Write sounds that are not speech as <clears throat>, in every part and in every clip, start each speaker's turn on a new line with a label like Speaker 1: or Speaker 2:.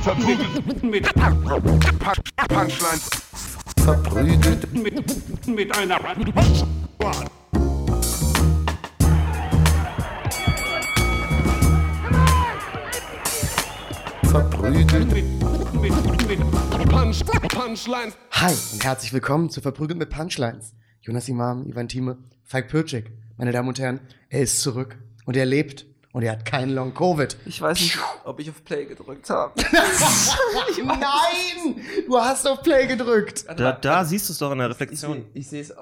Speaker 1: verprügelt mit Punchlines.
Speaker 2: Verprügelt
Speaker 1: Mit, mit einer
Speaker 2: verprügelt.
Speaker 1: mit, mit, mit Punch, Punchlines.
Speaker 3: Hi und herzlich willkommen zu Verprügelt mit Punchlines. Jonas Imam, Ivan Thieme, Falk Pürcik. Meine Damen und Herren, er ist zurück und er lebt und er hat keinen
Speaker 4: <laughs>
Speaker 3: Long-Covid. <laughs>
Speaker 4: Ich weiß nicht, ob ich auf Play gedrückt habe.
Speaker 3: Nein! Du hast auf Play gedrückt.
Speaker 5: Da, da siehst du es doch in der
Speaker 4: Ich sehe
Speaker 5: Reflexion.
Speaker 4: ich seh's.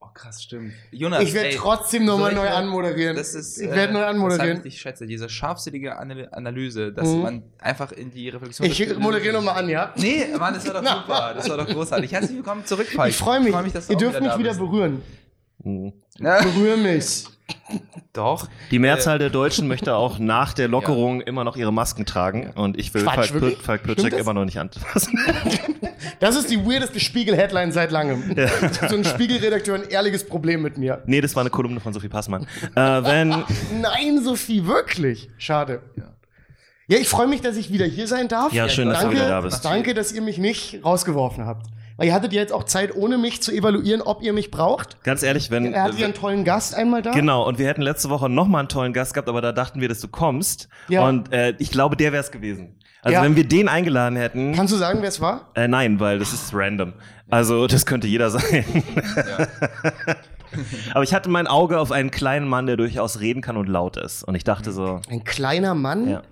Speaker 4: Oh, krass, stimmt. Jonas,
Speaker 3: Ich werde
Speaker 4: ey,
Speaker 3: trotzdem nochmal
Speaker 4: soll
Speaker 3: neu
Speaker 4: ich mal-
Speaker 3: anmoderieren.
Speaker 4: Das ist, äh,
Speaker 3: ich werde neu
Speaker 4: Das
Speaker 3: anmoderieren.
Speaker 4: ich schätze, diese scharfsinnige Anal- Analyse, dass
Speaker 3: Mhm.
Speaker 4: man einfach in die Reflexion...
Speaker 3: Ich, moderiere nochmal an, ja?
Speaker 4: Nee, Mann, das
Speaker 3: <laughs>
Speaker 4: war doch super. Das war doch großartig. Herzlich willkommen zurück, Falk.
Speaker 3: Ich freue mich.
Speaker 4: dass du
Speaker 3: Ihr
Speaker 4: auch
Speaker 3: dürft mich wieder
Speaker 4: da
Speaker 3: berühren.
Speaker 5: Mhm.
Speaker 4: bist.
Speaker 3: Berühr mich.
Speaker 4: Doch.
Speaker 5: Die Mehrzahl der Deutschen möchte auch nach
Speaker 3: <laughs>
Speaker 5: der Lockerung immer noch ihre Masken tragen. Und ich will
Speaker 3: Quatsch,
Speaker 5: Falk, Pür
Speaker 3: wirklich?
Speaker 5: Falk
Speaker 3: Stimmt
Speaker 5: Pürcek
Speaker 3: das?
Speaker 5: immer noch nicht anfassen.
Speaker 3: Das ist die weirdeste Spiegel-Headline seit langem. so ein Spiegelredakteur ein ehrliches Problem mit mir.
Speaker 5: nee, das war eine Kolumne von Sophie Passmann.
Speaker 3: <laughs>
Speaker 5: äh, wenn,
Speaker 3: Nein, Sophie, wirklich. Schade. Ja,
Speaker 4: Ja.
Speaker 3: ich freue mich, dass ich wieder hier sein darf.
Speaker 5: ja, schön, dass du
Speaker 3: danke,
Speaker 5: wieder da bist.
Speaker 3: danke, dass ihr mich nicht rausgeworfen habt. Weil ihr hattet ja jetzt auch Zeit, ohne mich zu evaluieren, ob ihr mich braucht.
Speaker 5: Ganz ehrlich, wenn.
Speaker 3: Er hatte ja einen tollen Gast einmal da.
Speaker 5: Genau, und wir hätten letzte Woche nochmal einen tollen Gast gehabt, aber da dachten wir, dass du kommst.
Speaker 3: Ja.
Speaker 5: Und äh, ich glaube, der wäre es gewesen. Also
Speaker 3: Ja.
Speaker 5: wenn wir den eingeladen hätten.
Speaker 3: Kannst du sagen, wer es war?
Speaker 5: Äh, nein, weil das ist random. Also das könnte jeder sein. <laughs> Aber ich hatte mein Auge auf einen kleinen Mann, der durchaus reden kann und laut ist. Und ich dachte so,
Speaker 3: Ein kleiner Mann,
Speaker 5: ja.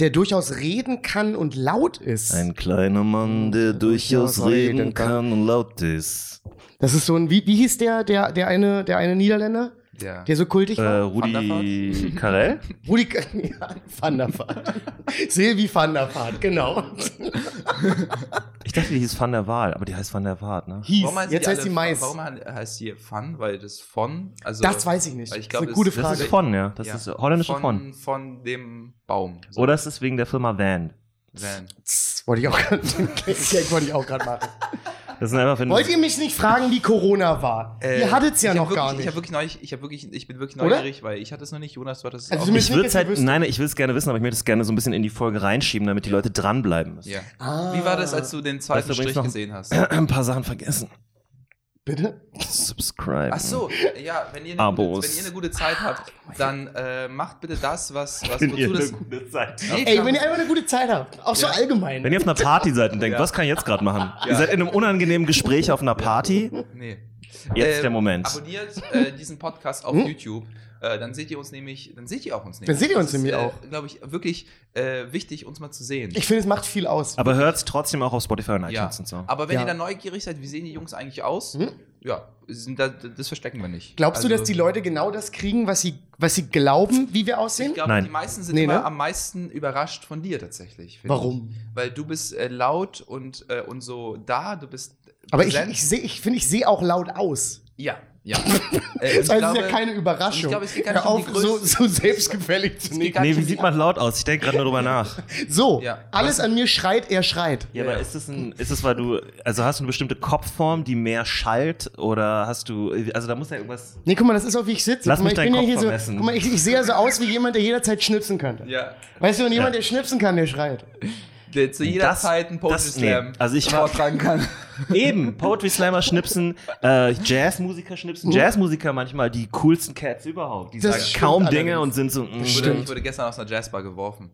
Speaker 3: der durchaus reden kann und laut ist.
Speaker 5: Ein kleiner Mann, der durchaus reden kann und laut ist.
Speaker 4: Äh,
Speaker 3: das ist so ein, wie, wie hieß der, der, der, eine, der eine Niederländer,
Speaker 4: Ja.
Speaker 3: der so kultig
Speaker 5: Äh,
Speaker 3: war?
Speaker 5: Rudi Carell?
Speaker 3: Rudi K- <laughs> ja, Van der
Speaker 4: <laughs>
Speaker 3: Vaart. Silvi Van der Vaart, genau.
Speaker 5: Ich dachte, die hieß Van der Waal, aber die heißt Van der Waart, ne?
Speaker 3: Hieß.
Speaker 4: Warum
Speaker 3: Jetzt
Speaker 4: die
Speaker 3: heißt
Speaker 4: alle-
Speaker 3: sie Mais.
Speaker 4: Warum heißt die Fun? Weil das von... Also
Speaker 3: Das weiß ich nicht.
Speaker 4: Weil
Speaker 3: Das
Speaker 4: ich glaub,
Speaker 3: ist eine gute
Speaker 4: es-
Speaker 3: Frage.
Speaker 5: Das ist von, ja. Das
Speaker 4: Ja.
Speaker 5: ist holländische von.
Speaker 4: von. Von dem Baum. So.
Speaker 5: Oder es ist wegen der Firma Van.
Speaker 4: Van.
Speaker 3: Das wollte ich auch
Speaker 4: <laughs>
Speaker 3: gerade Gag wollte ich auch gerade machen.
Speaker 5: Das sind einfach,
Speaker 3: <laughs>
Speaker 5: wenn
Speaker 3: Wollt ihr mich nicht fragen, wie Corona war? ihr hattet es ja
Speaker 4: Äh, ich hab
Speaker 3: noch
Speaker 4: wirklich,
Speaker 3: gar
Speaker 4: Ich,
Speaker 3: nicht.
Speaker 4: hab wirklich neulich, ich, hab wirklich, ich bin wirklich
Speaker 3: Oder?
Speaker 4: neugierig, weil ich hatte es noch nicht. Jonas, du hattest es
Speaker 3: Also
Speaker 4: auch
Speaker 3: du
Speaker 4: nicht.
Speaker 5: ich
Speaker 3: nicht,
Speaker 5: würde
Speaker 3: dass
Speaker 5: es
Speaker 3: ihr
Speaker 5: halt,
Speaker 3: wüsstet.
Speaker 5: nein, ich will es gerne wissen, aber ich möchte es gerne so ein bisschen in die Folge reinschieben, damit die Leute dranbleiben müssen.
Speaker 4: Ja.
Speaker 3: Ah.
Speaker 4: Wie war das, als du den
Speaker 5: Weißt du
Speaker 4: zweiten
Speaker 5: übrigens
Speaker 4: Strich
Speaker 5: noch-
Speaker 4: gesehen hast?
Speaker 5: <clears throat> Ein paar Sachen vergessen.
Speaker 3: Bitte?
Speaker 5: Subscribe.
Speaker 4: Ach so, ja, wenn ihr eine,
Speaker 5: Abos.
Speaker 4: gute, wenn ihr eine gute Zeit habt, dann äh, macht bitte das,
Speaker 5: <laughs>
Speaker 4: was, was
Speaker 5: Wenn ihr,
Speaker 4: wozu das.
Speaker 5: eine gute Zeit.
Speaker 4: Nee,
Speaker 3: Ey,
Speaker 4: klar.
Speaker 3: wenn ihr einfach eine gute Zeit habt, auch so allgemein.
Speaker 5: wenn ihr auf einer Party seid und denkt,
Speaker 4: Ja.
Speaker 5: was kann ich jetzt gerade machen?
Speaker 4: Ja.
Speaker 5: Ihr seid in einem unangenehmen Gespräch auf einer Party.
Speaker 4: nee.
Speaker 5: Jetzt
Speaker 4: Ähm,
Speaker 5: der Moment.
Speaker 4: Abonniert äh, diesen Podcast auf
Speaker 3: Hm?
Speaker 4: YouTube. Äh, dann seht ihr uns nämlich, dann seht ihr auch uns nämlich.
Speaker 3: Dann seht ihr uns
Speaker 4: Das ist,
Speaker 3: nämlich
Speaker 4: äh,
Speaker 3: auch.
Speaker 4: Glaube ich, wirklich äh, wichtig, uns mal zu sehen.
Speaker 3: ich finde, es macht viel aus.
Speaker 5: Aber hört es trotzdem auch auf Spotify und iTunes
Speaker 4: ja.
Speaker 5: und so.
Speaker 4: Aber wenn
Speaker 3: Ja.
Speaker 4: ihr dann neugierig seid, wie sehen die Jungs eigentlich aus?
Speaker 3: Hm?
Speaker 4: Ja, sind da, das verstecken wir nicht.
Speaker 3: Glaubst du,
Speaker 4: Also-
Speaker 3: dass die Leute genau das kriegen, was sie, was sie glauben, wie wir aussehen?
Speaker 4: Ich glaube,
Speaker 5: Nein.
Speaker 4: die meisten sind
Speaker 3: Nee,
Speaker 4: immer
Speaker 3: ne?
Speaker 4: am meisten überrascht von dir tatsächlich. finde
Speaker 3: Warum?
Speaker 4: Ich. Weil du bist äh, laut und, äh, und so da, du bist
Speaker 3: Aber ich,
Speaker 4: präsent.
Speaker 3: ich sehe, ich finde, ich sehe auch laut aus. <laughs>
Speaker 4: ja, ja. äh, und
Speaker 3: Das
Speaker 4: ich
Speaker 3: heißt, es
Speaker 4: glaube,
Speaker 3: ist ja keine Überraschung.
Speaker 4: ich glaube, es geht gar
Speaker 3: Hör
Speaker 4: nicht um die
Speaker 3: auf, so,
Speaker 4: Größe.
Speaker 3: so selbstgefällig zu
Speaker 4: geht
Speaker 3: nicken.
Speaker 4: gar
Speaker 5: Nee,
Speaker 4: nicht
Speaker 5: wie
Speaker 4: um
Speaker 5: sieht
Speaker 4: die-
Speaker 5: man laut aus? Ich denke gerade nur
Speaker 4: <laughs>
Speaker 5: drüber nach.
Speaker 3: So,
Speaker 4: Ja.
Speaker 3: alles an mir schreit, er schreit.
Speaker 5: Ja,
Speaker 4: Ja, ja.
Speaker 5: aber ist es ein, ist es, weil du, also hast du eine bestimmte Kopfform, die mehr schallt oder hast du, also da muss ja irgendwas.
Speaker 3: Nee, guck mal, das ist auch, wie ich sitze.
Speaker 5: Lass
Speaker 3: guck mal,
Speaker 5: mich
Speaker 3: ich
Speaker 5: deinen
Speaker 3: ja
Speaker 5: Kopf
Speaker 3: hier so,
Speaker 5: vermessen.
Speaker 3: guck mal, ich, ich sehe ja so aus wie jemand, der jederzeit schnipsen könnte.
Speaker 4: Ja,
Speaker 3: Weißt du, und jemand,
Speaker 5: Ja.
Speaker 3: der schnipsen kann, der schreit.
Speaker 4: der zu jeder
Speaker 5: Das-
Speaker 4: Zeit einen Poetry
Speaker 5: das- nee.
Speaker 4: Slam
Speaker 5: Also ich war-
Speaker 4: vortragen kann.
Speaker 5: Eben, Poetry Slammer schnipsen, äh, Jazzmusiker schnipsen, Jazzmusiker manchmal die coolsten Cats überhaupt. Die
Speaker 3: Mhm. Das
Speaker 5: sagen
Speaker 3: stimmt
Speaker 5: kaum Dinge
Speaker 3: allerdings.
Speaker 5: und sind so, mm,
Speaker 4: Ich wurde,
Speaker 3: Stimmt.
Speaker 4: ich wurde gestern aus einer Jazzbar geworfen.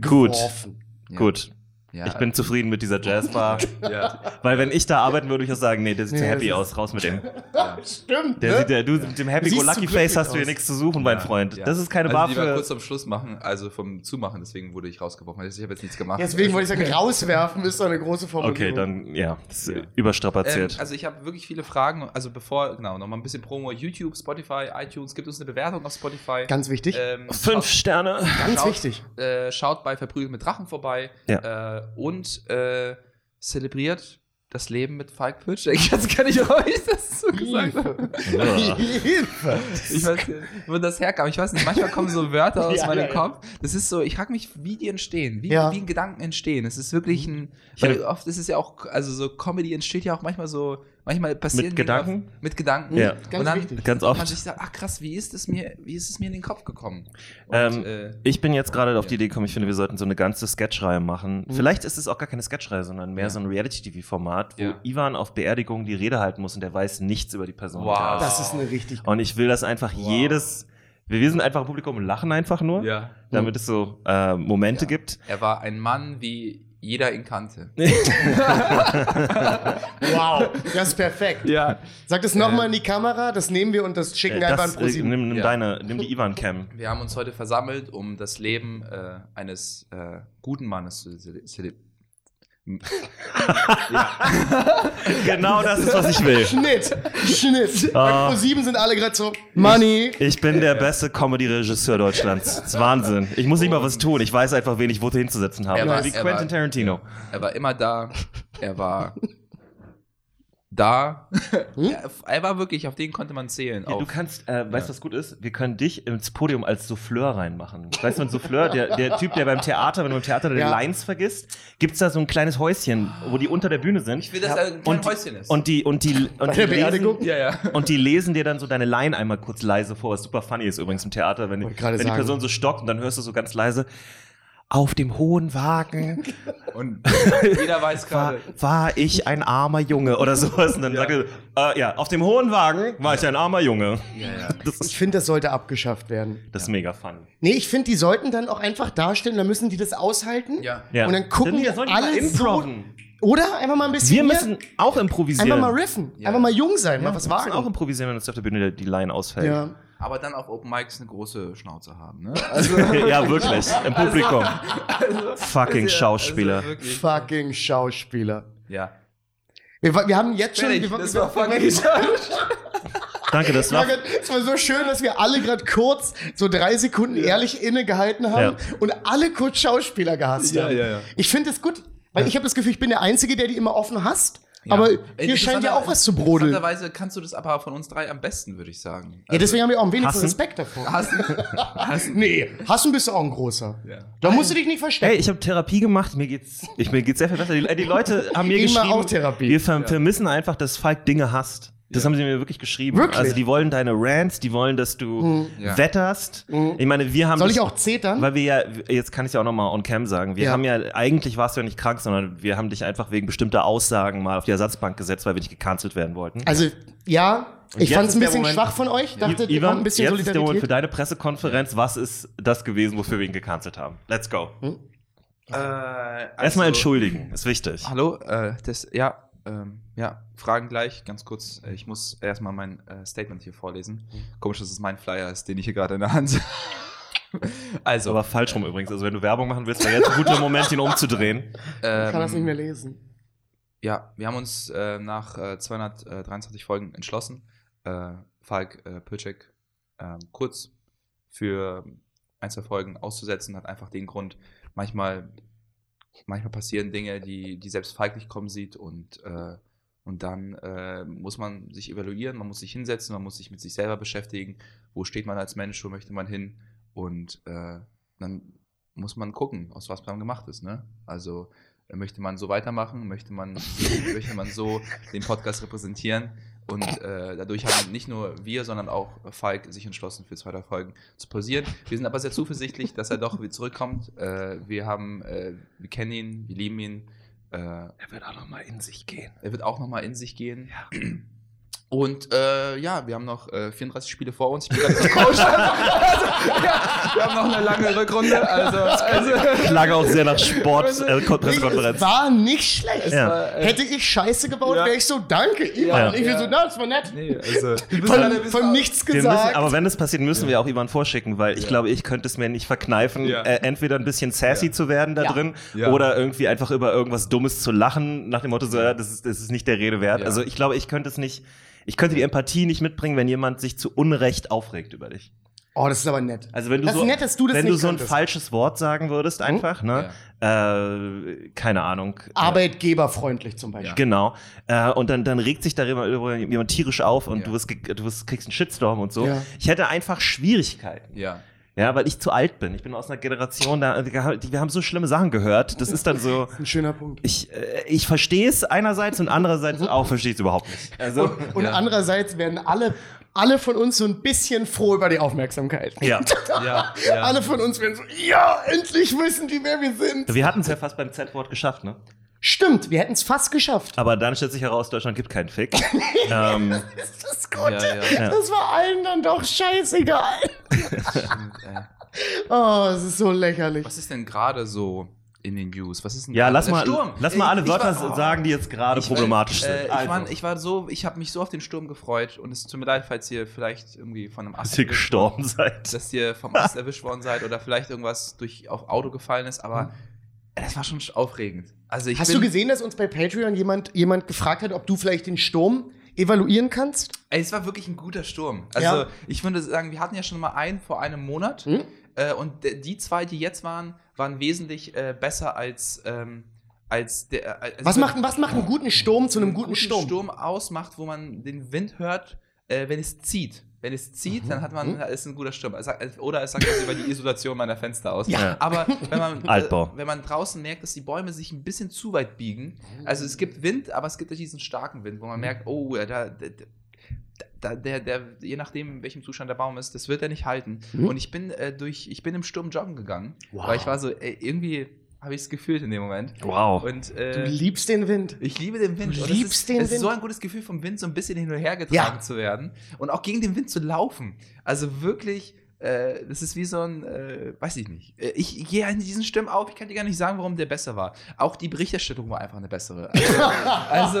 Speaker 5: gut,
Speaker 3: Offen.
Speaker 4: Ja.
Speaker 5: gut.
Speaker 4: Ja,
Speaker 5: Ich bin zufrieden mit dieser
Speaker 3: <laughs>
Speaker 5: Jazzbar,
Speaker 4: Ja,
Speaker 5: weil wenn ich da arbeiten würde, würde ich auch sagen, nee, der sieht zu
Speaker 3: Nee,
Speaker 5: happy
Speaker 3: das
Speaker 5: aus, raus mit dem.
Speaker 4: ja.
Speaker 3: Stimmt,
Speaker 5: Der
Speaker 3: ne?
Speaker 5: sieht, der, du mit dem
Speaker 3: Siehst zu glücklich
Speaker 5: Happy-Go-Lucky-Face hast du hier
Speaker 3: aus.
Speaker 5: nichts zu suchen, mein Freund.
Speaker 4: Ja.
Speaker 5: Das ist keine
Speaker 4: also
Speaker 5: Bar
Speaker 4: die war kurz
Speaker 5: für...
Speaker 4: zum Schluss machen, also vom Zumachen, deswegen wurde ich rausgeworfen. Also Ich habe jetzt nichts gemacht.
Speaker 3: Deswegen wollte ich sagen, rauswerfen ist doch eine große Formulierung.
Speaker 5: Okay, dann, ja, das ist
Speaker 4: Ja.
Speaker 5: überstrapaziert.
Speaker 4: Ähm, also ich habe wirklich viele Fragen. Also bevor, genau, nochmal ein bisschen Promo. YouTube, Spotify, iTunes. Gibt uns eine Bewertung auf Spotify.
Speaker 3: Ganz wichtig.
Speaker 4: Ähm,
Speaker 5: Fünf
Speaker 4: schaut,
Speaker 5: Sterne.
Speaker 3: Ganz
Speaker 4: schaut-
Speaker 3: wichtig.
Speaker 4: äh, schaut bei Verprügelt mit Drachen vorbei. Äh, und äh, zelebriert das Leben mit Falk <laughs> Pötschek. Jetzt kann ich euch das so gesagt haben.
Speaker 5: Ah. <laughs>
Speaker 3: Hilfe.
Speaker 4: Ich weiß nicht, wo das herkam. Ich weiß nicht, manchmal kommen
Speaker 3: <laughs>
Speaker 4: so Wörter aus
Speaker 3: Ja, ja,
Speaker 4: meinem
Speaker 3: ja.
Speaker 4: Kopf. Das ist so, ich frage mich, wie die entstehen, wie,
Speaker 3: Ja. Mhm.
Speaker 4: wie Gedanken entstehen. Es ist wirklich ein,
Speaker 5: Ich
Speaker 4: weil
Speaker 5: hatte-
Speaker 4: oft ist es ja auch, also so Comedy entsteht ja auch manchmal so Manchmal passieren
Speaker 5: Mit
Speaker 4: Dinge
Speaker 5: Gedanken?
Speaker 4: Auf, mit Gedanken.
Speaker 5: Ja.
Speaker 4: und
Speaker 3: Ganz
Speaker 4: dann
Speaker 3: wichtig.
Speaker 5: Ganz
Speaker 4: kann
Speaker 5: oft.
Speaker 4: man sich sagen, ach krass, wie ist es mir, wie ist es mir in den Kopf gekommen? Und,
Speaker 5: Ähm,
Speaker 4: äh,
Speaker 5: Ich bin jetzt gerade auf die
Speaker 4: Ja. Mhm.
Speaker 5: Idee gekommen, ich finde, wir sollten so eine ganze Sketchreihe machen. Vielleicht ist es auch gar keine Sketchreihe, sondern mehr
Speaker 4: Ja.
Speaker 5: so ein Reality-TV-Format, wo
Speaker 4: Ja.
Speaker 5: Ivan auf Beerdigungen die Rede halten muss und der weiß nichts über die Person. die
Speaker 4: Wow.
Speaker 5: da ist.
Speaker 3: Das ist eine richtig
Speaker 5: Und ich will das einfach
Speaker 4: Wow.
Speaker 5: jedes. Wir wir sind einfach ein Publikum und lachen einfach nur,
Speaker 4: ja.
Speaker 5: damit es so äh, Momente
Speaker 4: Ja.
Speaker 5: gibt.
Speaker 4: Er war ein Mann wie jeder ihn kannte.
Speaker 3: Wow, das ist perfekt.
Speaker 4: Ja.
Speaker 3: Sag das nochmal in die Kamera, das nehmen wir und das schicken
Speaker 5: Äh,
Speaker 3: einfach an
Speaker 5: das, äh,
Speaker 3: ProSieben.
Speaker 5: nimm, nimm
Speaker 4: Ja.
Speaker 5: deine, nimm die
Speaker 4: <laughs>
Speaker 5: Ivan-Cam.
Speaker 4: Wir haben uns heute versammelt, um das Leben äh, eines äh, guten Mannes zu zele- zele-
Speaker 5: Genau das ist, was ich will.
Speaker 3: Schnitt, Schnitt. Bei
Speaker 5: Ah.
Speaker 3: ProSieben sind alle gerade so, Money.
Speaker 5: Ich bin der beste Comedy-Regisseur Deutschlands. Das ist Wahnsinn. Ich muss nicht mal was tun. Ich weiß einfach, wen ich wo hinzusetzen habe. Genau,
Speaker 4: Er war-
Speaker 5: Wie
Speaker 4: er
Speaker 5: Quentin
Speaker 4: war-
Speaker 5: Tarantino.
Speaker 4: Er war immer da. Er war da.
Speaker 3: Hm?
Speaker 4: Er, er war wirklich, auf den konnte man zählen.
Speaker 5: Ja,
Speaker 4: auf,
Speaker 5: du kannst, äh, weißt du, was gut ist? Wir können dich ins Podium als Souffleur reinmachen. Weißt du, ein Souffleur, der, der Typ, der beim Theater, wenn du im Theater deine
Speaker 3: Ja.
Speaker 5: Lines vergisst, gibt es da so ein kleines Häuschen, wo die unter der Bühne sind.
Speaker 4: ich will, dass er ein kleines
Speaker 5: und,
Speaker 4: Häuschen ist.
Speaker 5: und die und die und die,
Speaker 3: der
Speaker 5: lesen,
Speaker 3: Beerdigung?
Speaker 4: ja, ja.
Speaker 5: und die lesen dir dann so deine Line einmal kurz leise vor, was super funny ist übrigens im Theater, wenn, die-
Speaker 3: Wollte
Speaker 5: wenn
Speaker 3: gerade
Speaker 5: die
Speaker 3: sagen.
Speaker 5: Person so stockt und dann hörst du so ganz leise auf dem hohen Wagen
Speaker 3: <laughs>
Speaker 4: Und jeder weiß
Speaker 5: war,
Speaker 4: gerade.
Speaker 5: war ich ein armer Junge oder sowas. Und dann
Speaker 4: Ja.
Speaker 5: sagt er, äh, ja, auf dem hohen Wagen war ich ein armer Junge.
Speaker 4: Ja, ja.
Speaker 5: <laughs> Das ist,
Speaker 3: Ich finde, das sollte abgeschafft werden.
Speaker 5: das ist mega funny.
Speaker 3: Nee, ich finde, die sollten dann auch einfach dastehen, dann müssen die das aushalten.
Speaker 4: Ja.
Speaker 5: Ja.
Speaker 3: Und dann gucken
Speaker 5: Dann-
Speaker 3: wir
Speaker 5: wir sollen
Speaker 3: alle
Speaker 5: mal
Speaker 3: so.
Speaker 5: improven.
Speaker 3: Oder einfach mal ein bisschen.
Speaker 5: Wir
Speaker 3: hier
Speaker 5: müssen auch improvisieren.
Speaker 3: Einfach mal riffen.
Speaker 4: Ja.
Speaker 3: Einfach mal jung sein,
Speaker 5: Ja,
Speaker 3: mal was
Speaker 5: wir müssen
Speaker 3: wagen.
Speaker 5: auch improvisieren, wenn uns auf der Bühne die, die Line ausfällt.
Speaker 3: ja.
Speaker 4: Aber dann auf Open Mics eine große Schnauze haben.
Speaker 3: <laughs>
Speaker 4: Ne?
Speaker 5: <laughs> ja, wirklich.
Speaker 3: Also-
Speaker 5: Im Publikum. Fucking Schauspieler.
Speaker 4: Also wirklich.
Speaker 3: Fucking Schauspieler.
Speaker 4: Ja.
Speaker 3: Wir, wa- wir haben jetzt schon.
Speaker 4: Fertig,
Speaker 3: wir,
Speaker 4: das
Speaker 3: wir-
Speaker 4: war fucking <laughs> Schauspieler.
Speaker 5: Danke, das war.
Speaker 3: Margaret, es war so schön, dass wir alle gerade kurz so drei Sekunden ehrlich innegehalten haben
Speaker 5: Ja.
Speaker 3: und alle kurz Schauspieler gehasst
Speaker 4: Ja,
Speaker 3: haben.
Speaker 4: ja, ja.
Speaker 3: Ich finde es gut, weil ich habe das Gefühl, ich bin der Einzige, der die immer offen hasst.
Speaker 4: Ja.
Speaker 3: Aber hier
Speaker 4: Interessanter-
Speaker 3: scheint ja auch was zu brodeln.
Speaker 4: Interessanterweise kannst du das aber von uns drei am besten, würde ich sagen.
Speaker 3: Ja, deswegen haben wir auch am wenigsten
Speaker 5: Also, Hassen?
Speaker 3: Respekt davor. <laughs>
Speaker 4: Hassen.
Speaker 3: Nee, Hassen bist du auch ein großer.
Speaker 4: Ja.
Speaker 3: Da musst du dich nicht
Speaker 5: Ey,
Speaker 3: verstecken.
Speaker 5: ich habe Therapie gemacht, mir geht's, ich, mir geht's sehr viel besser. Die,
Speaker 3: <laughs>
Speaker 5: die Leute haben mir
Speaker 3: Ich mach
Speaker 5: geschrieben,
Speaker 3: auch Therapie.
Speaker 5: wir ver vermissen einfach, dass Falk Dinge hasst. Das haben sie mir wirklich geschrieben.
Speaker 3: Wirklich? Hm.
Speaker 5: Also die wollen deine Rants, die wollen, dass du
Speaker 4: Ja.
Speaker 5: wetterst. Ich meine, wir haben
Speaker 3: Soll ich
Speaker 5: dich-
Speaker 3: auch zetern?
Speaker 5: Weil wir ja, jetzt kann ich ja auch nochmal on cam sagen, wir
Speaker 3: Ja.
Speaker 5: haben ja, eigentlich warst du ja nicht krank, sondern wir haben dich einfach wegen bestimmter Aussagen mal auf die Ersatzbank gesetzt, weil wir nicht gecancelt werden wollten.
Speaker 3: Also, ja, ich
Speaker 5: jetzt
Speaker 3: fand es ein
Speaker 5: ist der
Speaker 3: bisschen
Speaker 5: Moment-
Speaker 3: schwach von euch. Dachte, ihr kommt
Speaker 5: Ivan,
Speaker 3: ein
Speaker 5: jetzt
Speaker 3: bisschen
Speaker 5: ist der Moment für
Speaker 3: Solidarität.
Speaker 5: deine Pressekonferenz. Was ist das gewesen, wofür wir ihn gecancelt haben? Let's go.
Speaker 4: Äh,
Speaker 3: Also
Speaker 5: Erstmal
Speaker 4: also-
Speaker 5: entschuldigen, ist wichtig.
Speaker 4: Hallo, äh, das, ja, ähm, ja, Fragen gleich, ganz kurz. Äh, Ich muss erstmal mein äh, Statement hier vorlesen.
Speaker 3: Mhm.
Speaker 4: Komisch, dass es mein Flyer ist, den ich hier gerade in der Hand <laughs> habe.
Speaker 5: Ist
Speaker 4: Also,
Speaker 5: aber falsch rum übrigens. Also wenn du Werbung machen willst, wäre jetzt ein guter Moment, ihn <laughs> umzudrehen.
Speaker 3: Ich kann das nicht
Speaker 4: ähm,
Speaker 3: mehr lesen.
Speaker 4: ja, wir haben uns äh, nach äh, 223 Folgen entschlossen, äh, Falk äh, Pöcek ähm, kurz für ein, zwei Folgen auszusetzen, hat einfach den Grund, manchmal, manchmal passieren Dinge, die, die selbst Falk nicht kommen sieht und, äh, und dann äh, muss man sich evaluieren, man muss sich hinsetzen, man muss sich mit sich selber beschäftigen, wo steht man als Mensch, wo möchte man hin und äh, dann muss man gucken, aus was man gemacht ist. Ne? Also äh, möchte man so weitermachen, möchte man, <laughs> möchte man so den Podcast repräsentieren und äh, dadurch haben nicht nur wir, sondern auch Falk sich entschlossen, für zwei der Folgen zu pausieren. Wir sind aber sehr zuversichtlich, dass er doch wieder zurückkommt. Äh, wir haben, äh, wir kennen ihn, wir lieben ihn. Äh,
Speaker 5: Er wird auch nochmal in sich gehen.
Speaker 4: er wird auch nochmal in sich gehen. <clears throat> Und äh, ja, wir haben noch äh, 34 Spiele vor uns. Ich bin ganz <laughs> also, ja, wir haben noch eine lange Rückrunde. Also, also
Speaker 5: Klang auch sehr nach Sport, äh, Kon-
Speaker 3: Es
Speaker 5: Pressekonferenz.
Speaker 3: war nicht schlecht.
Speaker 5: Ja.
Speaker 3: Hätte ich Scheiße gebaut,
Speaker 4: Ja.
Speaker 3: wäre ich so, danke, Ivan.
Speaker 5: Ja.
Speaker 3: Ich wäre
Speaker 4: Ja.
Speaker 3: so, na, das war nett.
Speaker 4: <laughs> nee, also wir müssen alle- wir
Speaker 3: Von,
Speaker 4: müssen
Speaker 3: von
Speaker 4: alle-
Speaker 3: nichts
Speaker 5: Wir müssen,
Speaker 3: gesagt.
Speaker 5: aber wenn das passiert, müssen wir auch Ivan vorschicken, weil ich
Speaker 4: Ja.
Speaker 5: glaube, ich könnte es mir nicht verkneifen,
Speaker 4: Ja.
Speaker 5: äh, entweder ein bisschen sassy
Speaker 4: Ja.
Speaker 5: zu werden da
Speaker 3: Ja.
Speaker 5: drin
Speaker 4: Ja.
Speaker 5: oder irgendwie einfach über irgendwas Dummes zu lachen, nach dem Motto, so, ja, das, ist, das ist nicht der Rede wert.
Speaker 4: Ja.
Speaker 5: Also ich glaube, ich könnte es nicht, ich könnte die Empathie nicht mitbringen, wenn jemand sich zu Unrecht aufregt über dich.
Speaker 3: oh, das ist aber nett.
Speaker 5: Also wenn du
Speaker 3: Das ist
Speaker 5: so,
Speaker 3: nett, dass du das
Speaker 5: wenn
Speaker 3: nicht
Speaker 5: du so ein
Speaker 3: könntest. Hm?
Speaker 5: falsches Wort sagen würdest, einfach, ne? Äh, keine Ahnung.
Speaker 3: Arbeitgeberfreundlich zum Beispiel.
Speaker 5: Genau. Äh, und dann, dann regt sich darüber jemand tierisch auf und
Speaker 4: Ja.
Speaker 5: du, wirst, ge- du wirst, kriegst einen Shitstorm und so.
Speaker 3: Ja.
Speaker 5: Ich hätte einfach Schwierigkeiten
Speaker 4: Ja.
Speaker 5: Ja, weil ich zu alt bin. Ich bin aus einer Generation, da, die, wir haben so schlimme Sachen gehört. Das ist dann so.
Speaker 3: Ein schöner Punkt.
Speaker 5: Ich, äh, ich verstehe es einerseits und andererseits auch verstehe ich es überhaupt nicht. Also,
Speaker 3: Und
Speaker 4: <laughs> Ja.
Speaker 3: andererseits werden alle, alle von uns so ein bisschen froh über die Aufmerksamkeit.
Speaker 5: ja.
Speaker 4: <laughs> Ja, ja.
Speaker 3: Alle von uns werden so, ja, endlich wissen die, wer wir sind.
Speaker 5: Wir hatten es ja fast beim Z-Wort geschafft, ne?
Speaker 3: Stimmt, wir hätten es fast geschafft.
Speaker 5: Aber dann stellt sich heraus, Deutschland gibt keinen Fick. ähm,
Speaker 3: Das konnte, <laughs>
Speaker 4: Ja, ja.
Speaker 3: das war allen dann doch scheißegal.
Speaker 4: Äh,
Speaker 3: Oh, es ist so lächerlich.
Speaker 4: Was ist denn gerade so in den News? Was ist denn
Speaker 5: ja,
Speaker 4: gerade
Speaker 5: lass
Speaker 4: der
Speaker 5: mal,
Speaker 4: Sturm?
Speaker 5: lass mal alle
Speaker 4: Ich war-
Speaker 5: Wörter sagen, die jetzt gerade
Speaker 4: Ich-
Speaker 5: problematisch
Speaker 4: äh,
Speaker 5: sind.
Speaker 4: Ich,
Speaker 5: Also,
Speaker 4: war, ich war so, ich habe mich so auf den Sturm gefreut und es tut mir leid, falls ihr vielleicht irgendwie von einem
Speaker 5: dass
Speaker 4: Ast
Speaker 5: ihr
Speaker 4: erwischt-
Speaker 5: gestorben seid.
Speaker 4: dass ihr vom Ast erwischt worden seid oder vielleicht irgendwas durch auf Auto gefallen ist,
Speaker 5: Hm.
Speaker 4: aber das war schon aufregend. Also ich
Speaker 3: Hast
Speaker 4: bin,
Speaker 3: du gesehen, dass uns bei Patreon jemand, jemand gefragt hat, ob du vielleicht den Sturm evaluieren kannst?
Speaker 4: Ey, es war wirklich ein guter Sturm. Also
Speaker 3: Ja.
Speaker 4: ich würde sagen, wir hatten ja schon mal einen vor einem Monat
Speaker 3: Hm?
Speaker 4: äh, und d- die zwei, die jetzt waren, waren wesentlich äh, besser als ähm, als der. äh, also Als
Speaker 3: Was macht, was macht einen guten Sturm zu einem guten,
Speaker 4: guten
Speaker 3: Sturm?
Speaker 4: Sturm ausmacht, wo man den Wind hört, äh, wenn es zieht. Wenn es zieht,
Speaker 3: Mhm.
Speaker 4: dann hat man, ist ein guter Sturm. Es sagt- Oder es sagt was über die Isolation meiner Fenster aus.
Speaker 5: Ja.
Speaker 4: Aber wenn
Speaker 3: <laughs>
Speaker 4: man, äh,
Speaker 5: Altbau.
Speaker 4: wenn man draußen merkt, dass die Bäume sich ein bisschen zu weit biegen, also es gibt Wind, aber es gibt nicht diesen starken Wind,
Speaker 3: Mhm.
Speaker 4: wo man merkt, oh, da, da, da, da, der, der, je nachdem, in welchem Zustand der Baum ist, das wird er nicht halten.
Speaker 3: Mhm.
Speaker 4: Und ich bin äh, durch, ich bin im Sturm joggen gegangen,
Speaker 5: Wow.
Speaker 4: weil ich war so, ey, irgendwie habe ich es gefühlt in dem Moment.
Speaker 5: Wow.
Speaker 4: Und, äh,
Speaker 3: Du liebst den Wind.
Speaker 4: ich liebe den Wind.
Speaker 3: Du
Speaker 4: Und
Speaker 3: liebst
Speaker 4: es ist,
Speaker 3: den
Speaker 4: es
Speaker 3: Wind?
Speaker 4: ist so ein gutes Gefühl, vom Wind so ein bisschen hin und her getragen
Speaker 3: Ja.
Speaker 4: zu werden und auch gegen den Wind zu laufen. Also wirklich, äh, das ist wie so ein, äh, weiß ich nicht. Äh, ich ich gehe in diesen Stimmen auf, ich kann dir gar nicht sagen, warum der besser war. Auch die Berichterstattung war einfach eine bessere. Also, also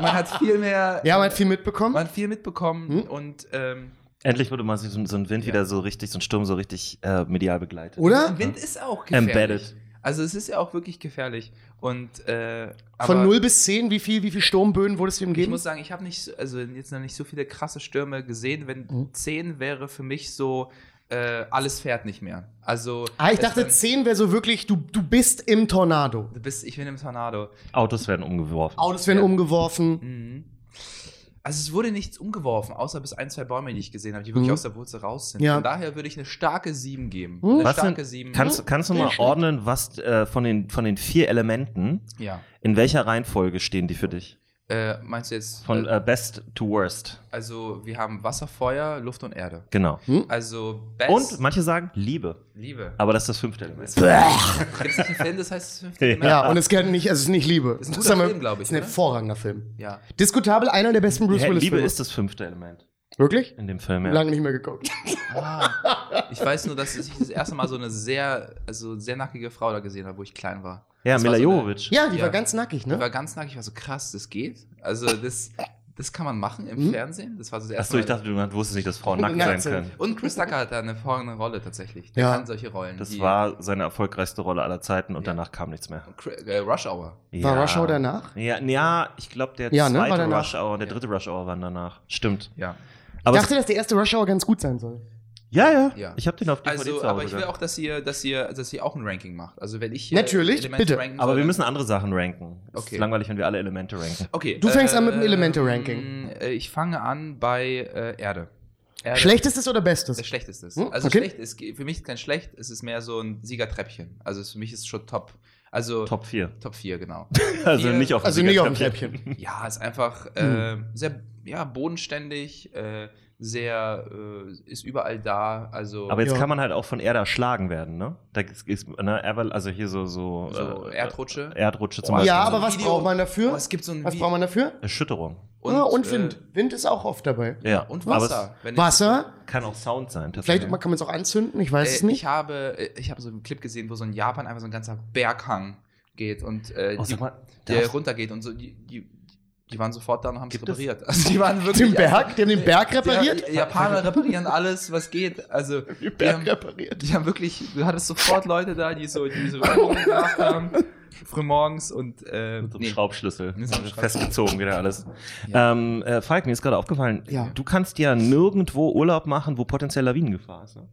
Speaker 4: man hat viel mehr,
Speaker 3: Ja, man hat viel mitbekommen.
Speaker 4: man hat viel mitbekommen
Speaker 3: Hm?
Speaker 4: und ähm,
Speaker 5: Endlich wurde mal so, so ein Wind wieder so richtig, so ein Sturm so richtig äh, medial begleitet.
Speaker 3: Oder?
Speaker 4: Wind ist auch gefährlich.
Speaker 5: Embedded.
Speaker 4: Also es ist ja auch wirklich gefährlich. Und äh,
Speaker 3: Von
Speaker 4: aber-
Speaker 3: 0 bis 10, wie viel, wie viel Sturmböen würdest du ihm
Speaker 4: Ich
Speaker 3: geben?
Speaker 4: muss sagen, ich habe nicht, also jetzt noch nicht so viele krasse Stürme gesehen. Wenn
Speaker 3: Mhm.
Speaker 4: 10 wäre für mich so, äh, alles fährt nicht mehr. Also.
Speaker 3: Ah, ich
Speaker 4: es
Speaker 3: dachte,
Speaker 4: dann-
Speaker 3: 10 wäre so wirklich, du, du bist im Tornado.
Speaker 4: Du bist, ich bin im Tornado.
Speaker 5: Autos werden umgeworfen.
Speaker 3: Autos werden
Speaker 4: Ja.
Speaker 3: umgeworfen.
Speaker 4: Mhm. Also es wurde nichts umgeworfen, außer bis ein, zwei Bäume, die ich gesehen habe, die wirklich
Speaker 3: Mhm.
Speaker 4: aus der Wurzel raus sind.
Speaker 3: Ja.
Speaker 4: Von daher würde ich eine starke 7 geben.
Speaker 3: Mhm.
Speaker 4: Eine
Speaker 5: Was
Speaker 4: starke
Speaker 5: denn-
Speaker 4: 7.
Speaker 5: Kannst, kannst du mal
Speaker 3: schön.
Speaker 5: ordnen, was äh, von, den, von den vier Elementen,
Speaker 4: ja.
Speaker 5: in welcher Reihenfolge stehen die für dich?
Speaker 4: Äh, meinst du jetzt,
Speaker 5: Von
Speaker 4: äh,
Speaker 5: äh, best to worst.
Speaker 4: also wir haben Wasser, Feuer, Luft und Erde.
Speaker 5: Genau.
Speaker 4: Also
Speaker 5: Und
Speaker 4: Best,
Speaker 5: manche sagen Liebe,
Speaker 4: Liebe.
Speaker 5: <laughs> aber das ist das fünfte Element.
Speaker 4: Gibt's einen Film, das heißt das fünfte
Speaker 5: Ja.
Speaker 4: Element?
Speaker 3: Ja, und es geht nicht, also es ist nicht Liebe.
Speaker 4: Ist ein
Speaker 3: Das
Speaker 4: guter
Speaker 3: haben wir-
Speaker 4: Film, glaub ich,
Speaker 3: Ist ein
Speaker 4: oder?
Speaker 3: hervorragender Film.
Speaker 4: ja.
Speaker 3: Diskutabel einer der besten Bruce
Speaker 5: Hä,
Speaker 3: Willis
Speaker 5: Liebe
Speaker 3: Filme.
Speaker 5: ist das fünfte Element
Speaker 3: Wirklich?
Speaker 5: in dem Film. Ja.
Speaker 3: Lange nicht mehr geguckt.
Speaker 4: Ah, ich weiß nur, dass ich das erste Mal so eine sehr, also sehr nackige Frau da gesehen habe, wo ich klein war.
Speaker 5: Ja,
Speaker 4: Das
Speaker 5: Mila
Speaker 4: war so eine-
Speaker 5: Jovovich.
Speaker 3: Ja, die
Speaker 4: Ja.
Speaker 3: war ganz nackig,
Speaker 4: Die war
Speaker 3: ne?
Speaker 4: ganz nackig, ich war so krass, das geht. Also das, das kann man machen im
Speaker 3: Hm?
Speaker 4: Fernsehen. Das war so das erste
Speaker 5: Achso, ich
Speaker 4: Mal.
Speaker 5: dachte, du wusstest nicht,
Speaker 3: <laughs>
Speaker 5: dass Frauen nackt sein
Speaker 3: Nackt sind.
Speaker 5: können.
Speaker 4: Und Chris Tucker hat da eine vorne Rolle tatsächlich. Der
Speaker 3: Ja.
Speaker 4: kann solche Rollen.
Speaker 5: Das
Speaker 4: die-
Speaker 5: war seine erfolgreichste Rolle aller Zeiten und
Speaker 4: Ja.
Speaker 5: danach kam nichts mehr.
Speaker 4: Cr- äh, Rush Hour.
Speaker 3: War
Speaker 5: Ja.
Speaker 3: Rush Hour danach?
Speaker 5: Ja, ja ich glaube, der
Speaker 3: Ja, ne, war
Speaker 5: zweite
Speaker 3: danach.
Speaker 5: Rush Hour und der dritte Rush Hour waren danach. Stimmt.
Speaker 4: Ja.
Speaker 3: Ich
Speaker 5: Aber
Speaker 3: dachte, dass der erste Rush Hour ganz gut sein soll.
Speaker 5: ja, ja,
Speaker 4: Ja.
Speaker 5: Ich habe den auf DVD
Speaker 4: Also,
Speaker 5: zu
Speaker 4: aber
Speaker 5: Hause.
Speaker 4: ich will
Speaker 5: gehabt.
Speaker 4: auch, dass ihr, dass ihr, dass ihr auch ein Ranking macht. Also wenn ich hier
Speaker 3: Natürlich, bitte.
Speaker 4: ranken
Speaker 5: aber
Speaker 4: soll,
Speaker 5: wir
Speaker 4: dann-
Speaker 5: müssen andere Sachen ranken. Es
Speaker 4: Okay.
Speaker 5: ist langweilig, wenn wir alle Elemente ranken.
Speaker 4: Okay.
Speaker 3: Du fängst an mit dem
Speaker 4: ähm,
Speaker 3: Elemente-Ranking.
Speaker 4: äh, Ich fange an bei äh, Erde. Erde.
Speaker 3: Schlechtestes oder Bestes?
Speaker 4: Das Schlechteste ist.
Speaker 3: Hm,
Speaker 4: Also
Speaker 3: okay.
Speaker 4: schlecht ist für mich ist kein schlecht, es ist mehr so ein Siegertreppchen. Also es- für mich ist es schon top. Also
Speaker 5: Top 4.
Speaker 4: Top
Speaker 3: <laughs>
Speaker 4: 4, genau.
Speaker 5: Also
Speaker 4: Vier.
Speaker 5: nicht auf dem
Speaker 3: Also nicht auf dem
Speaker 5: Siegertreppchen.
Speaker 3: Treppchen.
Speaker 4: ja, ist einfach äh,
Speaker 3: Hm.
Speaker 4: sehr ja, bodenständig, äh, sehr äh, ist überall da. Also
Speaker 5: Aber jetzt
Speaker 3: Ja.
Speaker 5: kann man halt auch von Erde erschlagen werden, ne? Da ist, ist ne, Erwal- also hier so
Speaker 3: äh,
Speaker 5: so, äh,
Speaker 4: So Erdrutsche.
Speaker 5: Erdrutsche zum
Speaker 4: Boah,
Speaker 5: Beispiel.
Speaker 3: Ja,
Speaker 4: so ein
Speaker 3: aber was
Speaker 4: Video-
Speaker 3: braucht man dafür?
Speaker 4: Oh, es gibt so ein
Speaker 3: Was
Speaker 4: Vi-
Speaker 3: braucht man dafür?
Speaker 5: Erschütterung.
Speaker 3: Und, ah, und Wind. Wind ist auch oft dabei.
Speaker 5: Ja.
Speaker 4: Äh, und
Speaker 5: Aber
Speaker 4: Wasser. wenn ich-
Speaker 3: Wasser?
Speaker 5: es kann auch Sound sein.
Speaker 3: Vielleicht
Speaker 5: tatsächlich.
Speaker 3: man kann man es auch anzünden, ich weiß
Speaker 4: Äh,
Speaker 3: es nicht.
Speaker 4: Ich habe, äh, ich habe so einen Clip gesehen, wo so in Japan einfach so ein ganzer Berghang geht und äh,
Speaker 5: Oh,
Speaker 4: die,
Speaker 5: sag mal,
Speaker 4: der
Speaker 5: darf-
Speaker 4: runtergeht und so die, die, die waren sofort da und haben es
Speaker 5: Gibt es-
Speaker 4: repariert. <laughs> Also die
Speaker 3: <laughs>
Speaker 4: waren wirklich
Speaker 3: Den Berg? Die haben den Berg repariert?
Speaker 4: Ja, Japaner reparieren alles, was geht. Also,
Speaker 5: <laughs>
Speaker 4: die, haben,
Speaker 3: repariert.
Speaker 4: die haben wirklich, du hattest sofort Leute da, die so die so Übungen gemacht
Speaker 5: <laughs>
Speaker 4: haben. Frühmorgens und äh,
Speaker 5: Mit so einem
Speaker 4: nee.
Speaker 5: Schraubschlüssel. Also
Speaker 4: Mit so einem Schraubschlüssel.
Speaker 5: Festgezogen wieder alles.
Speaker 4: Ja.
Speaker 5: Ähm, äh, Falk, mir ist gerade aufgefallen,
Speaker 3: Ja.
Speaker 5: du kannst ja nirgendwo Urlaub machen, wo potenziell Lawinengefahr ist. Ne?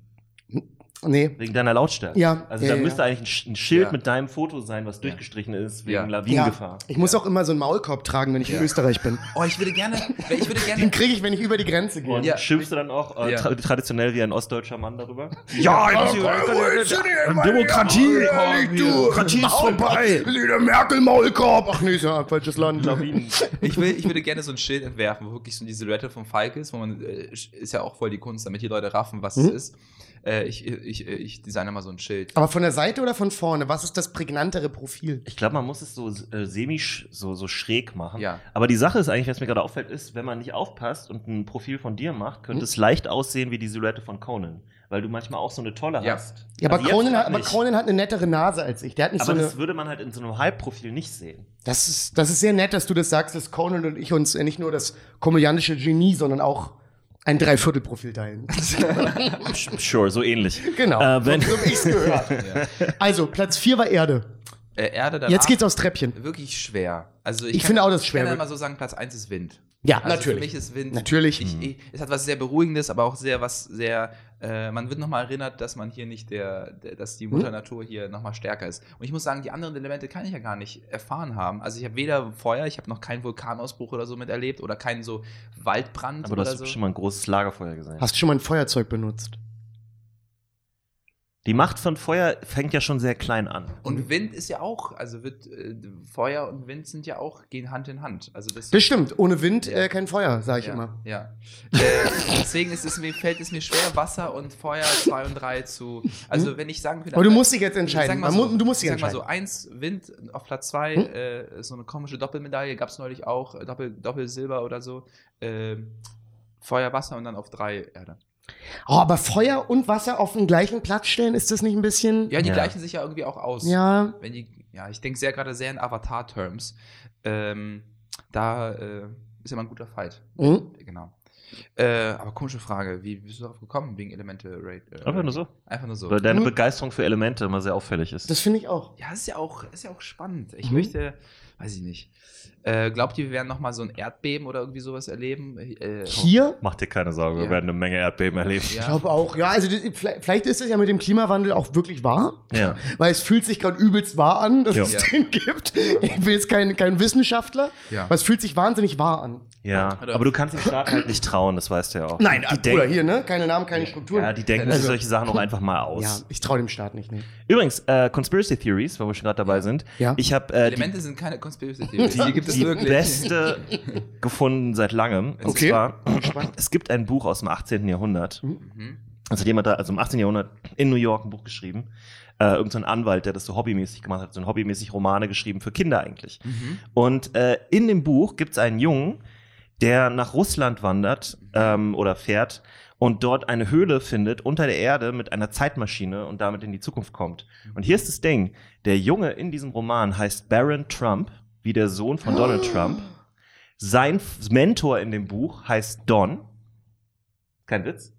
Speaker 3: Nee.
Speaker 5: Wegen deiner Lautstärke.
Speaker 3: Ja,
Speaker 5: Also
Speaker 3: ja,
Speaker 5: da
Speaker 3: ja,
Speaker 5: müsste
Speaker 3: ja.
Speaker 5: eigentlich ein, Sch- ein Schild
Speaker 4: Ja.
Speaker 5: mit deinem Foto sein, was durchgestrichen ist, wegen
Speaker 4: Ja.
Speaker 5: Lawinengefahr.
Speaker 3: Ich muss auch immer so einen Maulkorb tragen, wenn ich in Österreich
Speaker 5: <laughs>
Speaker 3: bin.
Speaker 4: Oh, ich würde gerne, ich würde gerne,
Speaker 3: Den kriege ich, wenn ich über die Grenze gehe.
Speaker 5: Und
Speaker 4: Ja.
Speaker 5: schimpfst du dann auch äh,
Speaker 4: Ja.
Speaker 5: tra traditionell wie ein ostdeutscher
Speaker 4: <laughs>
Speaker 5: Mann darüber? <laughs> Ja, ich muss hier- Demokratie!
Speaker 3: Oh,
Speaker 5: Demokratie ist vorbei!
Speaker 3: Lieder Merkel Maulkorb. Ach nee, ist ja ein falsches Land.
Speaker 5: <laughs> Lawinen.
Speaker 4: ich, will, ich würde gerne so ein Schild entwerfen, wo wirklich so die Silhouette vom Falk ist, wo man, äh, ist ja auch voll die Kunst, damit die Leute raffen, was
Speaker 3: Mhm.
Speaker 4: es ist. Äh, ich, ich, ich designe mal so ein Schild.
Speaker 3: Aber von der Seite oder von vorne? Was ist das prägnantere Profil?
Speaker 5: Ich glaube, man muss es so äh, semi sch- so, so schräg machen.
Speaker 4: Ja.
Speaker 5: Aber die Sache ist eigentlich, was mir gerade auffällt, ist, wenn man nicht aufpasst und ein Profil von dir macht, könnte
Speaker 3: Hm?
Speaker 5: es leicht aussehen wie die Silhouette von Conan. Weil du manchmal auch so eine tolle
Speaker 4: Ja.
Speaker 5: hast.
Speaker 3: Ja, aber,
Speaker 5: Also jetzt
Speaker 3: Conan hat,
Speaker 5: grad
Speaker 3: aber
Speaker 5: nicht.
Speaker 3: Conan hat eine nettere Nase als ich. Der hat nicht
Speaker 5: Aber
Speaker 3: so eine.
Speaker 5: das würde man halt in so einem Halbprofil nicht sehen.
Speaker 3: Das ist, das ist sehr nett, dass du das sagst, dass Conan und ich uns äh, nicht nur das komödiantische Genie, sondern auch ein Dreiviertelprofil
Speaker 5: <laughs>
Speaker 3: teilen.
Speaker 5: Sure, so ähnlich.
Speaker 3: Genau.
Speaker 5: Äh, wenn-
Speaker 3: so so hab ich's gehört. Also, Platz 4 war Erde.
Speaker 4: Äh, Erde danach,
Speaker 3: Jetzt geht's aufs Treppchen.
Speaker 4: wirklich schwer. Also
Speaker 3: Ich finde auch, das ist
Speaker 4: Ich
Speaker 3: schwer.
Speaker 4: kann ja immer so sagen, Platz 1 ist Wind.
Speaker 3: Ja,
Speaker 4: Also
Speaker 3: natürlich.
Speaker 4: Für mich ist Wind.
Speaker 3: Natürlich. Mhm.
Speaker 4: Ich, ich, es hat was sehr Beruhigendes, aber auch sehr was sehr. Äh, man wird nochmal erinnert, dass man hier nicht der, der dass
Speaker 3: Mhm.
Speaker 4: die Mutter Natur hier nochmal stärker ist. Und ich muss sagen, die anderen Elemente kann ich ja gar nicht erfahren haben. Also ich habe weder Feuer, ich habe noch keinen Vulkanausbruch oder so miterlebt oder keinen so Waldbrand
Speaker 5: <laughs> Aber du
Speaker 4: oder
Speaker 5: hast
Speaker 4: so.
Speaker 5: schon mal ein großes Lagerfeuer gesehen.
Speaker 3: Hast du schon mal ein Feuerzeug benutzt?
Speaker 5: Die Macht von Feuer fängt ja schon sehr klein an.
Speaker 4: und Wind ist ja auch, also wird äh, Feuer und Wind sind ja auch gehen Hand in Hand. Also das,
Speaker 3: Das stimmt. Ohne Wind
Speaker 4: Ja.
Speaker 3: äh, kein Feuer, sage ich
Speaker 4: ja,
Speaker 3: immer.
Speaker 4: Ja. Äh, deswegen ist es mir, fällt es mir schwer, Wasser und Feuer 2 und 3 zu. Also, wenn ich sagen könnte.
Speaker 3: Hm? Aber du musst dich jetzt
Speaker 4: Ich
Speaker 3: entscheiden.
Speaker 4: sag mal
Speaker 3: Man
Speaker 4: so,
Speaker 3: mu- du musst dich
Speaker 4: ich sag mal
Speaker 3: entscheiden. Hm?
Speaker 4: so, eins Wind auf Platz zwei, äh, so eine komische Doppelmedaille gab es neulich auch, äh, Doppel, Doppelsilber oder so. Ähm, Feuer, Wasser und dann auf drei Erde.
Speaker 3: Oh, aber Feuer und Wasser auf den gleichen Platz stellen, ist das nicht ein bisschen.
Speaker 4: Ja, die
Speaker 5: Ja.
Speaker 4: gleichen sich ja irgendwie auch aus.
Speaker 3: ja.
Speaker 4: Wenn die, ja, ich denke sehr gerade sehr in Avatar-Terms. Ähm, da äh, ist ja mal ein guter Fight.
Speaker 3: Hm?
Speaker 4: Genau. Äh, aber komische Frage, wie bist du darauf gekommen wegen Elemente Raid? Äh,
Speaker 5: Einfach nur so.
Speaker 4: Einfach nur so.
Speaker 5: Weil deine
Speaker 3: Mhm.
Speaker 5: Begeisterung für Elemente immer sehr auffällig ist.
Speaker 3: Das finde ich auch.
Speaker 4: Ja, ist ja auch, ist ja auch spannend. Ich
Speaker 3: Mhm.
Speaker 4: möchte, weiß ich nicht. Äh, glaubt ihr, wir werden nochmal so ein Erdbeben oder irgendwie sowas erleben? Äh,
Speaker 3: Hier?
Speaker 5: Mach dir keine Sorgen, wir
Speaker 4: Ja.
Speaker 5: werden eine Menge Erdbeben erleben.
Speaker 3: Ich
Speaker 4: Ja.
Speaker 3: glaube auch. Ja, also das, vielleicht vielleicht ist es ja mit dem Klimawandel auch wirklich wahr,
Speaker 5: Ja.
Speaker 3: weil es fühlt sich gerade übelst wahr an, dass
Speaker 5: Ja.
Speaker 3: es den gibt. Ich bin jetzt kein, kein Wissenschaftler,
Speaker 4: Ja.
Speaker 3: aber es fühlt sich wahnsinnig wahr an.
Speaker 5: Ja,
Speaker 4: Oder-
Speaker 5: aber du kannst den Staat halt nicht trauen, das weißt du ja auch.
Speaker 3: Nein,
Speaker 5: die
Speaker 3: oder
Speaker 5: denken,
Speaker 3: hier, ne? Keine Namen, keine Strukturen.
Speaker 5: ja, die denken sich
Speaker 3: Also-
Speaker 5: solche Sachen auch einfach mal
Speaker 3: Ja,
Speaker 5: aus.
Speaker 3: ich traue dem Staat nicht. Ne?
Speaker 5: Übrigens, äh, Conspiracy Theories, weil wir schon gerade dabei sind.
Speaker 3: Ja.
Speaker 5: Ich habe äh, die,
Speaker 4: oh, Elemente sind keine Conspiracy Theories.
Speaker 5: die, die
Speaker 3: <laughs>
Speaker 5: beste gefunden seit langem. Und
Speaker 3: Okay.
Speaker 5: zwar, <clears throat> es gibt ein Buch aus dem 18. Jahrhundert.
Speaker 4: Mhm.
Speaker 5: Also jemand da, also im 18. Jahrhundert in New York ein Buch geschrieben. Äh, irgend so ein Anwalt, der das so hobbymäßig gemacht hat, so ein hobbymäßig Romane geschrieben für Kinder eigentlich.
Speaker 4: Mhm.
Speaker 5: Und äh, in dem Buch gibt es einen Jungen, der nach Russland wandert ähm, oder fährt und dort eine Höhle findet unter der Erde mit einer Zeitmaschine und damit in die Zukunft kommt. Und hier ist das Ding: Der Junge in diesem Roman heißt Baron Trump, wie der Sohn von Donald Trump. Sein F- Mentor in dem Buch heißt Don. Kein Witz.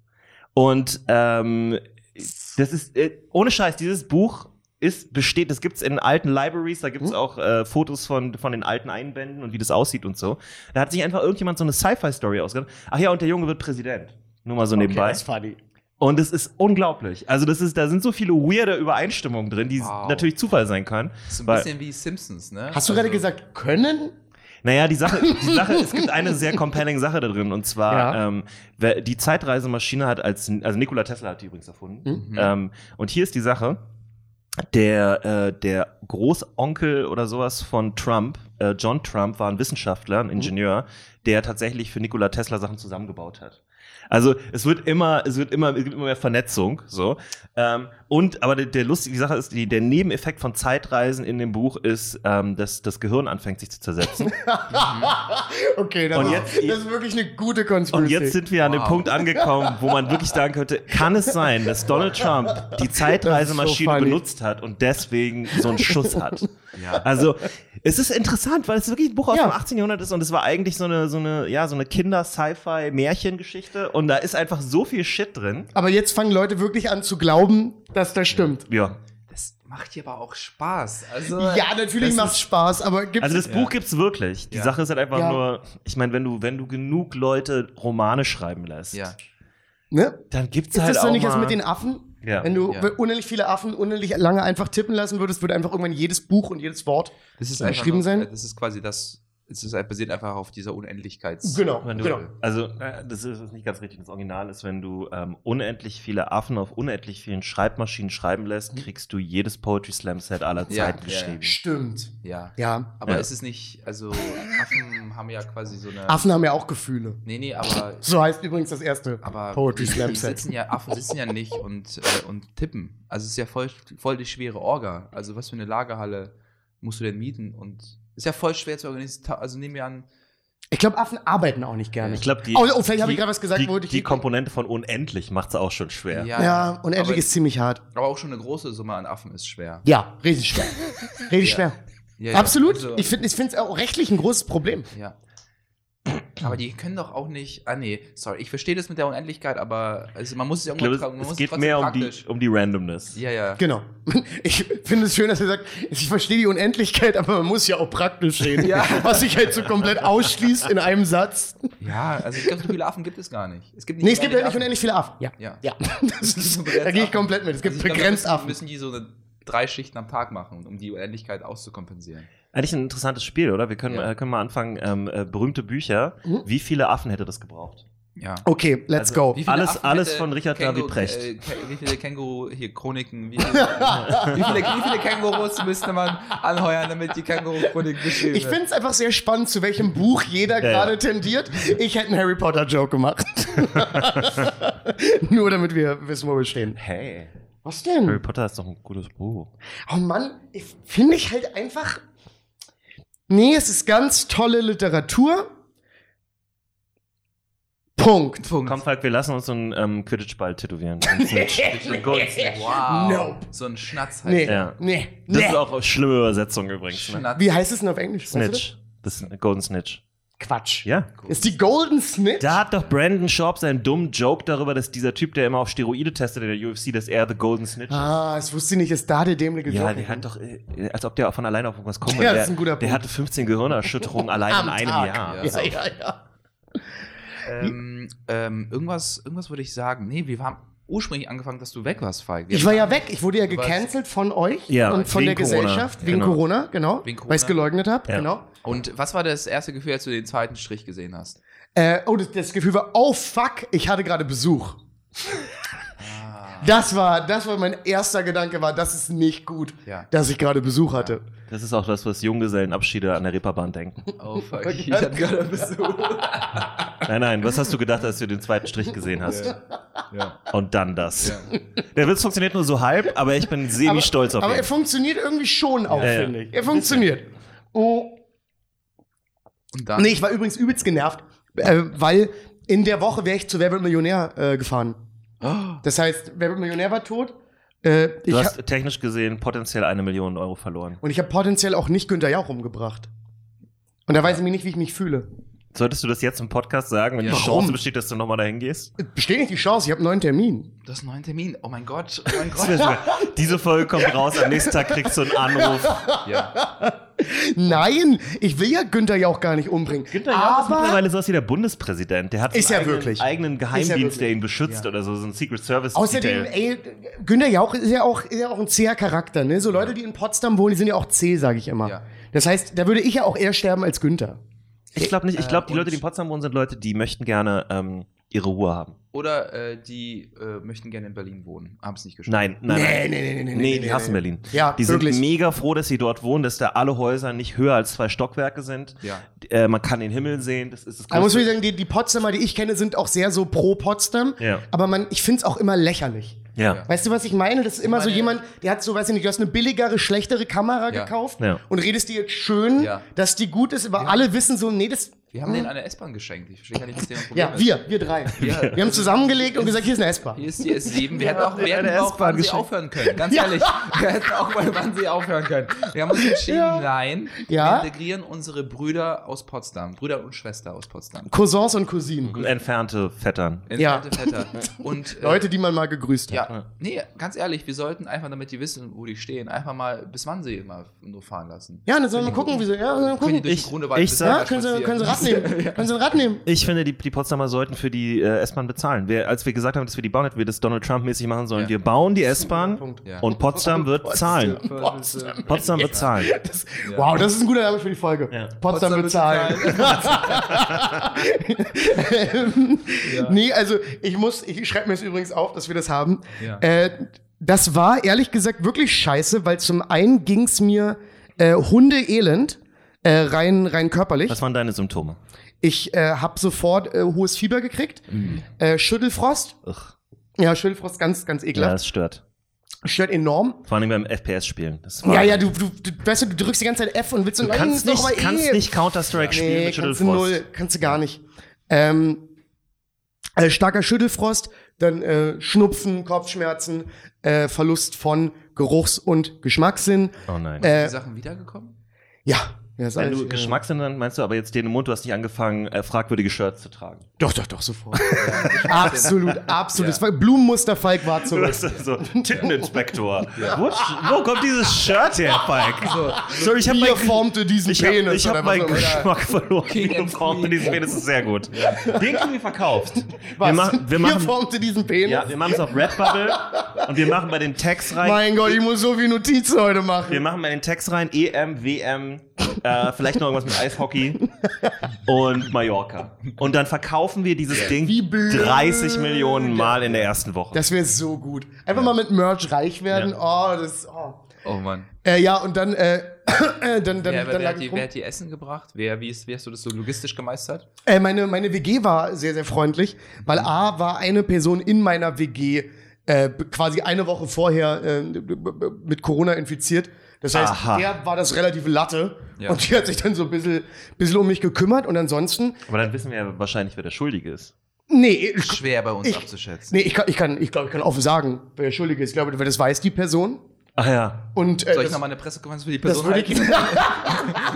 Speaker 5: Und ähm, das ist äh, ohne Scheiß, dieses Buch ist, besteht, das gibt's in alten Libraries, da gibt's auch äh, Fotos von, von den alten Einbänden und wie das aussieht und so. Da hat sich einfach irgendjemand so eine Sci-Fi-Story ausgedacht. Ach ja, und der Junge wird Präsident. Nur mal so nebenbei.
Speaker 3: funny.
Speaker 5: Und es ist unglaublich. Also, das ist, da sind so viele weirde Übereinstimmungen drin, die
Speaker 4: Wow.
Speaker 5: natürlich Zufall sein können.
Speaker 4: So ein
Speaker 5: Weil-
Speaker 4: bisschen wie Simpsons, ne?
Speaker 5: Also
Speaker 3: Hast du gerade gesagt, können?
Speaker 5: Naja, die Sache, die Sache, es gibt eine sehr compelling Sache da drin. Und zwar,
Speaker 3: Ja.
Speaker 5: ähm, wer- die Zeitreisemaschine hat als, also Nikola Tesla hat die übrigens erfunden.
Speaker 4: Mhm.
Speaker 5: Ähm, und hier ist die Sache, der, äh, der Großonkel oder sowas von Trump, äh, John Trump, war ein Wissenschaftler, ein Ingenieur, der tatsächlich für Nikola Tesla Sachen zusammengebaut hat. Also es wird immer, es wird immer, es gibt immer mehr Vernetzung. So. Ähm, und aber der, der lustige die Sache ist, die, der Nebeneffekt von Zeitreisen in dem Buch ist, ähm, dass das Gehirn anfängt sich zu zersetzen.
Speaker 3: <laughs> Okay, das,
Speaker 5: Und
Speaker 3: ist,
Speaker 5: jetzt-
Speaker 3: das ist wirklich eine gute Conspiracy.
Speaker 5: Und jetzt sind wir an dem
Speaker 4: Wow.
Speaker 5: Punkt angekommen, wo man wirklich sagen könnte, kann es sein, dass Donald Trump die Zeitreisemaschine
Speaker 3: funny.
Speaker 5: benutzt hat und deswegen so einen Schuss hat?
Speaker 4: Ja.
Speaker 5: Also, es ist interessant, weil es wirklich ein Buch aus
Speaker 3: Ja.
Speaker 5: dem 18. Jahrhundert ist und es war eigentlich so eine, so eine, ja, so eine Kinder-Sci-Fi-Märchengeschichte und da ist einfach so viel Shit drin.
Speaker 3: aber jetzt fangen Leute wirklich an zu glauben, dass das stimmt.
Speaker 5: Ja.
Speaker 4: Das macht dir aber auch Spaß. Also,
Speaker 3: Ja, natürlich
Speaker 4: das
Speaker 3: macht's Spaß, aber gibt's
Speaker 5: Also das Buch gibt's wirklich. Die
Speaker 4: Ja.
Speaker 5: Sache ist halt einfach
Speaker 3: Ja.
Speaker 5: nur, ich meine, wenn du, wenn du genug Leute Romane schreiben lässt,
Speaker 4: Ja.
Speaker 3: ne?
Speaker 5: dann gibt's
Speaker 3: Ist
Speaker 5: halt
Speaker 3: das
Speaker 5: auch
Speaker 3: doch nicht
Speaker 5: mal
Speaker 3: das mit den Affen?
Speaker 5: Ja.
Speaker 3: Wenn du
Speaker 4: Ja.
Speaker 3: w- unendlich viele Affen unendlich lange einfach tippen lassen würdest, würde einfach irgendwann jedes Buch und jedes Wort.
Speaker 4: Das ist
Speaker 3: Ja,
Speaker 4: einfach
Speaker 3: geschrieben
Speaker 4: nur,
Speaker 3: sein?
Speaker 4: äh, Das ist quasi das. Es ist halt basiert einfach auf dieser Unendlichkeits.
Speaker 3: Genau,
Speaker 5: Wenn du,
Speaker 3: genau.
Speaker 5: Also, äh, das ist ist nicht ganz richtig. Das Original ist, wenn du ähm, unendlich viele Affen auf unendlich vielen Schreibmaschinen schreiben
Speaker 3: Mhm.
Speaker 5: lässt, kriegst du jedes Poetry Slam Set aller
Speaker 4: Ja,
Speaker 5: Zeiten
Speaker 4: ja,
Speaker 5: geschrieben.
Speaker 3: Stimmt.
Speaker 4: Ja.
Speaker 3: Ja.
Speaker 4: Aber
Speaker 5: Ja.
Speaker 4: ist es nicht. Also, Affen haben ja quasi so eine.
Speaker 3: Affen haben ja auch Gefühle.
Speaker 4: Nee, nee, aber.
Speaker 3: So heißt übrigens das erste
Speaker 4: aber
Speaker 3: Poetry
Speaker 4: die-
Speaker 3: Slam
Speaker 4: <laughs> die
Speaker 3: Set.
Speaker 4: sitzen ja, Affen sitzen ja nicht und, äh, und tippen. Also, es ist ja voll, voll die schwere Orga. Also, was für eine Lagerhalle musst du denn mieten? Und. Ist ja voll schwer zu organisieren. Ta- Also, nehmen wir an.
Speaker 3: Ich glaube, Affen arbeiten auch nicht gerne.
Speaker 5: Ich glaube, die.
Speaker 3: Oh, oh, vielleicht habe
Speaker 5: die-
Speaker 3: ich gerade was gesagt,
Speaker 5: die,
Speaker 3: wo ich-
Speaker 5: Die Komponente von unendlich macht es auch schon schwer.
Speaker 3: ja, und
Speaker 4: aber,
Speaker 3: endlich ist ziemlich hart.
Speaker 4: aber auch schon eine große Summe an Affen ist schwer.
Speaker 3: Ja, riesig
Speaker 4: <laughs>
Speaker 3: schwer. Riesig
Speaker 4: Ja.
Speaker 3: schwer.
Speaker 4: Ja, ja.
Speaker 3: Absolut.
Speaker 4: Also-
Speaker 3: ich finde es auch rechtlich ein großes Problem.
Speaker 4: Ja. Aber die können doch auch nicht. Ah, nee, sorry. Ich verstehe das mit der Unendlichkeit, aber also man muss es ja
Speaker 5: Ich glaube,
Speaker 4: irgendwann
Speaker 5: es,
Speaker 4: tra- man muss
Speaker 5: es geht
Speaker 4: trotzdem
Speaker 5: mehr um die,
Speaker 4: praktisch-
Speaker 5: um die Randomness.
Speaker 4: Ja, ja.
Speaker 3: Genau. <laughs> Ich finde es schön, dass er sagt, ich verstehe die Unendlichkeit, aber man muss ja auch praktisch reden. Was sich halt so komplett ausschließt in einem Satz.
Speaker 4: Ja, also ich glaube, so viele Affen gibt es gar nicht. Es gibt
Speaker 3: Nee, es gibt ja nicht
Speaker 4: Affen.
Speaker 3: unendlich viele Affen. Ja.
Speaker 4: Ja. <laughs>
Speaker 3: Ja. Das ist,
Speaker 4: nur
Speaker 3: da
Speaker 4: begrenzt
Speaker 3: gehe ich
Speaker 4: Affen.
Speaker 3: komplett mit. Es gibt
Speaker 4: Also ich glaub, da
Speaker 3: begrenzt
Speaker 4: müssen-
Speaker 3: Affen.
Speaker 4: müssen die so eine drei Schichten am Tag machen, um die Unendlichkeit auszukompensieren.
Speaker 5: Eigentlich ein interessantes Spiel, oder? Wir können,
Speaker 4: Ja.
Speaker 5: äh, können mal anfangen. Ähm, äh, berühmte Bücher.
Speaker 3: Mhm.
Speaker 5: Wie viele Affen hätte das gebraucht?
Speaker 4: Ja.
Speaker 3: Okay, let's
Speaker 5: Also,
Speaker 3: go.
Speaker 4: Wie viele
Speaker 5: Alles-
Speaker 4: Affen
Speaker 5: alles
Speaker 4: hätte
Speaker 5: von Richard David Precht.
Speaker 4: Äh, Kä- wie viele Känguru hier
Speaker 3: <laughs>
Speaker 4: Chroniken? Wie viele, wie viele, wie viele Kängurus müsste man anheuern, damit die Känguru-Chronik geschrieben
Speaker 3: Ich
Speaker 4: wird?
Speaker 3: finde es einfach sehr spannend, zu
Speaker 4: Mhm.
Speaker 3: welchem Buch jeder
Speaker 5: Ja, ja.
Speaker 3: gerade tendiert. Ich hätte einen Harry Potter Joke gemacht.
Speaker 4: <laughs>
Speaker 3: <laughs> Nur damit wir wissen, wo wir stehen.
Speaker 5: Hey.
Speaker 3: Was
Speaker 5: Harry
Speaker 3: denn?
Speaker 5: Potter ist doch ein gutes Buch.
Speaker 3: Oh Mann, ich finde ich halt einfach. Nee, es ist ganz tolle Literatur. Punkt.
Speaker 4: Punkt.
Speaker 5: Komm, Falk, wir lassen uns so einen ähm, Quidditch-Ball tätowieren.
Speaker 3: <laughs>
Speaker 5: Und so einen Sch- Golden Snitch.
Speaker 4: Wow.
Speaker 3: Nope.
Speaker 4: So ein Schnatz halt.
Speaker 3: Nee,
Speaker 5: Ja.
Speaker 3: nee,
Speaker 5: Das
Speaker 3: nee.
Speaker 5: ist auch eine schlimme Übersetzung übrigens. Ne?
Speaker 4: Schnatz.
Speaker 3: Wie heißt es denn auf Englisch? Weißt du das?
Speaker 5: Snitch. Das ist ein Golden Snitch.
Speaker 3: Quatsch.
Speaker 5: Ja.
Speaker 3: Ist die Golden Snitch?
Speaker 5: Da hat doch Brandon Sharp seinen dummen Joke darüber, dass dieser Typ, der immer auf Steroide testet in der UFC, dass er The Golden Snitch ist.
Speaker 3: Ah, ich wusste nicht, ist da der dämliche
Speaker 5: Ja,
Speaker 3: Joke
Speaker 5: der hat doch, äh, als ob der von alleine auf irgendwas kommt.
Speaker 3: Ja,
Speaker 5: der,
Speaker 3: das ist ein guter
Speaker 5: der
Speaker 3: Punkt.
Speaker 5: hatte
Speaker 3: <laughs>
Speaker 5: 15 Gehirnerschütterungen allein
Speaker 3: Am
Speaker 5: in einem
Speaker 3: Tag.
Speaker 5: Jahr.
Speaker 3: Ja, ja, ja.
Speaker 4: Ähm, ähm, irgendwas, irgendwas würde ich sagen. Nee, wir haben ursprünglich angefangen, dass du weg warst, Falk. Wir
Speaker 3: Ich war ja weg. Ich wurde ja
Speaker 4: warst-
Speaker 3: gecancelt von euch
Speaker 5: Ja,
Speaker 3: und von
Speaker 5: wegen
Speaker 3: der Gesellschaft
Speaker 5: Corona.
Speaker 3: wegen
Speaker 5: Genau.
Speaker 3: Corona, genau.
Speaker 4: Wegen Corona.
Speaker 3: Weil ich es geleugnet habe,
Speaker 5: Ja.
Speaker 3: genau.
Speaker 4: Und was war das erste Gefühl, als du den zweiten Strich gesehen hast?
Speaker 3: Äh, oh, das, das Gefühl war, oh fuck, ich hatte gerade Besuch. Das war, das war mein erster Gedanke, war, das ist nicht gut,
Speaker 4: Ja.
Speaker 3: dass ich gerade Besuch hatte.
Speaker 5: Das ist auch das, was Junggesellenabschiede an der Reeperbahn denken.
Speaker 4: Oh, fuck. ich hatte gerade Besuch.
Speaker 5: Nein, nein, was hast du gedacht, als du den zweiten Strich gesehen hast?
Speaker 4: Ja.
Speaker 5: Und dann das.
Speaker 4: Ja.
Speaker 5: Der Witz funktioniert nur so halb, aber ich bin
Speaker 3: Aber-
Speaker 5: semi-stolz auf
Speaker 3: Aber
Speaker 5: ihn.
Speaker 3: er funktioniert irgendwie schon auch,
Speaker 5: Ja, ja.
Speaker 3: finde ich. Er funktioniert. Oh.
Speaker 4: Und dann,
Speaker 3: Nee, ich war übrigens übelst genervt, äh, weil in der Woche wäre ich zu Wer wird Millionär äh, gefahren. Das heißt, Wer wird Millionär war tot. Äh, ich
Speaker 5: Du
Speaker 3: hab-
Speaker 5: hast technisch gesehen potenziell eine Million Euro verloren.
Speaker 3: Und ich habe potenziell auch nicht Günther Jauch umgebracht. Und da weiß ich mir nicht, wie ich mich fühle.
Speaker 5: Solltest du das jetzt im Podcast sagen, wenn
Speaker 4: Ja.
Speaker 5: die
Speaker 3: Warum?
Speaker 5: Chance besteht, dass du nochmal dahin
Speaker 3: <laughs>
Speaker 5: gehst?
Speaker 3: Besteht nicht die Chance, ich habe einen neuen Termin.
Speaker 4: du hast einen neuen Termin. Oh mein Gott. Oh mein
Speaker 5: Das wär
Speaker 4: Gott.
Speaker 5: sogar- <laughs> Diese Folge kommt raus, am nächsten Tag kriegst du einen Anruf.
Speaker 4: ja.
Speaker 3: Nein, ich will ja Günther Jauch gar nicht umbringen.
Speaker 5: Günther Jauch ist
Speaker 3: Aber
Speaker 5: mittlerweile sowas wie der Bundespräsident. Der hat
Speaker 3: Ist
Speaker 5: einen
Speaker 3: er
Speaker 5: eigenen,
Speaker 3: wirklich.
Speaker 5: eigenen
Speaker 3: Ist er
Speaker 5: Geheimdienst,
Speaker 3: wirklich.
Speaker 5: der ihn beschützt
Speaker 4: Ja.
Speaker 5: oder so, so ein Secret Service.
Speaker 3: außerdem,
Speaker 5: Detail.
Speaker 3: ey, Günther Jauch ist ja auch, ist ja auch ein zäher Charakter. Ne? So Leute, die in Potsdam wohnen, die sind ja auch zäh, sage ich immer.
Speaker 4: Ja.
Speaker 3: Das heißt, da würde ich ja auch eher sterben als Günther.
Speaker 5: ich glaube
Speaker 3: äh,
Speaker 5: nicht. Ich glaube, die
Speaker 4: und-
Speaker 5: Leute, die in Potsdam wohnen, sind Leute, die möchten gerne ähm, ihre Ruhe haben.
Speaker 4: <laughs> Oder äh, die äh, möchten gerne in Berlin wohnen. Haben es nicht geschafft.
Speaker 5: Nein, nein, nein.
Speaker 3: nee, nee,
Speaker 5: Nee, die hassen Berlin.
Speaker 3: Ja,
Speaker 5: die sind
Speaker 3: wirklich.
Speaker 5: mega froh, dass sie dort wohnen, dass da alle Häuser nicht höher als zwei Stockwerke sind.
Speaker 4: Ja.
Speaker 5: Äh, man kann den Himmel sehen. Das ist das
Speaker 3: Man muss
Speaker 5: größte-
Speaker 3: wirklich sagen, die, die Potsdamer, die ich kenne, sind auch sehr so pro Potsdam.
Speaker 5: Ja.
Speaker 3: Aber man, ich finde es auch immer lächerlich.
Speaker 5: ja.
Speaker 3: Weißt du, was ich meine? Das ist immer so
Speaker 4: meine-
Speaker 3: jemand, der hat so, weiß ich nicht, du hast eine billigere, schlechtere Kamera
Speaker 4: Ja.
Speaker 3: gekauft
Speaker 5: Ja.
Speaker 3: und redest dir jetzt schön,
Speaker 4: Ja.
Speaker 3: dass die gut ist, aber alle wissen so, nee, das.
Speaker 4: Wir haben denen eine S-Bahn geschenkt. Ich verstehe gar nicht, was deren Problem
Speaker 3: Ja,
Speaker 4: ist.
Speaker 3: wir, wir
Speaker 4: <laughs>
Speaker 3: drei.
Speaker 4: Wir-
Speaker 3: Wir haben zusammengelegt und gesagt, hier ist eine S-Bahn.
Speaker 4: Hier ist die S7. Wir hätten auch, wir hätten
Speaker 5: eine
Speaker 4: auch
Speaker 5: S-Bahn
Speaker 4: wann sie
Speaker 5: geschenkt.
Speaker 4: aufhören können. Ganz
Speaker 3: Ja.
Speaker 4: ehrlich, wir hätten auch mal wann sie aufhören können. Wir haben uns entschieden, nein,
Speaker 3: Ja.
Speaker 4: wir integrieren unsere Brüder aus Potsdam, Brüder und Schwester aus Potsdam.
Speaker 3: Cousins und Cousinen.
Speaker 5: Entfernte Vettern.
Speaker 3: Ja.
Speaker 4: Entfernte Vetter. Und, äh,
Speaker 3: Leute, die man mal gegrüßt hat.
Speaker 4: ja, nee, ganz ehrlich, wir sollten einfach, damit die wissen, wo die stehen, einfach mal, bis wann sie immer nur fahren lassen.
Speaker 3: Ja, dann sollen wir mal gucken, wieso. Ja, dann
Speaker 4: Können die
Speaker 3: gucken.
Speaker 4: durch
Speaker 5: Ich-
Speaker 4: den Grunewald
Speaker 5: ich
Speaker 4: bis
Speaker 5: sag-
Speaker 3: Ja,
Speaker 4: Sonntag
Speaker 3: können sie,
Speaker 4: spazieren?
Speaker 3: können sie Ratten nehmen. Kannst du ein Rad nehmen?
Speaker 5: Ich finde, die, die Potsdamer sollten für die äh, S-Bahn bezahlen. Wir, als wir gesagt haben, dass wir die bauen, hätten wir das Donald Trump-mäßig machen sollen.
Speaker 4: Ja.
Speaker 5: Wir bauen die S-Bahn
Speaker 3: Punkt.
Speaker 4: Ja.
Speaker 5: und Potsdam wird zahlen.
Speaker 3: Potsdam.
Speaker 5: Potsdam wird zahlen.
Speaker 3: Das, Wow, das ist ein guter Name für die Folge.
Speaker 5: Ja.
Speaker 3: Potsdam, bezahlen. <laughs> ähm,
Speaker 4: Ja.
Speaker 3: Nee, also ich muss, ich schreibe mir es übrigens auf, dass wir das haben.
Speaker 4: Ja.
Speaker 3: Äh, das war ehrlich gesagt wirklich scheiße, weil zum einen ging es mir äh, hundeelend, äh, rein, rein körperlich.
Speaker 5: Was waren deine Symptome?
Speaker 3: Ich äh, habe sofort äh, hohes Fieber gekriegt,
Speaker 5: Mhm.
Speaker 3: äh, Schüttelfrost.
Speaker 5: Ugh.
Speaker 3: Ja, Schüttelfrost, ganz, ganz
Speaker 5: Ja,
Speaker 3: ekelhaft.
Speaker 5: das stört.
Speaker 3: Stört enorm.
Speaker 5: Vor allem beim FPS-Spielen. Das-
Speaker 3: Ja, ja, du, du, du, weißt du, du drückst die ganze Zeit F und willst so
Speaker 5: Du kannst
Speaker 3: ist doch
Speaker 5: nicht,
Speaker 3: aber eh-
Speaker 5: kannst nicht Counter-Strike spielen
Speaker 3: Nee,
Speaker 5: mit
Speaker 3: kannst du
Speaker 5: Schüttelfrost.
Speaker 3: null, kannst du gar nicht. Ähm, äh, starker Schüttelfrost, dann äh, Schnupfen, Kopfschmerzen, äh, Verlust von Geruchs- und Geschmackssinn.
Speaker 5: Oh nein.
Speaker 4: die
Speaker 3: Äh,
Speaker 4: Sachen wiedergekommen?
Speaker 3: ja, ja, äh, ist
Speaker 5: Wenn
Speaker 3: alles-
Speaker 5: du Geschmackssinn dann meinst du aber jetzt den im Mund, du hast nicht angefangen, äh, fragwürdige Shirts zu
Speaker 3: <laughs>
Speaker 5: tragen.
Speaker 3: Doch, doch, doch,
Speaker 5: <laughs>
Speaker 3: sofort. absolut, absolut. Das war- Blumenmusterfalk war
Speaker 5: Du
Speaker 3: zurück.
Speaker 5: bist so Titteninspektor. Wo, wo kommt dieses Shirt her, Falk? So, ich habe
Speaker 3: Bier
Speaker 5: meinen
Speaker 3: formte diesen
Speaker 5: ich hab,
Speaker 3: Penis.
Speaker 5: ich hab
Speaker 3: oder was
Speaker 5: meinen
Speaker 3: auch immer.
Speaker 5: Geschmack verloren.
Speaker 4: King
Speaker 5: Bier
Speaker 4: and
Speaker 5: formte
Speaker 4: Queen.
Speaker 5: diesen Penis ist sehr gut. Den kriegen wir <laughs> verkauft. Wir
Speaker 3: Was?
Speaker 5: machen, wir
Speaker 3: Bier
Speaker 5: machen,
Speaker 3: formte diesen Penis.
Speaker 5: ja, wir machen es auf Redbubble und wir machen bei den Tags rein.
Speaker 3: mein Gott, ich muss so viel Notizen heute machen.
Speaker 5: Wir machen mal den Text rein, E EM, WM, äh, vielleicht noch irgendwas mit Eishockey und Mallorca. Und dann verkaufen wir dieses Ding
Speaker 3: Wie blöd.
Speaker 5: 30 Millionen Mal in der ersten Woche.
Speaker 3: Das wäre so gut. Einfach mal mit Merch reich werden. Oh, das. Oh.
Speaker 4: Oh Mann.
Speaker 3: Äh, ja, und dann, äh, <clears throat> äh, dann, dann,
Speaker 4: Wer,
Speaker 3: dann
Speaker 4: wer, wer,
Speaker 3: lag
Speaker 4: hat
Speaker 3: ich
Speaker 4: die,
Speaker 3: rum.
Speaker 4: wer hat die Essen gebracht? Wer, wie, ist, wie hast du das so logistisch gemeistert?
Speaker 3: Äh, meine, meine WG war sehr, sehr freundlich, weil A war eine Person in meiner WG äh, b- quasi eine Woche vorher äh, b- b- mit Corona infiziert. Das heißt,
Speaker 5: Aha.
Speaker 3: der war das relative Latte
Speaker 4: Ja.
Speaker 3: und die hat sich dann so ein bisschen, bisschen um mich gekümmert und ansonsten,
Speaker 5: Aber dann wissen wir ja wahrscheinlich, wer der Schuldige ist.
Speaker 3: nee, ich,
Speaker 4: Schwer bei uns
Speaker 3: Ich-
Speaker 4: abzuschätzen.
Speaker 3: nee, ich kann, ich kann, ich glaube, ich kann offen sagen, wer der Schuldige ist. Ich glaube, das weiß die Person.
Speaker 5: Ach ja.
Speaker 3: Und, äh,
Speaker 4: Soll ich
Speaker 3: das-
Speaker 4: nochmal eine Pressekonferenz für die
Speaker 3: das
Speaker 4: Person
Speaker 3: würde
Speaker 4: halten?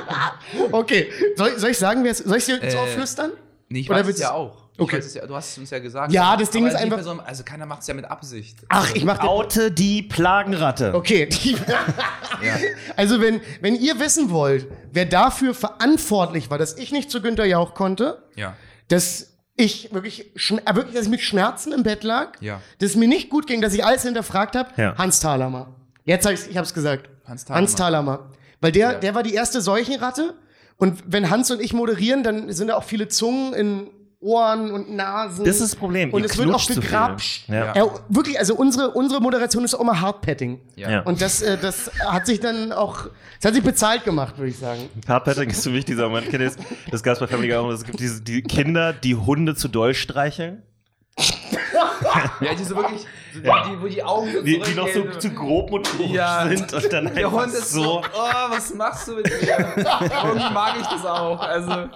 Speaker 3: ich. <laughs> okay, soll, soll ich sagen, wer es, soll ich dir jetzt
Speaker 4: Äh,
Speaker 3: aufflüstern?
Speaker 4: Nee, ich
Speaker 3: Oder
Speaker 4: weiß es
Speaker 3: willst
Speaker 4: ja
Speaker 3: du-
Speaker 4: auch.
Speaker 3: Okay.
Speaker 4: Ich weiß es ja, du hast es uns ja gesagt.
Speaker 3: Ja, das Ding
Speaker 4: Aber
Speaker 3: ist
Speaker 4: die
Speaker 3: einfach-
Speaker 4: Person, also keiner macht es ja mit Absicht.
Speaker 3: Ach, ich mach den,
Speaker 5: Oute die Plagenratte.
Speaker 3: Okay. <laughs> Also wenn, wenn ihr wissen wollt, wer dafür verantwortlich war, dass ich nicht zu Günther Jauch konnte,
Speaker 4: Ja.
Speaker 3: dass ich wirklich, schn- äh, wirklich dass ich mit Schmerzen im Bett lag,
Speaker 4: Ja.
Speaker 3: dass es mir nicht gut ging, dass ich alles hinterfragt habe,
Speaker 5: Ja.
Speaker 3: Hans Thalhammer. Jetzt hab ich's, ich hab's gesagt.
Speaker 4: Hans Thalhammer.
Speaker 3: Hans Thalhammer. Weil der,
Speaker 4: Ja.
Speaker 3: der war die erste Seuchenratte. Und wenn Hans und ich moderieren, dann sind da auch viele Zungen in Ohren und Nasen.
Speaker 5: Das ist das Problem.
Speaker 3: Und
Speaker 5: ihr
Speaker 3: es wird auch
Speaker 5: knutscht zu viel.
Speaker 3: gegrapscht.
Speaker 5: Ja.
Speaker 3: Ja, wirklich, also unsere, unsere Moderation ist auch immer Hardpatting.
Speaker 4: Ja.
Speaker 5: Ja.
Speaker 3: Und das, äh, das hat sich dann auch, das hat sich bezahlt gemacht, würde ich sagen.
Speaker 5: Carpetting ist für mich dieser Moment, kennt ihr das? Das gab es bei Family Guy auch. Es gibt diese die Kinder, die Hunde zu doll streicheln.
Speaker 4: Ja, die so wirklich, so die-
Speaker 5: Ja.
Speaker 4: die, wo die Augen so
Speaker 5: Die, die noch so
Speaker 4: zurückgehen.
Speaker 5: zu grob und
Speaker 4: Ja.
Speaker 5: sind und dann
Speaker 4: Der
Speaker 5: einfach
Speaker 4: Hund ist so,
Speaker 5: so.
Speaker 4: oh, was machst du mit mir? Irgendwie mag ich das auch. Also,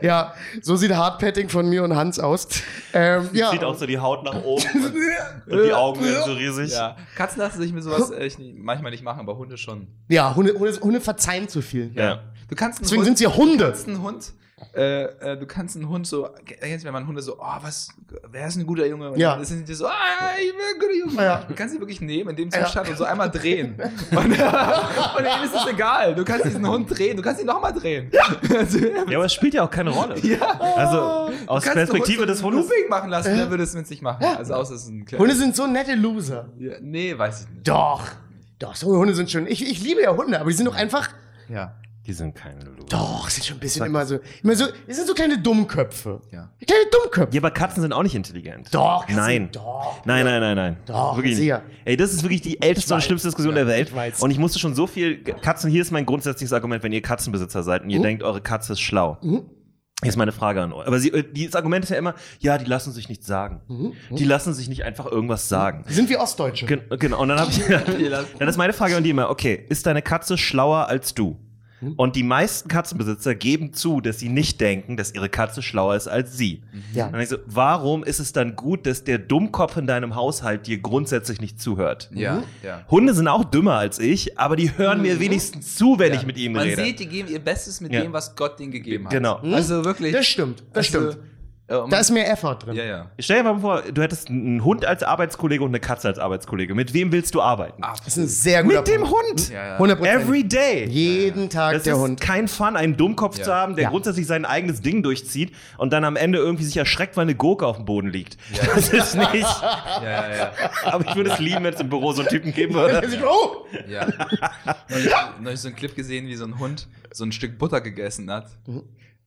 Speaker 3: Ja, so sieht Hardpatting von mir und Hans aus. Ähm, ja,
Speaker 5: Zieht auch so die Haut nach <laughs> oben und, und die Augen werden so riesig.
Speaker 4: ja. Katzen lassen sich mit sowas äh, ich, nie- manchmal nicht machen, aber Hunde schon.
Speaker 3: ja Hunde, Hunde, Hunde verzeihen zu viel.
Speaker 5: Ja.
Speaker 4: Du kannst einen
Speaker 3: Deswegen
Speaker 4: Hund,
Speaker 3: sind sie ja Hunde.
Speaker 4: kannst einen Hund äh, äh, du kannst einen Hund so, kennst du, wenn man Hunde so, oh, was, wer ist ein guter Junge? Und
Speaker 3: Ja.
Speaker 4: dann sind die so, ah, ich bin ein guter Junge.
Speaker 3: Ja.
Speaker 4: Du kannst sie wirklich nehmen in dem Zustand und so einmal
Speaker 5: <laughs>
Speaker 4: drehen. Und, und denen ist es egal. Du kannst diesen Hund drehen, du kannst ihn nochmal drehen. <laughs> Also,
Speaker 5: Ja, aber es spielt ja auch keine Rolle. Also aus
Speaker 4: Du kannst
Speaker 5: Perspektive
Speaker 4: einen Hund so
Speaker 5: des
Speaker 4: ein
Speaker 5: Hundes.
Speaker 4: Looping machen lassen, der würde es mit sich machen. Also außer es ist ein kleiner.
Speaker 3: Hunde sind so nette Loser.
Speaker 4: Ja, nee, weiß ich nicht.
Speaker 3: Doch. Doch, so Hunde sind schön. Ich, ich liebe ja Hunde, aber die sind doch einfach.
Speaker 4: Ja.
Speaker 5: Die sind keine Loser.
Speaker 3: Doch, sind schon ein bisschen immer so. Immer so. Das sind so kleine Dummköpfe.
Speaker 4: Ja.
Speaker 3: Kleine Dummköpfe.
Speaker 5: Ja, aber Katzen sind auch nicht intelligent.
Speaker 3: Doch, Katzen-
Speaker 5: Nein.
Speaker 3: Doch.
Speaker 5: Nein, nein, nein, nein.
Speaker 3: Doch,
Speaker 5: wirklich
Speaker 3: sicher.
Speaker 5: nicht. Ey, das ist wirklich die älteste und schlimmste Diskussion der Welt.
Speaker 3: ich weiß.
Speaker 5: Und ich musste schon so viel. Katzen, hier ist mein grundsätzliches Argument, wenn ihr Katzenbesitzer seid und ihr
Speaker 3: Mhm.
Speaker 5: denkt, eure Katze ist schlau. Hier ist meine Frage an euch. Aber sie, äh, dieses Argument ist ja immer, ja, die lassen sich nichts sagen.
Speaker 3: Mhm.
Speaker 5: Die lassen sich nicht einfach irgendwas sagen.
Speaker 3: Sind wir Ostdeutsche?
Speaker 5: Gen genau, und dann habe ich.
Speaker 3: <laughs>
Speaker 5: dann ist meine Frage an die immer, okay, ist deine Katze schlauer als du?
Speaker 3: Mhm.
Speaker 5: Und die meisten Katzenbesitzer geben zu, dass sie nicht denken, dass ihre Katze schlauer ist als sie.
Speaker 3: Ja.
Speaker 4: Hm?
Speaker 5: Und ich so, warum ist es dann gut, dass der Dummkopf in deinem Haushalt dir grundsätzlich nicht zuhört?
Speaker 4: Ja,
Speaker 3: Mhm.
Speaker 4: ja.
Speaker 5: Hunde sind auch dümmer als ich, aber die hören mir wenigstens zu, wenn
Speaker 4: Ja.
Speaker 5: ich mit ihnen
Speaker 4: Man
Speaker 5: rede.
Speaker 4: sieht, die geben ihr Bestes mit
Speaker 5: Ja.
Speaker 4: dem, was Gott ihnen gegeben hat.
Speaker 5: Genau.
Speaker 4: Also wirklich.
Speaker 3: Mhm. Das stimmt, das
Speaker 4: also,
Speaker 3: stimmt.
Speaker 4: Äh, um-
Speaker 3: Da ist mehr Effort drin.
Speaker 4: ja, ja.
Speaker 5: Stell dir mal vor, du hättest einen Hund als Arbeitskollege und eine Katze als Arbeitskollege. Mit wem willst du arbeiten?
Speaker 3: Das ist ein sehr guter
Speaker 5: Mit dem
Speaker 3: Punkt.
Speaker 5: Hund!
Speaker 4: Ja, ja.
Speaker 3: 100
Speaker 5: Every day!
Speaker 3: Jeden Tag
Speaker 5: Das
Speaker 3: der
Speaker 5: ist <laughs>
Speaker 3: Hund.
Speaker 5: kein Fun, einen Dummkopf
Speaker 4: Ja.
Speaker 5: zu haben, der
Speaker 3: Ja.
Speaker 5: grundsätzlich sein eigenes Ding durchzieht und dann am Ende irgendwie sich erschreckt, weil eine Gurke auf dem Boden liegt. Das ist nicht. <laughs>
Speaker 4: Ja, ja, ja.
Speaker 5: Aber ich würde es lieben, wenn es im Büro so einen Typen geben würde.
Speaker 4: <laughs>
Speaker 3: Oh!
Speaker 4: Ja.
Speaker 3: <laughs>
Speaker 4: Neulich, neulich so einen Clip gesehen, wie so ein Hund so ein Stück Butter gegessen hat.
Speaker 3: Mhm.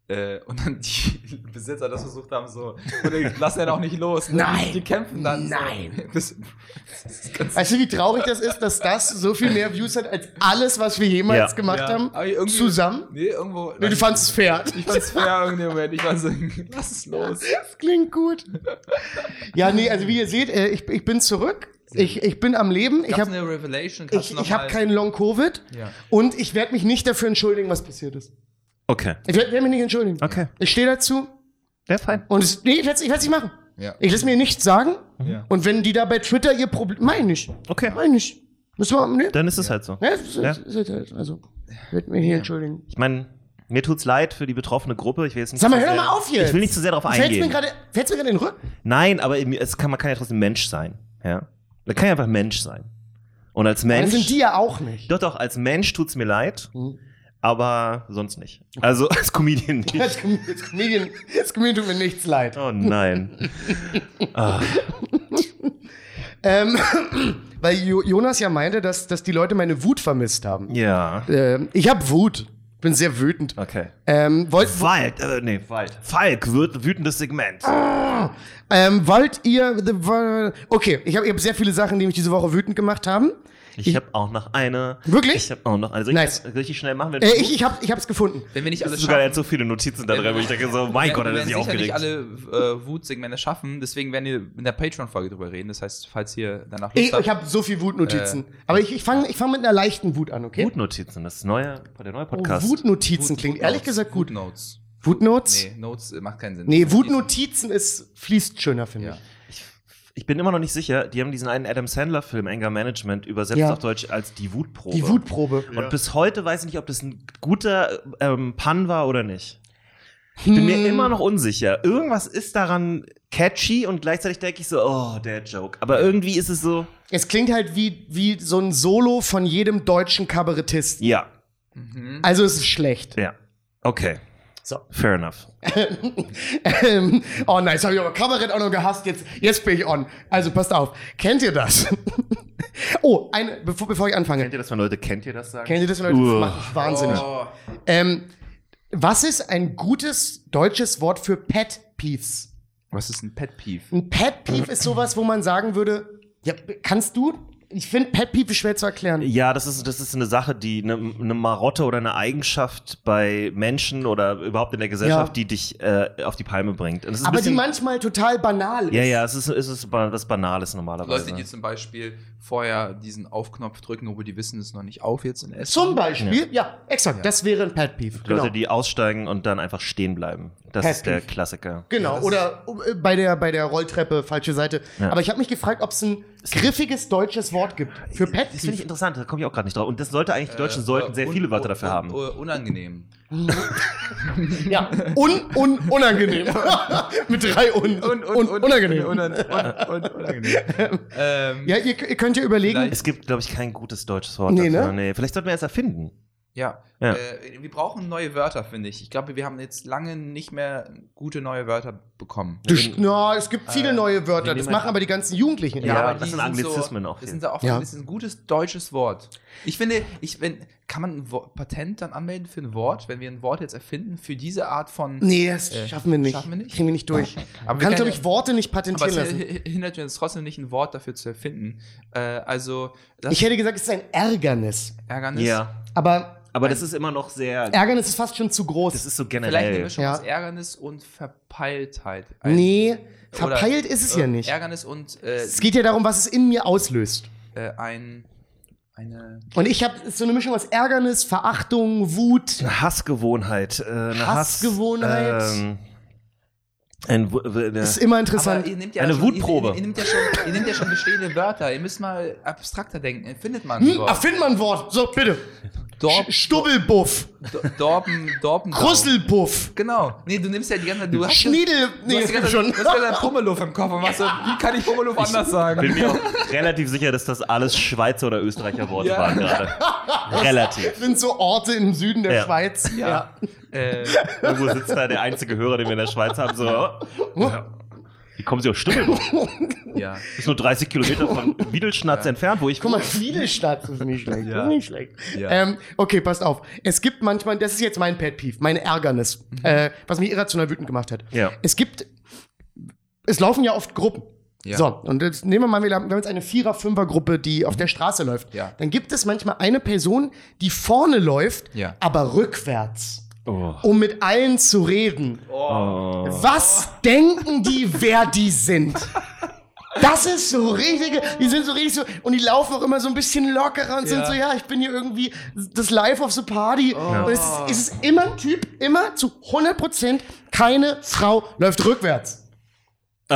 Speaker 4: Äh, und dann die <laughs> Besitzer das versucht haben, so. Und die lassen ihn auch nicht los. ne?
Speaker 3: Nein.
Speaker 4: Die kämpfen dann.
Speaker 3: Nein.
Speaker 4: So. <laughs> Das, das ist ganz
Speaker 3: Weißt du, wie traurig das ist, dass das so viel mehr Views hat als alles, was wir jemals
Speaker 5: Ja.
Speaker 3: gemacht
Speaker 4: Ja. Aber
Speaker 3: haben?
Speaker 4: irgendwie-
Speaker 3: Zusammen?
Speaker 4: Nee, irgendwo.
Speaker 3: Nee, du fandst das Pferd.
Speaker 4: ich fand's fair irgendwie Moment. Ich war so, <laughs> lass es los.
Speaker 3: Das klingt gut. Ja, nee, also wie ihr seht, äh, ich, ich bin zurück. Ich, ich bin am Leben. Ich
Speaker 4: Gab's
Speaker 3: habe
Speaker 4: eine Revelation. Kannst
Speaker 3: ich,
Speaker 4: du noch
Speaker 3: ich hab
Speaker 4: mal-
Speaker 3: keinen Long-Covid.
Speaker 4: Ja.
Speaker 3: Und ich werde mich nicht dafür entschuldigen, was passiert ist.
Speaker 5: Okay.
Speaker 3: Ich werde werd mich nicht entschuldigen.
Speaker 5: Okay.
Speaker 3: Ich stehe dazu.
Speaker 5: Ja, fein.
Speaker 3: Und es, nee, ich werde es nicht machen.
Speaker 4: Ja.
Speaker 3: Ich lasse mir nichts sagen.
Speaker 5: Mhm.
Speaker 4: Ja.
Speaker 3: Und wenn die da bei Twitter ihr Problem. Meine ich.
Speaker 5: Okay.
Speaker 3: Meine ich. Müssen wir. Nee.
Speaker 5: Dann ist es halt so.
Speaker 3: Ja, es ist-
Speaker 5: Ja.
Speaker 3: es ist halt- Also, ich werde mich nicht entschuldigen.
Speaker 5: Ich meine, mir tut's leid für die betroffene Gruppe. Ich will jetzt nicht
Speaker 3: Sag mal,
Speaker 5: zu
Speaker 3: hör doch
Speaker 5: sehr-
Speaker 3: mal auf jetzt.
Speaker 5: Ich will nicht zu sehr darauf
Speaker 3: Du fällst mir
Speaker 5: eingehen.
Speaker 3: gerade fällst mir gerade in den Rücken.
Speaker 5: Nein, aber mir- es kann, man kann ja trotzdem Mensch sein. Ja? Man kann ja einfach Mensch sein. Und als
Speaker 3: Dann
Speaker 5: Mensch.
Speaker 3: sind die ja auch nicht. <laughs>
Speaker 5: Doch, doch, als Mensch tut's mir leid,
Speaker 3: Mhm.
Speaker 5: aber sonst nicht. Also als
Speaker 3: <laughs>
Speaker 5: Comedian nicht.
Speaker 3: Das Comedian, das Comedian, das Comedian tut mir nichts leid.
Speaker 5: Oh nein. Ah,
Speaker 3: Ähm, <clears throat> weil jo Jonas ja meinte, dass, dass die Leute meine Wut vermisst haben.
Speaker 5: ja.
Speaker 3: Ähm, ich habe Wut. Bin sehr wütend.
Speaker 5: Okay.
Speaker 3: Ähm, wollt,
Speaker 5: Wald, äh, nee, Wald. Falk wird wütendes Segment.
Speaker 3: Ah, ähm, wollt ihr. The, wo- okay, ich habe ich hab sehr viele Sachen, die mich diese Woche wütend gemacht haben.
Speaker 5: Ich habe auch noch eine.
Speaker 3: Wirklich?
Speaker 5: Ich habe auch noch eine. Soll ich
Speaker 3: Nice.
Speaker 5: das richtig schnell machen? Wenn
Speaker 3: Äh, ich ich habe es gefunden.
Speaker 4: Wenn wir nicht
Speaker 5: das
Speaker 4: alles
Speaker 5: ist sogar
Speaker 4: schaffen.
Speaker 5: jetzt so viele Notizen da drin, wo ich denke so, mein
Speaker 4: wir-
Speaker 5: Gott,
Speaker 4: wir
Speaker 5: dann ist
Speaker 4: werden
Speaker 5: ich
Speaker 4: sicher nicht
Speaker 5: aufgeregt.
Speaker 4: alle äh, Wutsegmente schaffen, deswegen werden wir in der Patreon-Folge drüber reden. Das heißt, falls ihr danach
Speaker 3: Ich, ich
Speaker 4: habt-
Speaker 3: habe so viel Wutnotizen.
Speaker 5: Äh,
Speaker 3: Aber ich, ich fange ich fang mit einer leichten Wut an, okay?
Speaker 5: Wutnotizen, das neue, der neue
Speaker 3: Oh,
Speaker 5: Podcast.
Speaker 3: Wutnotizen
Speaker 4: Wut-
Speaker 3: klingt
Speaker 4: Wutnotes.
Speaker 3: ehrlich gesagt gut.
Speaker 4: Wutnotes.
Speaker 3: Wutnotes?
Speaker 4: Nee, Notes äh, macht keinen Sinn.
Speaker 3: Nee, Wutnotizen ist, fließt schöner, finde
Speaker 4: Ja.
Speaker 3: ich.
Speaker 5: ich bin immer noch nicht sicher, die haben diesen einen Adam Sandler-Film, Anger Management, übersetzt
Speaker 3: Ja.
Speaker 5: auf Deutsch als die Wutprobe.
Speaker 3: Die Wutprobe.
Speaker 5: Und bis heute weiß ich nicht, ob das ein guter ähm, Pun war oder nicht. Ich bin mir
Speaker 3: Hm.
Speaker 5: immer noch unsicher. Irgendwas ist daran catchy und gleichzeitig denke ich so, oh, der Joke. Aber irgendwie ist es so,
Speaker 3: Es klingt halt wie, wie so ein Solo von jedem deutschen Kabarettisten.
Speaker 5: ja,
Speaker 4: Mhm.
Speaker 3: Also es ist schlecht.
Speaker 4: <laughs>
Speaker 5: ja, okay.
Speaker 3: So.
Speaker 5: Fair enough.
Speaker 3: Ähm, oh nein, jetzt habe ich aber Kabarett auch noch gehasst. Jetzt, jetzt bin ich on. Also passt auf. Kennt ihr das? <laughs> oh, eine, bevor, bevor ich anfange.
Speaker 5: Kennt ihr das, wenn Leute, kennt ihr das sagen?
Speaker 3: Kennt ihr das, Leute? Das
Speaker 5: Uah.
Speaker 3: macht mich wahnsinnig.
Speaker 4: Oh.
Speaker 3: Ähm, was ist ein gutes deutsches Wort für Pet Peeves?
Speaker 4: Was ist ein Pet Peeve?
Speaker 3: Ein Pet Peeve ist sowas, wo man sagen würde, ja, kannst du? Ich finde Pet Peeve ist schwer zu erklären.
Speaker 5: Ja, das ist, das ist eine Sache, die eine, eine Marotte oder eine Eigenschaft bei Menschen oder überhaupt in der Gesellschaft,
Speaker 3: Ja.
Speaker 5: die dich äh, auf die Palme bringt. Und es ist ein
Speaker 3: aber die
Speaker 5: bisschen-
Speaker 3: manchmal total banal ist.
Speaker 5: Ja, ja, es ist, es ist ba- was Banales normalerweise.
Speaker 4: Leute, die zum Beispiel vorher diesen Aufknopf drücken, obwohl die wissen, es ist noch nicht auf jetzt in Essen.
Speaker 3: Zum Beispiel, ja, exakt, das wäre ein Pet Peeve.
Speaker 5: Leute,
Speaker 3: genau.
Speaker 5: die aussteigen und dann einfach stehen bleiben. Das
Speaker 3: Pet
Speaker 5: ist der
Speaker 3: peeve.
Speaker 5: Klassiker.
Speaker 3: Genau, oder äh, bei der, bei der Rolltreppe, falsche Seite.
Speaker 5: Ja.
Speaker 3: Aber ich habe mich gefragt, ob es ein griffiges deutsches Wort gibt für Pet
Speaker 5: Das finde ich
Speaker 3: Peeve.
Speaker 5: interessant, da komme ich auch gerade nicht drauf. Und das sollte eigentlich, die Deutschen
Speaker 4: Äh,
Speaker 5: sollten
Speaker 4: äh,
Speaker 5: sehr
Speaker 4: un-
Speaker 5: viele Wörter
Speaker 4: un-
Speaker 5: dafür
Speaker 4: un-
Speaker 5: haben.
Speaker 4: un- Unangenehm.
Speaker 3: Ja, un, un, unangenehm. <laughs> Mit drei un, un, unangenehm.
Speaker 4: unangenehm. <laughs> ähm,
Speaker 3: ja, ihr, ihr könnt ja überlegen,
Speaker 5: Es gibt, glaube ich, kein gutes deutsches Wort
Speaker 3: Nee,
Speaker 5: dafür.
Speaker 3: ne?
Speaker 5: Nee, vielleicht sollten wir es erfinden.
Speaker 4: Ja,
Speaker 5: Ja.
Speaker 4: Äh, wir brauchen neue Wörter, finde ich. Ich glaube, wir haben jetzt lange nicht mehr gute neue Wörter bekommen.
Speaker 3: du, sch- na, es gibt viele
Speaker 4: Äh,
Speaker 3: neue Wörter,
Speaker 5: wir
Speaker 3: das
Speaker 5: nehmen
Speaker 3: machen
Speaker 5: ein-
Speaker 3: aber die ganzen Jugendlichen.
Speaker 5: Ja,
Speaker 4: aber
Speaker 5: das
Speaker 4: die
Speaker 5: sind Anglizismen
Speaker 4: so,
Speaker 5: auch
Speaker 4: Das
Speaker 5: hier.
Speaker 4: sind da oft,
Speaker 3: Ja.
Speaker 4: das ist ein gutes deutsches Wort. Ich finde, ich, wenn, kann man ein Wo- Patent dann anmelden für ein Wort, wenn wir ein Wort jetzt erfinden für diese Art von.
Speaker 3: Nee, das
Speaker 4: Äh,
Speaker 3: schaffen wir nicht.
Speaker 4: schaffen wir nicht?
Speaker 3: Kriegen wir nicht durch.
Speaker 4: Aber wir
Speaker 3: Kannst,
Speaker 4: können
Speaker 3: glaube
Speaker 4: ja-
Speaker 3: ich, Worte nicht
Speaker 4: aber
Speaker 3: patentieren
Speaker 4: es
Speaker 3: lassen.
Speaker 4: hin- hindert uns trotzdem nicht, ein Wort dafür zu erfinden. Äh, also, das
Speaker 3: Ich hätte gesagt, es ist ein Ärgernis.
Speaker 4: Ärgernis.
Speaker 5: Ja.
Speaker 3: Aber
Speaker 5: Aber das ist immer noch sehr.
Speaker 3: Ärgernis ist fast schon zu groß.
Speaker 5: Das ist so
Speaker 4: Vielleicht eine
Speaker 5: generell.
Speaker 4: Mischung
Speaker 3: Ja.
Speaker 4: aus Ärgernis und Verpeiltheit. Ein-
Speaker 3: nee,
Speaker 4: oder,
Speaker 3: verpeilt ist es
Speaker 4: äh,
Speaker 3: ja nicht.
Speaker 4: Ärgernis und äh,
Speaker 3: Es geht ja darum, was es in mir auslöst.
Speaker 4: äh, ein, eine
Speaker 3: Und ich habe so eine Mischung aus Ärgernis, Verachtung, Wut.
Speaker 5: Eine Hassgewohnheit. Äh, eine
Speaker 3: Hassgewohnheit.
Speaker 5: Hass, ähm, ein, Wu- w- eine,
Speaker 3: Das ist immer
Speaker 4: Aber
Speaker 3: interessant.
Speaker 4: ihr nehmt ja
Speaker 5: Eine
Speaker 4: schon,
Speaker 5: Wutprobe.
Speaker 4: Ihr, ihr, nehmt ja schon, ihr nehmt ja schon bestehende Wörter. Ihr müsst mal abstrakter denken. Findet man ein
Speaker 3: Hm,
Speaker 4: Wort.
Speaker 3: erfind mal ein Wort. So, bitte.
Speaker 4: Dorb,
Speaker 3: Stubbelbuff,
Speaker 4: Dor- Dorben, Dorben.
Speaker 3: Krusselbuff,
Speaker 4: Genau. Nee, du nimmst ja die ganze Zeit. Du hast
Speaker 3: Schniedel.
Speaker 4: Du
Speaker 3: Nee,
Speaker 4: hast die ganze Zeit,
Speaker 3: schon.
Speaker 4: du hast die ganze Zeit Pummeluff im Kopf und machst so, wie kann ich Pummeluff anders
Speaker 5: bin
Speaker 4: sagen?
Speaker 5: mir auch relativ sicher, dass das alles Schweizer oder Österreicher Worte
Speaker 4: Ja.
Speaker 5: waren gerade.
Speaker 3: <laughs>
Speaker 5: Relativ.
Speaker 3: Das sind so Orte im Süden der
Speaker 5: Ja.
Speaker 3: Schweiz.
Speaker 4: Ja. Äh,
Speaker 5: Irgendwo sitzt da der einzige Hörer, den wir in der Schweiz haben, so. oh, Wie kommen Sie auf Stimmen?
Speaker 4: ja.
Speaker 5: Das ist nur 30 Kilometer von Wiedelschnatz
Speaker 4: Ja.
Speaker 5: entfernt, wo ich
Speaker 3: Guck mal, viele Stadt ist nicht schlecht.
Speaker 4: Ja.
Speaker 3: Ist Nicht schlecht.
Speaker 4: Ja.
Speaker 3: Ähm, okay, passt auf. Es gibt manchmal, das ist jetzt mein Pet Peeve, mein Ärgernis,
Speaker 4: Mhm.
Speaker 3: äh, was mich irrational wütend gemacht hat.
Speaker 5: Ja.
Speaker 3: Es gibt, es laufen ja oft Gruppen.
Speaker 4: Ja.
Speaker 3: So, und jetzt nehmen wir mal, wir haben wir haben jetzt eine Vierer-Fünfer-Gruppe, die auf der Straße läuft.
Speaker 4: Ja.
Speaker 3: Dann gibt es manchmal eine Person, die vorne läuft,
Speaker 4: Ja.
Speaker 3: aber rückwärts,
Speaker 5: Oh.
Speaker 3: um mit allen zu reden.
Speaker 5: Oh.
Speaker 3: Was denken die, wer die sind? Das ist so richtige, die sind so richtig so, und die laufen auch immer so ein bisschen lockerer und sind
Speaker 4: Ja.
Speaker 3: so, ja, ich bin hier irgendwie das Life of the Party. Und es ist, es ist immer ein Typ, immer zu 100% keine Frau läuft rückwärts.
Speaker 5: Äh,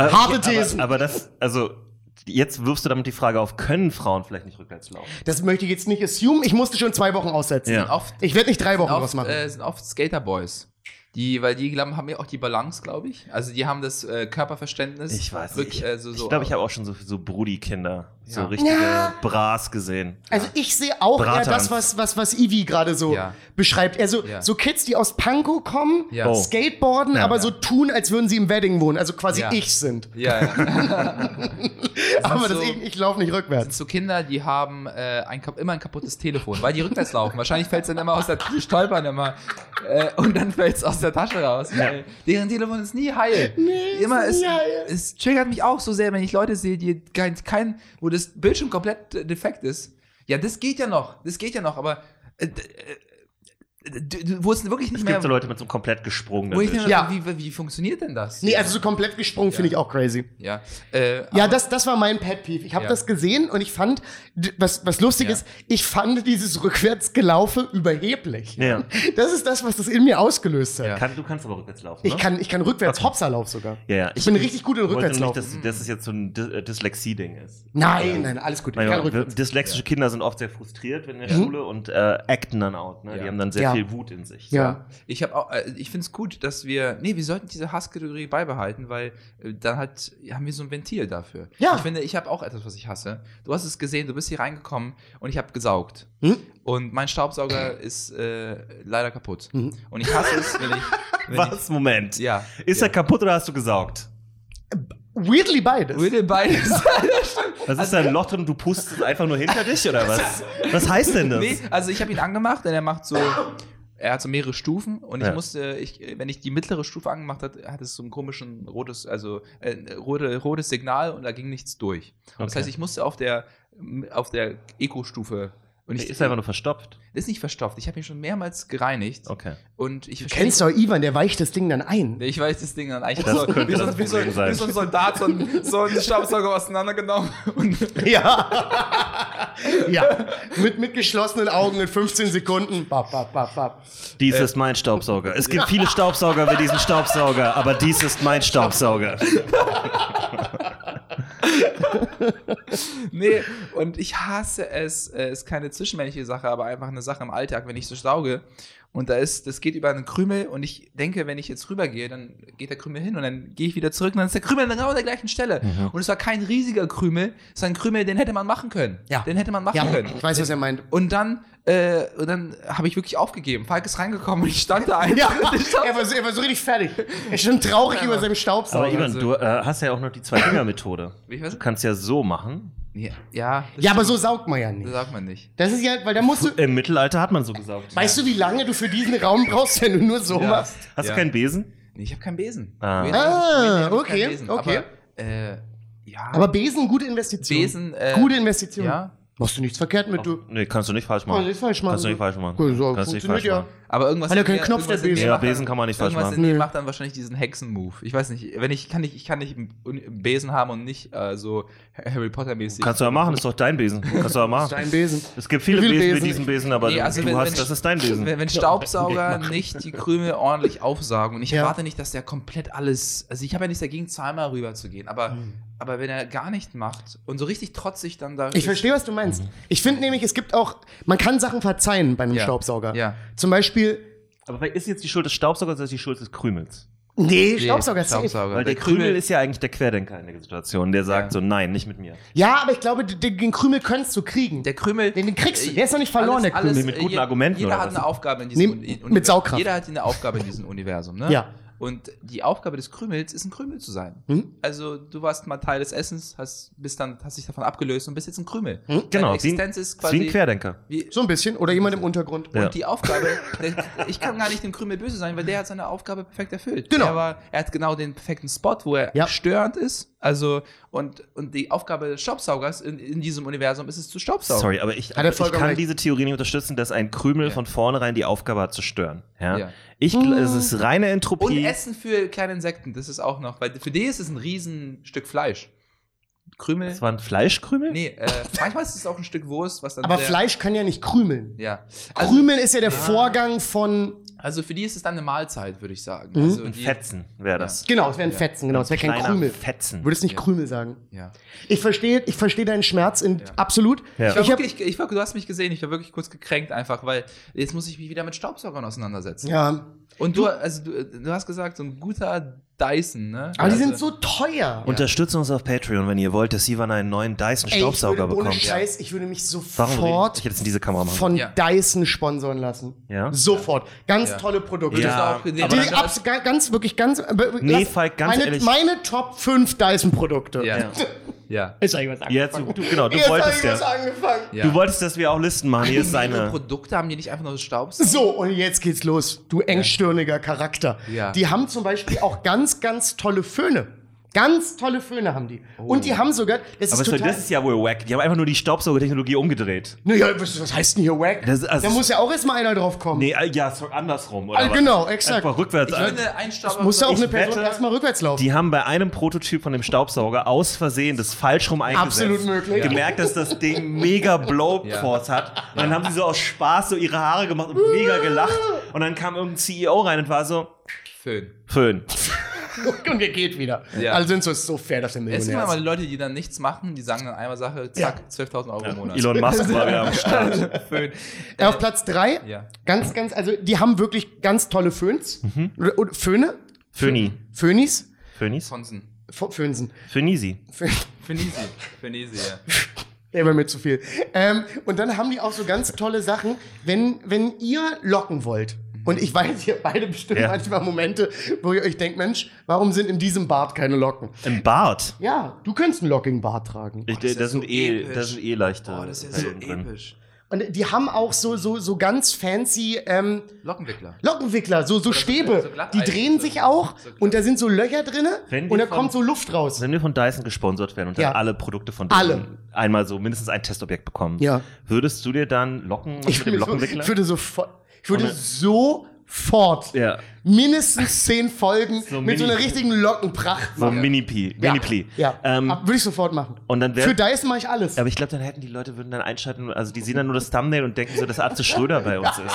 Speaker 3: <laughs> Harte
Speaker 5: okay,
Speaker 3: Thesen.
Speaker 5: Aber, aber das, also, jetzt wirfst du damit die Frage auf, können Frauen vielleicht nicht rückwärts laufen?
Speaker 3: Das möchte ich jetzt nicht assumen, ich musste schon zwei Wochen aussetzen.
Speaker 5: Ja.
Speaker 4: Oft,
Speaker 3: Ich werde nicht drei Wochen draus
Speaker 4: oft,
Speaker 3: machen.
Speaker 4: äh, sind oft Skaterboys. Die, weil die glauben, haben ja auch die Balance, glaube ich. Also die haben das äh, Körperverständnis.
Speaker 5: Ich weiß
Speaker 4: Rück-
Speaker 5: nicht.
Speaker 4: Äh, so, so.
Speaker 5: ich glaube, ich habe auch schon so, so Brudi-Kinder, so
Speaker 4: Ja.
Speaker 5: richtige
Speaker 3: Ja.
Speaker 5: Bras gesehen.
Speaker 3: Also ich sehe auch eher
Speaker 5: Bratanz.
Speaker 3: das, was, was, was Ivi gerade so
Speaker 4: Ja.
Speaker 3: beschreibt. Also
Speaker 4: Ja.
Speaker 3: so Kids, die aus Pankow kommen,
Speaker 4: Ja. Oh.
Speaker 3: skateboarden,
Speaker 5: Ja.
Speaker 3: aber
Speaker 5: Ja.
Speaker 3: so tun, als würden sie im Wedding wohnen. Also quasi
Speaker 4: Ja.
Speaker 3: ich sind.
Speaker 4: Ja, ja.
Speaker 3: aber
Speaker 4: so-
Speaker 3: das, ich, ich laufe nicht rückwärts.
Speaker 4: so Kinder, die haben äh, ein, kap- immer ein kaputtes Telefon, weil die rückwärts laufen. Wahrscheinlich fällt es dann immer aus der Tasche, stolpern immer. Äh, und dann fällt es aus der Tasche raus. Weil Deren Telefon ist nie heil.
Speaker 3: Nee,
Speaker 4: immer
Speaker 3: ist
Speaker 4: ist,
Speaker 3: nie heil.
Speaker 4: Es triggert mich auch so sehr, wenn ich Leute sehe, die kein, kein, wo das Bildschirm komplett äh, defekt ist. Ja, das geht ja noch. Das geht ja noch, aber äh, d- äh, d- d- wo es wirklich nicht
Speaker 5: Es
Speaker 4: mehr.
Speaker 5: gibt so Leute mit so einem komplett gesprungenen
Speaker 4: wo ich nicht
Speaker 5: Bildschirm.
Speaker 4: mehr
Speaker 3: Ja.
Speaker 4: wie, wie, wie funktioniert denn das?
Speaker 3: Nee, also so komplett gesprungen finde ich auch crazy.
Speaker 4: ja. Äh,
Speaker 3: Ja,
Speaker 4: aber-
Speaker 3: das, das war mein Pet Peeve. Ich habe
Speaker 4: Ja.
Speaker 3: das gesehen und ich fand, d- was, was lustig
Speaker 4: Ja.
Speaker 3: ist, ich fand dieses Rückwärtsgelaufe überheblich.
Speaker 5: Ja.
Speaker 3: Das ist das, was das in mir ausgelöst hat.
Speaker 4: Ja.
Speaker 5: Kann, du kannst aber rückwärts laufen.
Speaker 3: Ich
Speaker 5: ne?
Speaker 3: kann, ich kann rückwärts Hopserlauf sogar.
Speaker 5: Ja, ja.
Speaker 3: Ich, bin richtig gut in
Speaker 5: wollte nicht,
Speaker 3: Rückwärtslaufen.
Speaker 5: dass, dass es jetzt so ein Dy- äh, Dyslexie-Ding ist.
Speaker 3: Nein, nein, alles gut. Ich
Speaker 5: Weil
Speaker 3: kann
Speaker 5: wir-
Speaker 3: rückwärts. Mhm.
Speaker 5: dyslexische Kinder sind oft sehr frustriert in der Schule und äh, acten dann out. Ne?
Speaker 4: Ja.
Speaker 5: Die haben dann sehr
Speaker 3: Ja.
Speaker 5: viel Wut in sich.
Speaker 3: Ja.
Speaker 4: Ich habe auch, äh, ich finde es gut, dass wir, nee, wir sollten diese Hasskategorie beibehalten, weil äh, dann hat, haben wir so ein Ventil dafür.
Speaker 3: Ja.
Speaker 4: Ich finde, ich habe auch etwas, was ich hasse. Du hast es gesehen, du bist hier reingekommen und ich habe gesaugt.
Speaker 3: Hm?
Speaker 4: Und mein Staubsauger ist äh, leider kaputt.
Speaker 3: Mhm.
Speaker 4: Und ich hasse es, wenn ich, wenn
Speaker 5: Hm. <laughs> Was? Moment.
Speaker 4: ich ja.
Speaker 5: Ist
Speaker 4: ja.
Speaker 5: er kaputt oder hast du gesaugt?
Speaker 3: Weirdly beides.
Speaker 4: Würde
Speaker 5: <laughs>
Speaker 4: beides.
Speaker 5: Was
Speaker 4: Also
Speaker 5: ist
Speaker 4: <laughs>
Speaker 5: da ein Loch und du pustest es einfach nur hinter dich oder was? Was heißt denn das?
Speaker 4: nee, also ich habe ihn angemacht und er macht so, er hat so mehrere Stufen und ich
Speaker 5: Ja.
Speaker 4: musste, ich, wenn ich die mittlere Stufe angemacht hat, hat es so ein komischen rotes, also äh, rote, rotes Signal und da ging nichts durch. Und Das
Speaker 5: Okay.
Speaker 4: heißt, ich musste auf der auf der Eco-Stufe und ich
Speaker 5: ist einfach nur verstopft.
Speaker 4: ist nicht verstopft. Ich habe ihn schon mehrmals gereinigt
Speaker 5: Okay.
Speaker 4: und ich verstehe
Speaker 3: Kennst du Ivan, der weicht das Ding dann ein.
Speaker 4: ich weiß das Ding dann eigentlich
Speaker 5: Das
Speaker 4: so,
Speaker 5: könnte
Speaker 4: wie, so,
Speaker 5: das
Speaker 4: wie, so,
Speaker 5: Problem sein.
Speaker 4: wie so ein Soldat so einen, so einen
Speaker 5: <laughs>
Speaker 4: Staubsauger auseinandergenommen und
Speaker 3: <laughs> Ja. <laughs> ja. Mit, mit geschlossenen Augen in 15 Sekunden. Bap, bap, bap, bap.
Speaker 5: Dies
Speaker 4: Äh.
Speaker 5: ist mein Staubsauger. Es gibt viele Staubsauger wie diesen Staubsauger, aber dies ist mein Staubsauger.
Speaker 4: Nee, und ich hasse es. äh, Ist keine zwischenmenschliche Sache, aber einfach eine Sache im Alltag, wenn ich so sauge. Und da ist, das geht über einen Krümel und ich denke, wenn ich jetzt rübergehe, dann geht der Krümel hin und dann gehe ich wieder zurück und dann ist der Krümel genau an der gleichen Stelle. Und es war kein riesiger Krümel, es war ein Krümel, den hätte man machen können.
Speaker 3: Ja.
Speaker 4: Den hätte man machen
Speaker 3: Ja,
Speaker 4: können.
Speaker 3: ich weiß, was er meint.
Speaker 4: Und dann, äh, und dann habe ich wirklich aufgegeben. Falk ist reingekommen und ich stand da einfach.
Speaker 3: <laughs> Ja, <laughs>
Speaker 4: und ich stand
Speaker 3: er war, so, er war so richtig fertig. Er stand traurig über seinem
Speaker 5: Aber
Speaker 3: Staubsauger.
Speaker 4: also
Speaker 5: Ivan, du äh, hast ja auch noch die Zwei-Finger-Methode.
Speaker 4: Ich weiß-
Speaker 5: Du kannst ja so machen.
Speaker 4: ja, ja, das
Speaker 3: ja, aber so saugt man ja nicht.
Speaker 4: sagt man nicht.
Speaker 3: Das ist ja, weil da <laughs> musst du.
Speaker 5: Im Mittelalter hat man so gesaugt.
Speaker 3: Weißt du, wie lange du für diesen Raum brauchst, wenn du nur so
Speaker 4: Ja.
Speaker 3: machst?
Speaker 5: Hast
Speaker 4: Ja.
Speaker 5: du keinen Besen?
Speaker 4: Nee, ich habe keinen Besen.
Speaker 5: Ah.
Speaker 3: Ah,
Speaker 4: Wir- wir haben
Speaker 3: okay,
Speaker 4: keinen Besen,
Speaker 3: okay.
Speaker 4: Aber, äh, ja.
Speaker 3: Aber Besen, gute Investition.
Speaker 4: Besen, äh,
Speaker 3: gute Investition.
Speaker 4: Ja,
Speaker 3: Machst du nichts verkehrt mit, du.
Speaker 5: Nee, kannst du nicht falsch machen.
Speaker 3: Kannst du nicht falsch machen.
Speaker 5: Kannst du nicht falsch machen.
Speaker 3: Cool, so,
Speaker 5: kannst du nicht
Speaker 3: funktioniert
Speaker 5: falsch
Speaker 3: ja.
Speaker 5: machen.
Speaker 4: aber irgendwas.
Speaker 3: Hat ja
Speaker 4: in
Speaker 3: keinen
Speaker 4: mir-
Speaker 3: Ah, Knopf, der
Speaker 4: irgendwas in mir
Speaker 3: Besen.
Speaker 5: Ja,
Speaker 4: macht dann-
Speaker 5: Besen kann man nicht falsch
Speaker 4: irgendwas
Speaker 5: machen.
Speaker 4: in mir
Speaker 3: Nee.
Speaker 4: macht dann wahrscheinlich diesen Hexen-Move. Ich weiß nicht, wenn ich kann nicht, ich kann nicht einen einen Besen haben und nicht äh, so Harry Potter-mäßig.
Speaker 5: Kannst du ja machen, ist doch dein Besen. Kannst du ja machen.
Speaker 3: Dein Besen.
Speaker 5: Es gibt viele
Speaker 3: Wie viele
Speaker 5: Besen,
Speaker 3: Besen?
Speaker 5: wie diesen Besen, aber
Speaker 4: Nee, also
Speaker 5: du
Speaker 4: wenn-
Speaker 5: hast,
Speaker 4: wenn-
Speaker 5: das ist dein Besen.
Speaker 4: Wenn,
Speaker 3: <laughs>
Speaker 4: wenn Staubsauger nicht die Krümel ordentlich aufsaugen und ich
Speaker 3: Ja. Hm.
Speaker 4: erwarte nicht, dass der komplett alles, also ich habe ja nichts dagegen, zweimal rüber zu gehen, aber aber wenn er gar nicht macht und so richtig trotzig dann da.
Speaker 3: Ich verstehe, was du meinst. Ich finde nämlich, es gibt auch, man kann Sachen verzeihen bei einem
Speaker 4: Mhm. Ja.
Speaker 3: Staubsauger.
Speaker 4: Ja.
Speaker 3: Zum Beispiel,
Speaker 5: Aber vielleicht ist jetzt die Schuld des Staubsaugers oder ist die Schuld des Krümels?
Speaker 3: nee,
Speaker 4: Nee,
Speaker 3: Staubsauger, safe.
Speaker 4: Staubsauger.
Speaker 5: Weil der, Krümel, ist ja eigentlich der Querdenker in der Situation. Der sagt
Speaker 4: Ja.
Speaker 5: so, nein, nicht mit mir.
Speaker 3: Ja, aber ich glaube, den, den Krümel könntest du kriegen.
Speaker 4: Der Krümel.
Speaker 3: Den- den kriegst du. Der ist noch nicht verloren, der Krümel.
Speaker 5: Mit
Speaker 4: äh,
Speaker 5: guten
Speaker 4: je-
Speaker 5: Argumenten
Speaker 4: Jeder
Speaker 5: oder
Speaker 4: hat
Speaker 5: was?
Speaker 4: eine Aufgabe in diesem
Speaker 3: Nee,
Speaker 4: Uni-
Speaker 3: mit
Speaker 4: Universum.
Speaker 3: Saugkraft.
Speaker 4: Jeder hat eine Aufgabe in diesem Universum, ne?
Speaker 3: Ja.
Speaker 4: Und die Aufgabe des Krümels ist, ein Krümel zu sein.
Speaker 3: Hm?
Speaker 4: Also, du warst mal Teil des Essens, hast, bist dann, hast dich davon abgelöst und bist jetzt ein Krümel.
Speaker 3: Hm?
Speaker 5: Genau,
Speaker 4: Deine
Speaker 5: wie ein,
Speaker 4: Existenz ist
Speaker 5: ist wie ein
Speaker 4: quasi.
Speaker 5: Querdenker.
Speaker 4: wie,
Speaker 3: So ein bisschen. Oder jemand im Untergrund.
Speaker 5: Ja.
Speaker 4: Und die Aufgabe, der, ich kann gar nicht dem Krümel böse sein, weil der hat seine Aufgabe perfekt erfüllt.
Speaker 3: Genau.
Speaker 4: Er, war, er hat genau den perfekten Spot, wo er
Speaker 3: Ja.
Speaker 4: störend ist. Also, und, und die Aufgabe des Staubsaugers in, in diesem Universum ist es zu staubsaugen.
Speaker 5: Sorry, aber ich,
Speaker 3: Hat er
Speaker 5: ich
Speaker 3: vollkommen
Speaker 5: kann
Speaker 3: recht.
Speaker 5: diese Theorie nicht unterstützen, dass ein Krümel
Speaker 4: Ja.
Speaker 5: von vornherein die Aufgabe hat zu stören. Ja?
Speaker 4: Ja.
Speaker 5: Ich, gl- es ist reine
Speaker 4: Mm. Und
Speaker 5: Entropie.
Speaker 4: Essen für kleine Insekten, das ist auch noch, weil für die ist es ein riesen Stück Fleisch. Krümel.
Speaker 5: Das war ein Fleischkrümel?
Speaker 4: Nee, äh, manchmal ist es auch ein Stück Wurst, was dann.
Speaker 3: Aber
Speaker 4: der,
Speaker 3: Fleisch kann ja nicht krümeln.
Speaker 4: Ja. Also,
Speaker 3: Krümeln ist ja der Vorgang von.
Speaker 4: also für die ist es dann eine Mahlzeit, würde ich sagen.
Speaker 3: Mhm.
Speaker 4: Also
Speaker 5: Ein
Speaker 4: die,
Speaker 5: Fetzen wäre das.
Speaker 3: Genau, es wäre ein
Speaker 4: Ja.
Speaker 3: Fetzen, genau. Es wäre kein
Speaker 5: Kleiner
Speaker 3: Krümel.
Speaker 5: Fetzen.
Speaker 3: Du würdest nicht
Speaker 4: Ja.
Speaker 3: Krümel sagen.
Speaker 4: Ja.
Speaker 3: Ich verstehe ich verstehe deinen Schmerz in,
Speaker 4: Ja.
Speaker 3: absolut.
Speaker 5: Ja.
Speaker 4: Ich war
Speaker 3: Ich hab,
Speaker 4: wirklich, ich war, du hast mich gesehen, ich war wirklich kurz gekränkt einfach, weil jetzt muss ich mich wieder mit Staubsaugern auseinandersetzen.
Speaker 3: ja.
Speaker 4: Und du, also du, du hast gesagt, so ein guter Dyson, ne?
Speaker 3: Aber die
Speaker 4: also,
Speaker 3: sind so teuer.
Speaker 5: Unterstützt uns auf Patreon, wenn ihr wollt, dass Sivan einen neuen
Speaker 3: Ey, ich
Speaker 5: Dyson-Staubsauger
Speaker 3: würde, ohne
Speaker 5: bekommt.
Speaker 3: Scheiß, ich würde mich
Speaker 5: Warum reden-
Speaker 3: sofort
Speaker 5: ich hätte es in diese Kamera machen
Speaker 3: von
Speaker 4: Ja.
Speaker 3: Dyson sponsoren lassen.
Speaker 5: Ja?
Speaker 3: Sofort. Ganz
Speaker 4: Ja.
Speaker 3: tolle Produkte.
Speaker 5: Ja.
Speaker 4: Ja, auch, nee,
Speaker 3: Die
Speaker 4: aber-
Speaker 3: abs ga- ganz, wirklich ganz. äh,
Speaker 5: Nee,
Speaker 3: lass-
Speaker 5: Falk, ganz
Speaker 3: meine,
Speaker 5: ehrlich.
Speaker 3: Meine Top 5 Dyson-Produkte.
Speaker 4: ja, ja,
Speaker 3: Ist eigentlich was angefangen.
Speaker 5: Jetzt, du, genau, du
Speaker 3: Jetzt hab
Speaker 5: wolltest
Speaker 3: ich
Speaker 5: ja.
Speaker 3: was angefangen.
Speaker 4: ja.
Speaker 5: Du wolltest, dass wir auch Listen machen. Hier ist
Speaker 4: Ihre
Speaker 5: seine.
Speaker 4: Produkte haben die nicht einfach nur Staubsauger?
Speaker 3: So, und jetzt geht's los. Du engstirniger Charakter.
Speaker 4: Ja.
Speaker 3: Die haben zum Beispiel auch ganz, ganz tolle Föhne. Ganz tolle Föhne haben die. Und
Speaker 4: Oh.
Speaker 3: die haben sogar. Das
Speaker 5: Aber
Speaker 3: ist
Speaker 5: so,
Speaker 3: total.
Speaker 5: das ist ja wohl wack. Die haben einfach nur die Staubsaugertechnologie umgedreht.
Speaker 3: naja, was, was heißt denn hier wack?
Speaker 5: Das ist- also-
Speaker 3: da muss ja auch erstmal einer drauf kommen.
Speaker 5: Nee, äh, ja, so andersrum. Oder
Speaker 3: Ah,
Speaker 5: was?
Speaker 3: genau, exakt.
Speaker 5: Einfach rückwärts.
Speaker 4: Ich finde, ein Staubsauger.
Speaker 3: muss ja auch
Speaker 5: Ich
Speaker 3: eine Person
Speaker 5: wette,
Speaker 3: erstmal rückwärts laufen.
Speaker 5: die haben bei einem Prototyp von dem Staubsauger aus Versehen das falsch rum eingesetzt.
Speaker 3: Absolut möglich.
Speaker 5: Gemerkt, dass das Ding mega Blowforce hat. Und dann haben sie so aus Spaß so ihre Haare gemacht und mega gelacht. Und dann kam irgendein CEO rein und war so,
Speaker 4: Föhn.
Speaker 5: Föhn.
Speaker 3: <laughs> Und wir geht wieder.
Speaker 4: Ja.
Speaker 3: Also sind so, ist so fair, dass wir
Speaker 4: Es sind
Speaker 3: Millionär
Speaker 4: immer
Speaker 3: sind.
Speaker 4: die Leute, die dann nichts machen, die sagen dann einmal Sache, zack, 12.000 Euro im Monat.
Speaker 5: Elon Musk war wieder am <laughs> Start.
Speaker 4: Föhn.
Speaker 3: Äh, Auf Platz 3,
Speaker 4: Ja.
Speaker 3: ganz, ganz, also die haben wirklich ganz tolle Föhns.
Speaker 5: Mhm.
Speaker 3: Oder- oder Föhne?
Speaker 5: Föni.
Speaker 3: Föhnis?
Speaker 5: Fönis?
Speaker 4: Sonsen.
Speaker 3: Fo- Föhnsen. <laughs>
Speaker 5: Fönisi.
Speaker 3: Föhn.
Speaker 4: Finisi.
Speaker 3: <laughs>
Speaker 4: Finisi, ja.
Speaker 3: Der war mir zu viel. Ähm, und dann haben die auch so ganz tolle Sachen, wenn, wenn ihr locken wollt. Und ich weiß, ihr beide bestimmt
Speaker 5: Ja.
Speaker 3: manchmal Momente, wo ihr euch denkt, Mensch, warum sind in diesem Bart keine Locken?
Speaker 5: Im Bart.
Speaker 3: Ja, du könntest einen lockigen Bart tragen.
Speaker 5: Ich,
Speaker 4: das
Speaker 5: das,
Speaker 4: ist ja
Speaker 5: sind
Speaker 4: so
Speaker 5: eh,
Speaker 4: episch.
Speaker 5: das sind eh leichte.
Speaker 4: Boah, das ist ja so
Speaker 5: Wellen drin.
Speaker 4: episch.
Speaker 3: Und die haben auch so, so, so ganz fancy ähm,
Speaker 4: Lockenwickler.
Speaker 3: Lockenwickler, so, so
Speaker 4: so-
Speaker 3: Stäbe.
Speaker 4: so glatt-
Speaker 3: die drehen
Speaker 4: so-
Speaker 3: sich auch
Speaker 4: so glatt-
Speaker 3: und da sind so Löcher drin
Speaker 5: Wenn die
Speaker 3: und da
Speaker 5: von-
Speaker 3: kommt so Luft raus.
Speaker 5: Wenn wir von Dyson gesponsert werden und dann
Speaker 3: Ja.
Speaker 5: alle Produkte von Dyson
Speaker 3: Alle.
Speaker 5: einmal so mindestens ein Testobjekt bekommen,
Speaker 3: Ja.
Speaker 5: würdest du dir dann Locken machen
Speaker 3: Ich
Speaker 5: mit dem
Speaker 3: würde, so, ich
Speaker 5: Lockenwickler?
Speaker 3: würde sofort, ich würde
Speaker 5: Ohne-
Speaker 3: sofort
Speaker 5: Ja.
Speaker 3: mindestens zehn Folgen
Speaker 5: So
Speaker 3: mit so einer
Speaker 5: mini-
Speaker 3: richtigen Lockenpracht
Speaker 5: So ein
Speaker 3: machen.
Speaker 5: Mini-Pli.
Speaker 3: Ja,
Speaker 5: Mini
Speaker 3: Ja,
Speaker 5: ähm,
Speaker 3: Ab- würde ich sofort machen.
Speaker 5: und dann wär-
Speaker 3: Für Dyson mache ich alles.
Speaker 5: aber ich glaube, dann hätten die Leute würden dann einschalten, also die sehen dann nur das Thumbnail und denken so, dass Atze Schröder bei uns ist.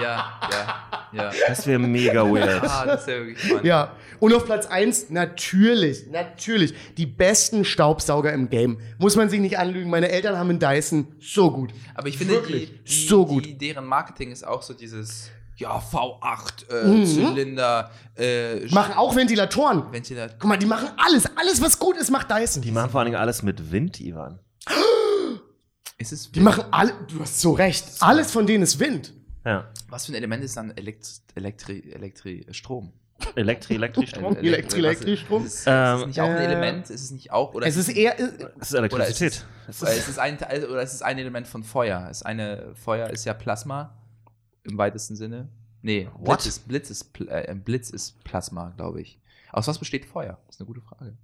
Speaker 4: Ja, ja, ja.
Speaker 5: Das wäre mega
Speaker 3: <laughs>
Speaker 5: weird.
Speaker 4: Ah, das ist ja wirklich spannend.
Speaker 3: Ja. Und auf Platz 1, natürlich, natürlich, die besten Staubsauger im Game. Muss man sich nicht anlügen, meine Eltern haben einen Dyson so gut.
Speaker 4: Aber ich finde, die,
Speaker 3: Wirklich.
Speaker 4: die,
Speaker 3: So gut.
Speaker 4: Die, deren Marketing ist auch so dieses, ja, V8, äh,
Speaker 3: Mhm.
Speaker 4: Zylinder, äh,
Speaker 3: Machen auch Ventilatoren.
Speaker 4: Ventilator.
Speaker 3: Guck mal, die machen alles, alles was gut ist, macht Dyson.
Speaker 5: Die
Speaker 3: Die,
Speaker 5: machen vor allen Dingen alles mit Wind, Ivan.
Speaker 4: Ist es,
Speaker 3: machen alle, du hast so recht, alles von denen ist Wind.
Speaker 5: Ja.
Speaker 4: was für ein Element ist dann Elekt, Elektri, Elektri, Strom?
Speaker 5: Elektri, elektrisch.
Speaker 3: Strom. Elektri- Elektri- Strom?
Speaker 4: Ist, ist
Speaker 5: Ähm,
Speaker 4: es nicht auch ein
Speaker 3: äh,
Speaker 4: Element? Ist es nicht auch, oder
Speaker 3: Es ist eher, äh,
Speaker 5: Das ist
Speaker 4: oder ist
Speaker 5: Elektrizität.
Speaker 4: es, oder ist es ein, Teil- oder ist es ein Element von Feuer? Ist eine, Feuer ist ja Plasma im weitesten Sinne. Nee, Blitz
Speaker 5: What?
Speaker 4: ist, Blitz, ist, Pl- äh, Blitz ist Plasma, glaube ich. Aus was besteht Feuer? Das ist eine gute Frage.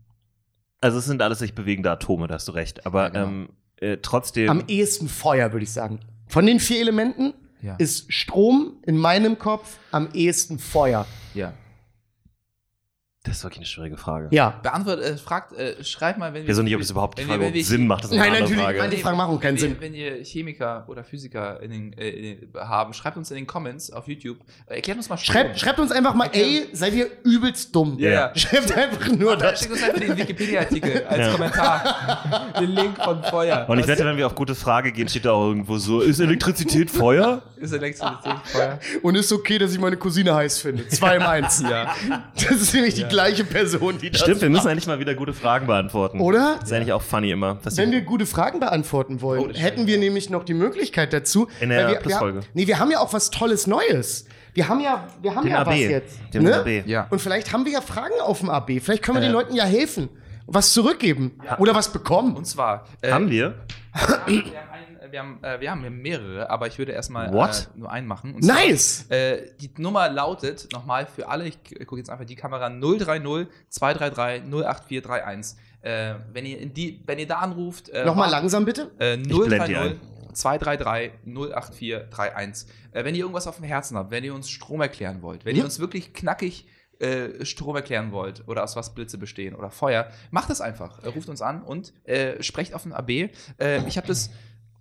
Speaker 5: Also es sind alles sich bewegende Atome, da hast du recht. Aber
Speaker 4: Ja, genau.
Speaker 5: ähm, äh, trotzdem.
Speaker 3: am E- ehesten Feuer, würde ich sagen. Von den vier Elementen
Speaker 4: Ja.
Speaker 3: ist Strom in meinem Kopf am ehesten Feuer.
Speaker 4: ja.
Speaker 5: Das ist wirklich eine schwierige Frage.
Speaker 3: Ja.
Speaker 4: Beantwortet, äh, fragt, äh, schreibt mal, wenn
Speaker 5: Ich weiß auch nicht, ob es überhaupt die
Speaker 4: wenn
Speaker 5: Frage
Speaker 4: ihr- wenn
Speaker 5: überhaupt
Speaker 4: wir-
Speaker 5: Sinn macht. Das ist eine
Speaker 3: Nein,
Speaker 5: andere
Speaker 3: natürlich,
Speaker 5: Frage.
Speaker 3: meine Fragen machen keinen
Speaker 4: wenn,
Speaker 3: Sinn.
Speaker 4: Wenn ihr Chemiker oder Physiker in den, äh, in den, haben, schreibt uns in den Comments auf YouTube. Äh, Erklärt uns mal
Speaker 3: Schreibt, schreibt uns einfach mal, ey, seid ihr übelst dumm.
Speaker 4: Ja, ja.
Speaker 3: <laughs> Schreibt einfach nur das.
Speaker 4: Schickt uns einfach den
Speaker 5: <laughs>
Speaker 4: Wikipedia-Artikel als
Speaker 5: Ja.
Speaker 4: Kommentar. Den Link von Feuer.
Speaker 5: Und ich wette, wenn wir auf gute Frage gehen, steht da auch irgendwo so, ist Elektrizität Feuer?
Speaker 4: Ist Elektrizität Feuer?
Speaker 3: Und ist okay, dass ich meine Cousine heiß finde. Zwei im Eins.
Speaker 4: Ja.
Speaker 3: Das ist nämlich die gleiche Person, die das
Speaker 5: Stimmt, wir müssen eigentlich mal wieder gute Fragen beantworten.
Speaker 3: Oder?
Speaker 5: Ist eigentlich auch funny immer. dass
Speaker 3: Wenn
Speaker 5: die-
Speaker 3: wir gute Fragen beantworten
Speaker 4: Oh,
Speaker 3: wollen,
Speaker 4: das
Speaker 3: hätten wir nämlich noch die Möglichkeit dazu.
Speaker 5: In der
Speaker 3: weil wir,
Speaker 5: Plusfolge.
Speaker 3: Wir, nee, wir haben ja auch was Tolles Neues. Wir haben ja, wir haben
Speaker 5: den
Speaker 3: ja
Speaker 5: AB.
Speaker 3: was jetzt.
Speaker 5: Den
Speaker 3: ne?
Speaker 5: AB.
Speaker 4: Ja. Äh.
Speaker 3: Und vielleicht haben wir ja Fragen auf dem AB. Vielleicht können wir den Leuten ja helfen. Was zurückgeben. Oder was bekommen.
Speaker 4: Und zwar, äh,
Speaker 5: Haben wir?
Speaker 4: wir haben, einen, wir, haben, äh, wir haben mehrere, aber ich würde erstmal äh,
Speaker 5: What?
Speaker 4: nur einen machen. Und
Speaker 3: Nice!
Speaker 4: Zwar, äh, die Nummer lautet, nochmal für alle, ich äh, gucke jetzt einfach die Kamera, 030 233 08431. Äh, wenn, ihr in die, wenn ihr da anruft, äh,
Speaker 3: Nochmal
Speaker 4: wart-
Speaker 3: langsam bitte.
Speaker 4: Äh,
Speaker 5: blend die
Speaker 4: 030 233 08431. Äh, wenn ihr irgendwas auf dem Herzen habt, wenn ihr uns Strom erklären wollt, wenn ihr uns wirklich knackig äh, Strom erklären wollt oder aus was Blitze bestehen oder Feuer, macht das einfach. Äh, ruft uns an und äh, sprecht auf den AB. Äh, ich habe das.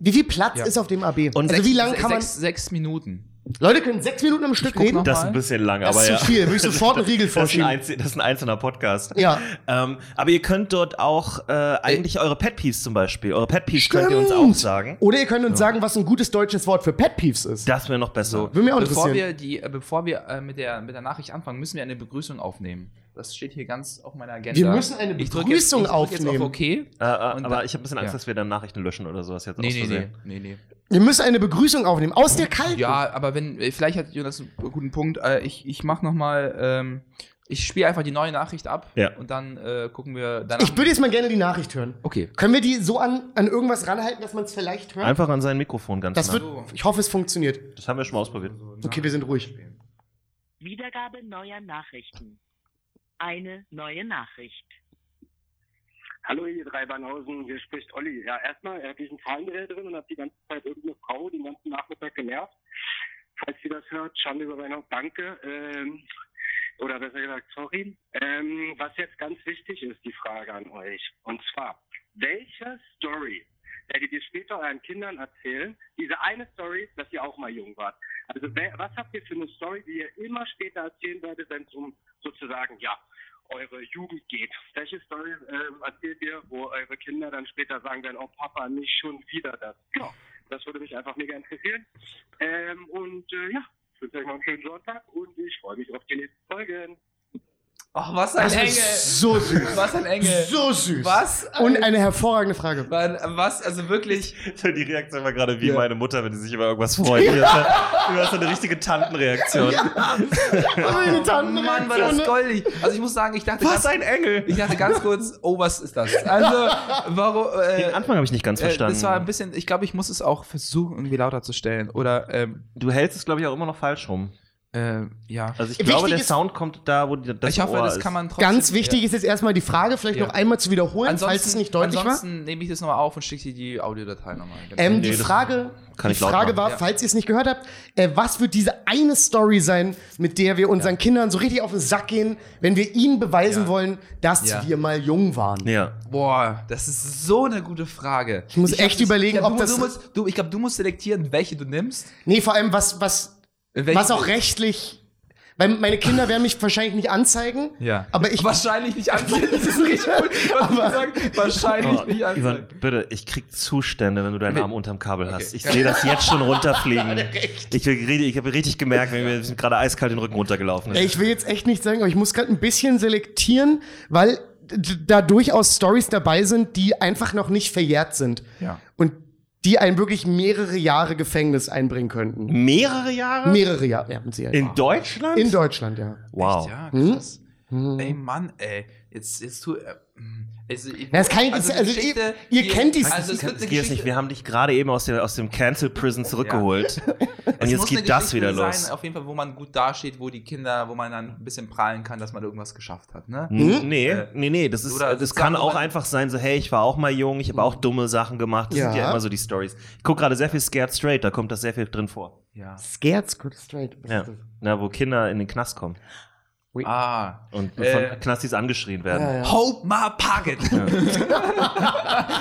Speaker 3: Wie viel Platz
Speaker 4: Ja.
Speaker 3: ist auf dem AB?
Speaker 5: Und
Speaker 3: also
Speaker 4: sechs-
Speaker 3: wie lange kann man.
Speaker 4: sechs, Sechs Minuten.
Speaker 3: Leute können sechs Minuten am Stück
Speaker 4: guck
Speaker 3: reden.
Speaker 4: noch.
Speaker 5: Das ist
Speaker 4: Mal.
Speaker 5: ein bisschen lang,
Speaker 3: Das
Speaker 5: aber
Speaker 3: ist
Speaker 5: ja.
Speaker 3: zu viel. Würde ich sofort einen Riegel
Speaker 5: <laughs> Das ist ein,
Speaker 3: vorschieben.
Speaker 5: einzel- das ist ein einzelner Podcast.
Speaker 3: Ja.
Speaker 5: Ähm, aber ihr könnt dort auch äh, eigentlich eure Pet Peeves zum Beispiel, eure Pet Peeves könnt ihr uns auch
Speaker 3: Stimmt.
Speaker 5: sagen.
Speaker 3: Oder ihr könnt uns sagen, was ein gutes deutsches Wort für Pet Peeves ist.
Speaker 5: Das wäre noch besser.
Speaker 3: Würde mich auch
Speaker 4: Bevor
Speaker 3: interessieren.
Speaker 4: wir, die, äh, bevor wir äh, mit, der, mit der Nachricht anfangen, müssen wir eine Begrüßung aufnehmen. Das steht hier ganz auf meiner Agenda.
Speaker 3: Wir müssen eine
Speaker 4: Ich drück jetzt-
Speaker 3: Begrüßung
Speaker 4: Ich drück jetzt
Speaker 3: aufnehmen.
Speaker 4: auf OK.
Speaker 5: Äh, äh,
Speaker 4: Und
Speaker 5: aber
Speaker 4: dann-
Speaker 5: ich habe ein bisschen Angst,
Speaker 4: ja.
Speaker 5: dass wir dann Nachrichten löschen oder sowas jetzt aus
Speaker 4: Nee, nee, nee,
Speaker 5: Versehen.
Speaker 4: nee, nee.
Speaker 3: Wir müssen eine Begrüßung aufnehmen. Aus der Kalten.
Speaker 4: Ja, aber wenn, äh, vielleicht hat Jonas einen guten Punkt. Äh, Ich, ich mach nochmal, ähm, ich spiele einfach die neue Nachricht ab
Speaker 5: Ja.
Speaker 4: und dann äh, gucken wir danach.
Speaker 3: Ich würde jetzt mal gerne die Nachricht hören.
Speaker 4: okay.
Speaker 3: Können wir die so an, an irgendwas ranhalten, dass man es vielleicht hört?
Speaker 5: Einfach an sein Mikrofon ganz
Speaker 3: Das
Speaker 5: nah.
Speaker 3: wird, ich hoffe, es funktioniert.
Speaker 5: das haben wir schon
Speaker 4: <laughs>
Speaker 5: mal ausprobiert.
Speaker 3: Okay, wir sind ruhig.
Speaker 6: Wiedergabe neuer Nachrichten. Eine neue Nachricht.
Speaker 7: Hallo ihr drei Banausen, hier spricht Olli. Ja, erstmal äh, diesen Zahlendreher drin und hab die ganze Zeit irgendeine Frau den ganzen Nachmittag genervt. Falls ihr das hört, Schande über meine Haut, danke. Ähm, oder besser gesagt, sorry. Ähm, was jetzt ganz wichtig ist, die Frage an euch. Und zwar, welche Story werdet ihr später euren Kindern erzählen? Diese eine Story, dass ihr auch mal jung wart. Also wer- was habt ihr für eine Story, die ihr immer später erzählen werdet, wenn es um sozusagen, ja, eure Jugend geht. Welche Story ähm, erzählt ihr, wo eure Kinder dann später sagen werden, oh Papa, nicht schon wieder das? Genau, das würde mich einfach mega interessieren. Ähm, und äh, ja, ich wünsche euch noch einen schönen Sonntag und ich freue mich auf die nächsten Folgen.
Speaker 4: Ach, was ein
Speaker 3: Das
Speaker 4: Engel!
Speaker 3: ist so süß.
Speaker 4: Was ein Engel!
Speaker 3: So süß.
Speaker 4: Was?
Speaker 3: Und eine hervorragende Frage.
Speaker 4: Mann, was? Also wirklich.
Speaker 5: Die Reaktion war gerade wie
Speaker 4: Ja.
Speaker 5: meine Mutter, wenn sie sich über irgendwas freut. Du hast so eine richtige Tantenreaktion.
Speaker 3: Meine
Speaker 4: Mann, war das
Speaker 3: Tantenreaktion.
Speaker 4: goldig. Also ich muss sagen, ich dachte,
Speaker 5: Was
Speaker 4: ganz,
Speaker 5: ein Engel!
Speaker 4: ich dachte ganz kurz, oh, was ist das? Also, warum.
Speaker 5: Den
Speaker 4: Äh,
Speaker 5: Anfang habe ich nicht ganz
Speaker 4: äh,
Speaker 5: verstanden.
Speaker 4: das war ein bisschen, ich glaube, ich muss es auch versuchen, irgendwie lauter zu stellen. Oder, ähm,
Speaker 5: du hältst es, glaube ich, auch immer noch falsch rum.
Speaker 4: äh, ja.
Speaker 5: Also ich
Speaker 3: Wichtig
Speaker 5: glaube, der
Speaker 3: ist-
Speaker 5: Sound kommt da, wo die, das
Speaker 4: ich hoffe,
Speaker 5: Ohr
Speaker 4: das
Speaker 5: ist.
Speaker 4: kann man trotzdem.
Speaker 3: Ganz wichtig ist jetzt erstmal die Frage, vielleicht
Speaker 4: Ja.
Speaker 3: noch einmal zu wiederholen, falls es nicht deutlich war.
Speaker 4: ansonsten nehme ich das nochmal auf und schicke dir die Audiodatei nochmal.
Speaker 3: Ähm, die
Speaker 5: das
Speaker 3: Frage,
Speaker 5: kann
Speaker 3: die
Speaker 5: ich laut
Speaker 3: Frage
Speaker 5: machen,
Speaker 3: war,
Speaker 4: ja.
Speaker 3: falls ihr es nicht gehört habt, äh, was wird diese eine Story sein, mit der wir unseren Kindern so richtig auf den Sack gehen, wenn wir ihnen beweisen
Speaker 4: Ja.
Speaker 3: wollen, dass
Speaker 4: Ja.
Speaker 3: wir mal jung waren?
Speaker 5: Ja.
Speaker 4: Boah, das ist so eine gute Frage. Ich
Speaker 3: muss
Speaker 4: hab
Speaker 3: echt
Speaker 4: das-
Speaker 3: überlegen,
Speaker 4: ich glaub,
Speaker 3: ob
Speaker 4: du,
Speaker 3: das-
Speaker 4: Du musst, du, ich glaube, du musst selektieren, welche du nimmst.
Speaker 3: Nee, vor allem, was, was,
Speaker 4: Welche
Speaker 3: was auch rechtlich. Weil meine Kinder werden mich wahrscheinlich nicht anzeigen.
Speaker 4: Ja.
Speaker 3: Aber ich. <laughs>
Speaker 4: Wahrscheinlich nicht anzeigen. Das ist richtig gut. Was ich gesagt, wahrscheinlich
Speaker 5: Oh,
Speaker 4: <laughs> nicht
Speaker 5: Ivan,
Speaker 4: anzeigen.
Speaker 5: bitte, ich krieg Zustände, wenn du deinen Arm unterm Kabel hast.
Speaker 4: Okay.
Speaker 5: Ich sehe das jetzt
Speaker 3: <laughs>
Speaker 5: schon runterfliegen. ich will rede- ich habe richtig gemerkt, wenn mir gerade eiskalt den Rücken runtergelaufen
Speaker 3: Ey,
Speaker 5: ist.
Speaker 3: Ich will jetzt echt nicht sagen, aber ich muss gerade ein bisschen selektieren, weil d- da durchaus Stories dabei sind, die einfach noch nicht verjährt sind.
Speaker 4: Ja.
Speaker 3: Und die einen wirklich mehrere Jahre Gefängnis einbringen könnten.
Speaker 5: Mehrere Jahre?
Speaker 3: Mehrere Jahre, ja, mit Sicherheit.
Speaker 5: In Deutschland?
Speaker 3: In Deutschland, ja.
Speaker 5: wow.
Speaker 4: Echt, ja,
Speaker 3: Hm?
Speaker 4: krass. Ey, Mann, ey. Jetzt, jetzt tu. Äh, mm. also, ich-
Speaker 3: Na, das kann ich-
Speaker 4: also
Speaker 3: also,
Speaker 4: die Geschichte,
Speaker 3: ihr- ihr
Speaker 4: die-
Speaker 3: kennt die-
Speaker 4: Also, es wird eine
Speaker 5: Das geht jetzt nicht.
Speaker 4: Geschichte.
Speaker 5: Wir haben dich gerade eben aus, der, aus dem Cancel Prison zurückgeholt. Und
Speaker 4: <laughs> Es
Speaker 5: jetzt
Speaker 4: muss eine
Speaker 5: geht das
Speaker 4: Geschichte
Speaker 5: wieder
Speaker 4: sein,
Speaker 5: los.
Speaker 4: Auf jeden Fall, wo man gut dasteht, wo die Kinder, wo man dann ein bisschen prahlen kann, dass man irgendwas geschafft hat.
Speaker 3: Hm?
Speaker 4: Ne?
Speaker 5: N- Nee,
Speaker 4: Äh,
Speaker 5: nee, nee, das ist,
Speaker 4: oder
Speaker 5: das kann
Speaker 4: sozusagen,
Speaker 5: auch
Speaker 4: wo man-
Speaker 5: einfach sein, so, hey, ich war auch mal jung,
Speaker 4: Hm.
Speaker 5: ich habe auch dumme Sachen gemacht. Das sind
Speaker 3: Ja.
Speaker 5: ja immer so die Stories. Ich gucke gerade sehr viel Scared Straight, da kommt das sehr viel drin vor.
Speaker 4: Ja.
Speaker 3: Scared Squid Straight. Was
Speaker 5: Ja.
Speaker 3: ist das?
Speaker 5: Na, wo Kinder in den Knast kommen.
Speaker 3: Oui.
Speaker 4: Ah.
Speaker 5: Und von
Speaker 4: Äh.
Speaker 5: Knastis angeschrien werden.
Speaker 3: Ja, ja.
Speaker 4: Hope my pocket. <laughs>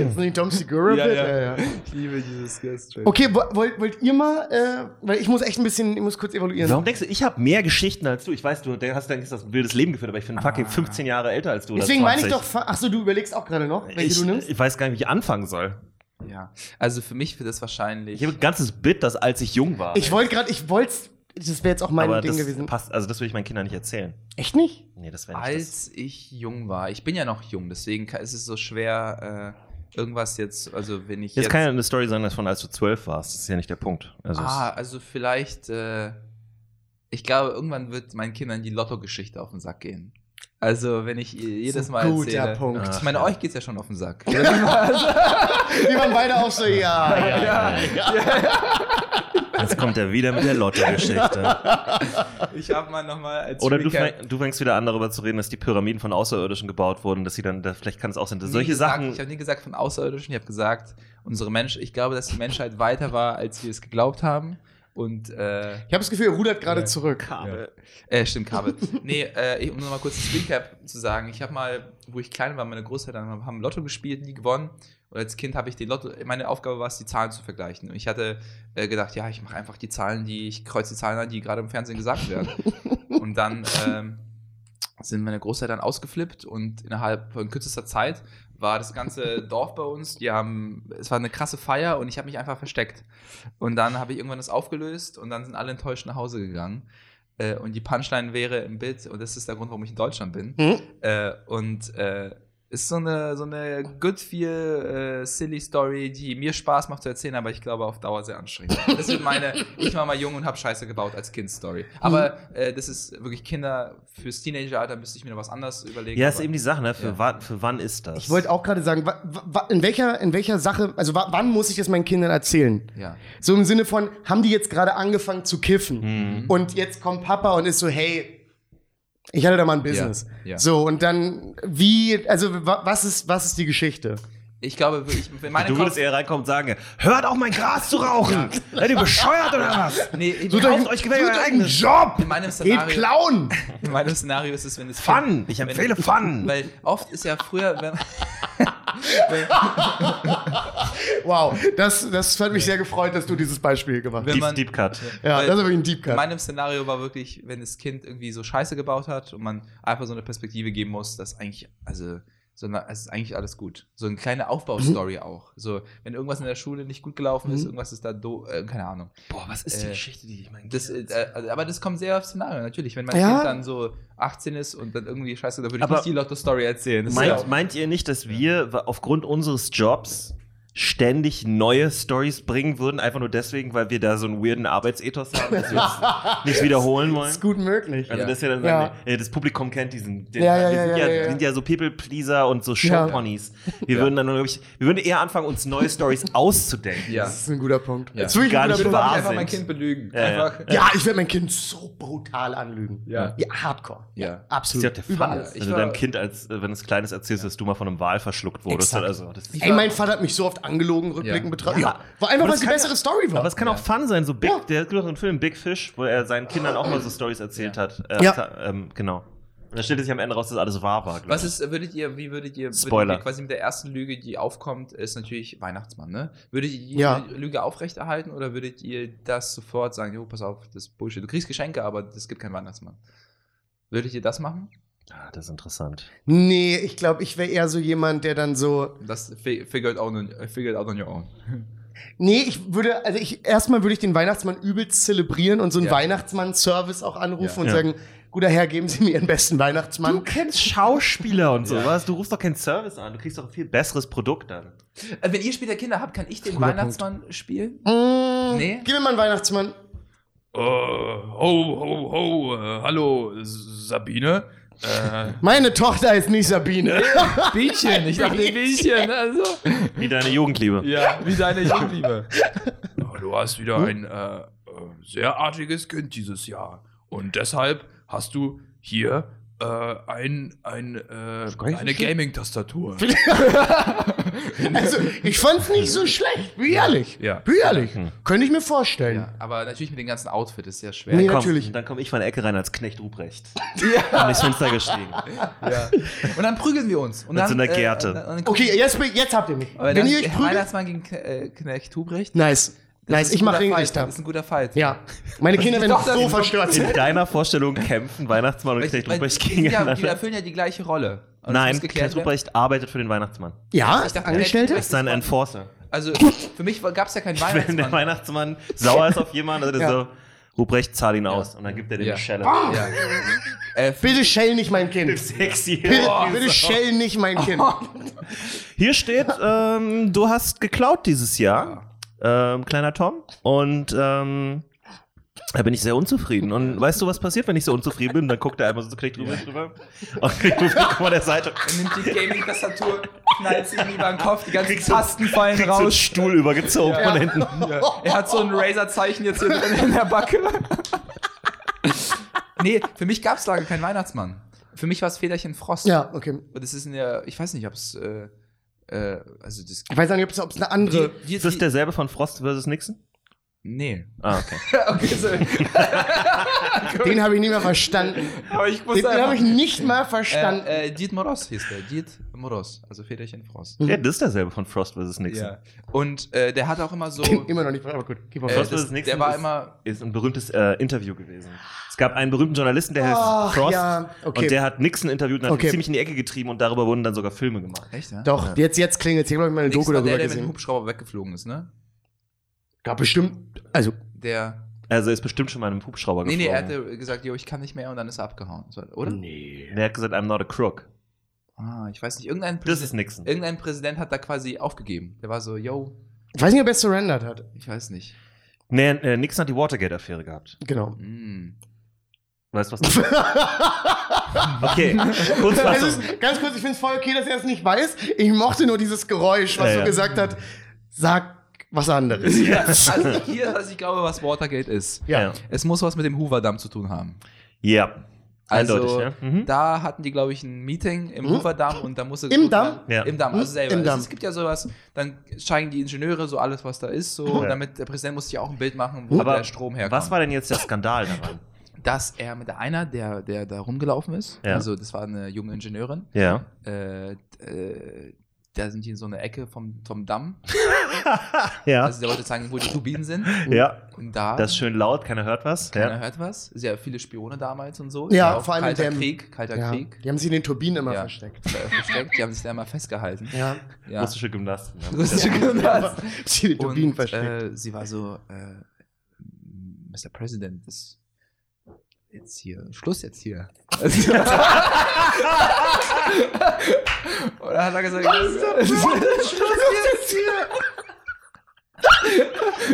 Speaker 3: Ist nicht Tom Segura?
Speaker 4: Ja,
Speaker 3: Bit?
Speaker 4: ja.
Speaker 3: Ja, ja.
Speaker 4: ich liebe dieses Guest Track.
Speaker 3: Okay, wo- wollt, wollt ihr mal, äh, weil ich muss echt ein bisschen, ich muss kurz evaluieren.
Speaker 5: Warum denkst du, ich habe mehr Geschichten als du? Ich weiß, du hast denkst, das ein wildes Leben geführt, aber ich bin
Speaker 4: Ah.
Speaker 5: fucking 15 Jahre älter als du. oder
Speaker 3: Deswegen meine ich doch,
Speaker 5: 20.
Speaker 3: fa- ach so, du überlegst auch gerade noch, welche
Speaker 5: ich,
Speaker 3: du nimmst.
Speaker 5: ich weiß gar nicht, wie ich anfangen soll.
Speaker 4: Ja. Also für mich wird das wahrscheinlich.
Speaker 5: Ich habe ein ganzes Bit, das als ich jung war.
Speaker 3: Ich wollte gerade, ich wollte, das wäre jetzt auch mein
Speaker 5: aber
Speaker 3: Ding
Speaker 5: das
Speaker 3: gewesen.
Speaker 5: Passt, also das würde ich meinen Kindern nicht erzählen.
Speaker 3: Echt nicht?
Speaker 5: Nee, das wäre nicht das.
Speaker 4: Als ich jung war, ich bin ja noch jung, deswegen ka- ist es so schwer, äh, irgendwas jetzt, also wenn ich
Speaker 5: Jetzt,
Speaker 4: jetzt.
Speaker 5: kann ja eine Story sein, dass von als du zwölf warst. Das ist ja nicht der Punkt. Also
Speaker 4: ah,
Speaker 5: <laughs>
Speaker 4: also vielleicht, äh, ich glaube, irgendwann wird meinen Kindern die Lotto-Geschichte auf den Sack gehen. Also, wenn ich ihr jedes Mal
Speaker 3: Guter
Speaker 4: erzähle.
Speaker 3: Punkt.
Speaker 4: Ich meine, euch geht's ja schon auf den
Speaker 3: <laughs>
Speaker 4: Sack. <laughs>
Speaker 3: Wir waren beide auch so, ja. ja.
Speaker 5: ja, ja, Jetzt kommt er wieder mit der Lotto-Geschichte.
Speaker 4: ich habe mal nochmal als
Speaker 5: Oder du,
Speaker 4: Recap-
Speaker 5: fäng, du fängst wieder an, darüber zu reden, dass die Pyramiden von Außerirdischen gebaut wurden, dass sie dann, da, vielleicht kann es auch sein, dass
Speaker 4: nie
Speaker 5: also solche
Speaker 4: gesagt,
Speaker 5: Sachen.
Speaker 4: Ich habe nie gesagt von Außerirdischen, ich habe gesagt, unsere Mensch, ich glaube, dass die Menschheit weiter war, als wir es geglaubt haben. Und äh,
Speaker 3: Ich habe das Gefühl, ihr rudert gerade
Speaker 4: Ja.
Speaker 3: zurück.
Speaker 4: Äh, stimmt, Kabel. nee, äh, ich, um nochmal kurz das Recap zu sagen. Ich habe mal, wo ich klein war, meine Großeltern haben Lotto gespielt, nie gewonnen. Und als Kind habe ich den Lotto, meine Aufgabe war es, die Zahlen zu vergleichen. Und ich hatte äh, gedacht, ja, ich mache einfach die Zahlen, die, ich kreuze die Zahlen an, die gerade im Fernsehen gesagt werden. und dann ähm, sind meine Großeltern ausgeflippt und innerhalb von kürzester Zeit war das ganze Dorf bei uns. Die haben, es war eine krasse Feier und ich habe mich einfach versteckt. Und dann habe ich irgendwann das aufgelöst und dann sind alle enttäuscht nach Hause gegangen. Äh, und die Punchline wäre im Bild, und das ist der Grund, warum ich in Deutschland bin.
Speaker 3: Hm?
Speaker 4: Äh, und äh, ist so eine, so eine good feel, äh, silly Story, die mir Spaß macht zu erzählen, aber ich glaube auf Dauer sehr
Speaker 5: <laughs>
Speaker 4: anstrengend. Das wird meine, ich war mal jung und habe Scheiße gebaut als Kind
Speaker 5: Hm.
Speaker 4: Story. Aber äh, das ist wirklich Kinder, fürs Teenageralter müsste ich mir noch was anderes überlegen.
Speaker 5: Ja, ist
Speaker 4: aber-
Speaker 5: eben die Sache, ne? Für,
Speaker 4: Ja.
Speaker 5: wann, für wann ist das?
Speaker 3: Ich wollte auch gerade sagen, wa- wa- in welcher, in welcher Sache, also wa- wann muss ich das meinen Kindern erzählen?
Speaker 4: Ja.
Speaker 3: So im Sinne von, haben die jetzt gerade angefangen zu kiffen?
Speaker 4: Mhm.
Speaker 3: Und jetzt kommt Papa und ist so, hey, ich hatte da mal ein Business.
Speaker 4: ja.
Speaker 3: So, und dann, wie, also wa- was ist, was ist die Geschichte?
Speaker 4: Ich glaube, ich, wenn meine
Speaker 5: Du würdest eher reinkommen und sagen, hört auf mein Gras zu rauchen! Seid ihr bescheuert oder was?
Speaker 4: nee, ich,
Speaker 3: Sucht
Speaker 5: Kauft
Speaker 3: euch-
Speaker 5: euch Gewehr
Speaker 3: sucht
Speaker 5: euer
Speaker 3: euch
Speaker 5: eigenes.
Speaker 3: einen Job!
Speaker 4: in meinem
Speaker 3: Geht
Speaker 4: Szenario.
Speaker 3: klauen!
Speaker 4: In meinem Szenario ist es, wenn es
Speaker 5: Fun! Ich empfehle
Speaker 4: wenn, <laughs>
Speaker 5: Fun!
Speaker 4: Weil oft ist ja früher, wenn,
Speaker 3: Wow, das, das hat mich sehr gefreut, dass du dieses Beispiel gemacht hast.
Speaker 4: wenn man,
Speaker 5: Deep, Deep Cut.
Speaker 3: Ja,
Speaker 4: weil-
Speaker 3: das ist wirklich ein Deep
Speaker 4: In
Speaker 3: Cut.
Speaker 4: meinem Szenario war wirklich, wenn das Kind irgendwie so Scheiße gebaut hat und man einfach so eine Perspektive geben muss, dass eigentlich, also, so eine, es ist eigentlich alles gut. So eine kleine Aufbaustory auch. So, wenn irgendwas in der Schule nicht gut gelaufen ist, irgendwas ist da do, äh, keine Ahnung.
Speaker 5: Boah, was
Speaker 4: ist die
Speaker 5: Geschichte, die ich meine?
Speaker 4: Das, äh, also, aber das kommt sehr auf Szenario, natürlich. Wenn mein
Speaker 3: Ja.
Speaker 4: Kind dann so 18 ist und dann irgendwie Scheiße, da würde ich
Speaker 5: Aber
Speaker 4: nicht die Lotto-Story erzählen. Das ist ja
Speaker 5: Meint,
Speaker 4: auch-
Speaker 5: meint ihr nicht, dass wir wa- aufgrund unseres Jobs ständig neue Stories bringen würden, einfach nur deswegen, weil wir da so einen weirden Arbeitsethos haben,
Speaker 4: <laughs>
Speaker 5: dass wir es nicht wiederholen wollen?
Speaker 3: ist gut möglich.
Speaker 5: Also,
Speaker 4: Ja.
Speaker 5: dass wir dann
Speaker 3: Ja.
Speaker 5: sagen, nee, das Publikum kennt diesen. Den,
Speaker 3: Ja, ja,
Speaker 5: wir
Speaker 3: ja,
Speaker 5: sind
Speaker 3: ja,
Speaker 5: ja,
Speaker 3: ja, ja.
Speaker 5: sind ja so People-Pleaser und so Showponys. Wir würden dann, glaube ich, wir würden eher anfangen, uns
Speaker 4: <laughs>
Speaker 5: neue Stories auszudenken.
Speaker 4: ja.
Speaker 3: Das ist ein guter Punkt.
Speaker 4: Ja.
Speaker 3: Das ist wirklich
Speaker 5: Gar
Speaker 3: ein
Speaker 5: nicht
Speaker 3: guter
Speaker 5: wahr.
Speaker 3: Punkt.
Speaker 4: einfach mein
Speaker 5: sind.
Speaker 4: Kind belügen.
Speaker 5: Ja, ja.
Speaker 4: Einfach.
Speaker 3: Ja, ich werde mein Kind so brutal anlügen.
Speaker 4: Ja.
Speaker 3: hardcore.
Speaker 4: Ja.
Speaker 5: Das ist
Speaker 3: Absolut.
Speaker 5: ja der Fall.
Speaker 3: Überall.
Speaker 4: Ich
Speaker 5: Wenn du
Speaker 4: war-
Speaker 5: deinem Kind, als, äh, wenn es klein ist, erzählst, dass du mal von einem Wal verschluckt wurdest.
Speaker 3: Exakt.
Speaker 5: Also, das
Speaker 3: Ey, mein Vater hat mich so oft angelogen, rückblickend betrachtet. Ja. War einfach,
Speaker 5: Aber
Speaker 3: weil
Speaker 5: das
Speaker 3: es die
Speaker 5: kann
Speaker 3: bessere
Speaker 5: ja-
Speaker 3: Story war.
Speaker 5: Aber es kann auch Fun sein, so Big, der gibt doch einen Film Big Fish, wo er seinen Kindern auch mal so Stories erzählt hat. Äh,
Speaker 3: Ja.
Speaker 5: ta- Ähm, genau. Und dann stellt es sich am Ende raus, dass alles wahr war. glaub
Speaker 4: Was
Speaker 5: ich.
Speaker 4: ist, würdet ihr, wie würdet ihr,
Speaker 5: Spoiler.
Speaker 4: Würdet ihr quasi mit der ersten Lüge, die aufkommt, ist natürlich Weihnachtsmann, ne? Würdet ihr die
Speaker 3: Ja.
Speaker 4: Lüge aufrechterhalten oder würdet ihr das sofort sagen, jo, pass auf, das ist Bullshit. Du kriegst Geschenke, aber es gibt keinen Weihnachtsmann. Würdet ihr das machen?
Speaker 5: Ah, das ist interessant.
Speaker 3: nee, ich glaube, ich wäre eher so jemand, der dann so.
Speaker 4: Das fi- figure it out on, äh, figure it out on your own.
Speaker 3: Nee, ich würde, also ich erstmal würde ich den Weihnachtsmann übelst zelebrieren und so einen
Speaker 4: Ja.
Speaker 3: Weihnachtsmann-Service auch anrufen
Speaker 4: Ja.
Speaker 3: und
Speaker 5: Ja.
Speaker 3: sagen, guter Herr, geben Sie mir Ihren besten
Speaker 5: Du
Speaker 3: Weihnachtsmann.
Speaker 5: kennst Schauspieler und sowas. Du rufst doch keinen Service an. Du kriegst doch ein viel besseres Produkt dann.
Speaker 4: Äh, Wenn ihr später Kinder habt, kann ich den
Speaker 3: Guter
Speaker 4: Weihnachtsmann spielen?
Speaker 3: Mm,
Speaker 4: Nee.
Speaker 3: Gib mir mal einen Weihnachtsmann.
Speaker 8: ho, ho, ho, äh, hallo, S- Sabine.
Speaker 4: <laughs>
Speaker 8: Äh,
Speaker 3: Meine Tochter ist nicht Sabine.
Speaker 4: Bienchen, ich dachte Bienchen, also.
Speaker 5: Wie deine Jugendliebe.
Speaker 4: Ja, wie deine Hm? Jugendliebe.
Speaker 8: du hast wieder ein äh, äh, sehr artiges Kind dieses Jahr. Und deshalb hast du hier äh, ein, ein, äh,
Speaker 3: gar nicht so
Speaker 8: eine
Speaker 3: schlimm.
Speaker 8: Gaming-Tastatur.
Speaker 3: Also, ich fand's nicht so schlecht. Wie ehrlich.
Speaker 8: Ja.
Speaker 3: Wie ehrlich.
Speaker 5: Hm.
Speaker 3: Könnte ich mir vorstellen.
Speaker 4: Mhm. Ja, aber natürlich mit dem ganzen Outfit ist sehr schwer.
Speaker 3: Nee,
Speaker 5: Komm,
Speaker 3: natürlich.
Speaker 5: Dann komme ich von der Ecke rein als
Speaker 3: <laughs>
Speaker 5: Knecht Ruprecht. Ja. Und ich Fenster gestiegen.
Speaker 4: Ja. Und dann prügeln wir uns. Und
Speaker 5: Mit
Speaker 4: dann,
Speaker 5: so einer
Speaker 4: äh,
Speaker 5: Gerte.
Speaker 4: und dann- und dann-
Speaker 3: Okay, jetzt, bin- jetzt habt ihr mich.
Speaker 4: Aber
Speaker 3: Wenn
Speaker 4: dann,
Speaker 3: ihr euch prügelt.
Speaker 4: Weihnachtsmann gegen äh, Knecht Hubrecht.
Speaker 3: Nice.
Speaker 4: Das
Speaker 3: Nice,
Speaker 4: ist ein
Speaker 3: ich mach
Speaker 4: guter Fight.
Speaker 3: Ringrichter.
Speaker 4: Das ist ein guter Fight.
Speaker 3: Ja. Meine Kinder werden
Speaker 4: Doch, das-
Speaker 3: so verstört
Speaker 5: In
Speaker 3: sein.
Speaker 5: deiner Vorstellung kämpfen Weihnachtsmann und
Speaker 4: Weil-
Speaker 5: Knecht
Speaker 4: weil die
Speaker 5: Ruprecht
Speaker 4: sind ja, die
Speaker 5: gegeneinander.
Speaker 4: erfüllen ja die gleiche Rolle. Und das
Speaker 5: Nein,
Speaker 4: muss geklärt
Speaker 5: Knecht Ruprecht arbeitet für den Weihnachtsmann.
Speaker 3: Ja,
Speaker 4: Ich dachte,
Speaker 3: Angestellte?
Speaker 5: Das ist sein Enforcer.
Speaker 4: werden. Also für mich gab es ja keinen
Speaker 5: Wenn der
Speaker 4: Weihnachtsmann.
Speaker 5: Weihnachtsmann sauer ist auf jemanden, dann ist
Speaker 3: Ja.
Speaker 5: so, Ruprecht, zahl ihn aus. Und dann gibt er dem
Speaker 4: Ja. Ah!
Speaker 5: eine Schelle. <laughs>
Speaker 4: Ja. Äh,
Speaker 3: Bitte schell nicht mein Kind.
Speaker 5: Sexy.
Speaker 3: Bitte, bitte schell nicht mein Kind.
Speaker 4: Oh.
Speaker 5: Hier steht, ähm, du hast geklaut dieses Jahr, ähm, kleiner Tom. Und ähm, da bin ich sehr unzufrieden. Und weißt du, was passiert, wenn ich so unzufrieden bin? Dann guckt er einmal so Knecht Ruprecht drüber und Knecht Ruprecht kommt an der Seite.
Speaker 4: er nimmt die Gaming-Tastatur, knallt sie ihm über den Kopf, die ganzen
Speaker 5: Kriegst du-
Speaker 4: Tasten fallen
Speaker 5: Kriegt so einen
Speaker 4: raus.
Speaker 5: Stuhl übergezogen von hinten.
Speaker 4: Er hat so ein Razer-Zeichen jetzt hier drin in der Backe. <laughs> nee, für mich gab es lange keinen Weihnachtsmann. Für mich war es Federchen Frost.
Speaker 3: Ja, okay.
Speaker 4: Und das ist in der, ich weiß nicht, ob es, äh, äh, also das.
Speaker 3: Ich weiß auch nicht, ob es eine andere.
Speaker 4: die,
Speaker 5: Ist das derselbe von Frost vs. Nixon?
Speaker 4: Nee. <laughs>
Speaker 5: Ah, okay.
Speaker 4: okay, so.
Speaker 3: Den habe ich nicht mehr verstanden.
Speaker 4: Aber ich <laughs> muss
Speaker 3: Den, den habe
Speaker 4: einfach.
Speaker 3: ich nicht mal verstanden.
Speaker 4: Äh, äh, Diet Moros hieß der. Diet Moros, also Federchen Frost.
Speaker 5: Ja, das ist derselbe von Frost vs. Nixon.
Speaker 4: Ja. Und äh, der hat auch immer so.
Speaker 3: Den immer noch nicht, aber gut. Keep on.
Speaker 4: Äh,
Speaker 5: Frost
Speaker 4: das,
Speaker 5: vs. Nixon
Speaker 4: der war
Speaker 5: ist-
Speaker 4: immer.
Speaker 5: Ist ein berühmtes äh, Interview gewesen. Es gab einen berühmten Journalisten, der heißt
Speaker 3: Ach,
Speaker 5: Frost.
Speaker 3: ja, okay.
Speaker 5: Und der hat Nixon interviewt und hat
Speaker 3: Okay.
Speaker 5: ihn ziemlich in die Ecke getrieben und darüber wurden dann sogar Filme gemacht.
Speaker 4: Echt, ne?
Speaker 3: Doch, jetzt, jetzt klingelt es. Ich habe mal eine
Speaker 4: Nix
Speaker 3: Doku
Speaker 4: war
Speaker 3: darüber
Speaker 4: der, der mit dem
Speaker 3: gesehen.
Speaker 4: Hubschrauber weggeflogen ist, ne?
Speaker 3: Gab bestimmt. Also,
Speaker 4: Der.
Speaker 5: Also er ist bestimmt schon mal in einem Hubschrauber
Speaker 4: Nee, nee, er
Speaker 5: geflogen.
Speaker 4: hatte gesagt, jo, ich kann nicht mehr und dann ist er abgehauen. So, Oder?
Speaker 3: Mhm.
Speaker 5: nee. Er hat gesagt, I'm not a crook.
Speaker 4: Ah, ich weiß nicht. Irgendein
Speaker 5: Das
Speaker 4: Präsident,
Speaker 5: ist Nixon.
Speaker 4: irgendein Präsident hat da quasi aufgegeben. Der war so, yo,
Speaker 3: ich weiß nicht, ob er surrendered hat.
Speaker 4: ich weiß nicht.
Speaker 5: Nee, äh, Nixon hat die Watergate-Affäre gehabt.
Speaker 3: Genau.
Speaker 4: Hm.
Speaker 5: <laughs> Weißt
Speaker 3: <laughs>
Speaker 5: du, was das ist? okay, Kurzfassung.
Speaker 3: Es ist, ganz kurz, ich finde es voll okay, dass er es nicht weiß. Ich mochte nur dieses Geräusch, was
Speaker 5: Ja,
Speaker 3: so
Speaker 5: ja.
Speaker 3: gesagt hat, sag was anderes. <laughs>
Speaker 4: Also hier, was ich glaube, was Watergate ist.
Speaker 5: ja.
Speaker 4: Es muss was mit dem Hoover-Damm zu tun haben.
Speaker 5: ja.
Speaker 4: Also,
Speaker 5: Eindeutig, ne? Mhm.
Speaker 4: Da hatten die, glaube ich, ein Meeting im
Speaker 3: Mhm.
Speaker 4: Hoover-Damm und da musste.
Speaker 3: Im Damm?
Speaker 5: Ja.
Speaker 4: Im Damm, also
Speaker 3: Mhm.
Speaker 4: selber.
Speaker 3: Im
Speaker 4: Es-
Speaker 3: Damm.
Speaker 4: Es gibt ja sowas, dann zeigen die Ingenieure so alles, was da ist, so,
Speaker 5: Ja.
Speaker 4: damit der Präsident muss sich auch ein Bild machen, wo
Speaker 5: Aber
Speaker 4: der Strom herkommt.
Speaker 5: Was war denn jetzt der Skandal daran?
Speaker 4: Dass er mit einer, der, der da rumgelaufen ist,
Speaker 5: Ja.
Speaker 4: also das war eine junge Ingenieurin,
Speaker 5: Ja.
Speaker 4: äh, äh, da sind die in so einer Ecke vom, vom Damm.
Speaker 5: Ja.
Speaker 4: Also der wollte zeigen, wo die Turbinen sind.
Speaker 5: ja.
Speaker 4: Und da
Speaker 5: Das ist schön laut, keiner hört was.
Speaker 4: keiner
Speaker 5: Ja.
Speaker 4: hört was. Sehr viele Spione damals und so.
Speaker 3: Ja,
Speaker 4: auch
Speaker 3: vor allem
Speaker 4: Kalter
Speaker 3: der-
Speaker 4: Krieg, Kalter
Speaker 3: Ja.
Speaker 4: Krieg.
Speaker 3: Die haben sie in den Turbinen immer
Speaker 4: Ja.
Speaker 3: versteckt.
Speaker 4: äh, versteckt. Die haben sich da immer festgehalten.
Speaker 5: <laughs>
Speaker 3: Ja.
Speaker 4: Ja.
Speaker 5: Russische Gymnasten.
Speaker 4: <laughs>
Speaker 5: Ja.
Speaker 3: <laughs>
Speaker 4: Russische Gymnast.
Speaker 3: Sie in den Turbinen
Speaker 4: Und
Speaker 3: versteckt.
Speaker 4: äh, sie war so, äh, Mr. President, ist jetzt hier, Schluss jetzt hier. Also- und dann hat er gesagt,
Speaker 3: <laughs>
Speaker 4: Schluss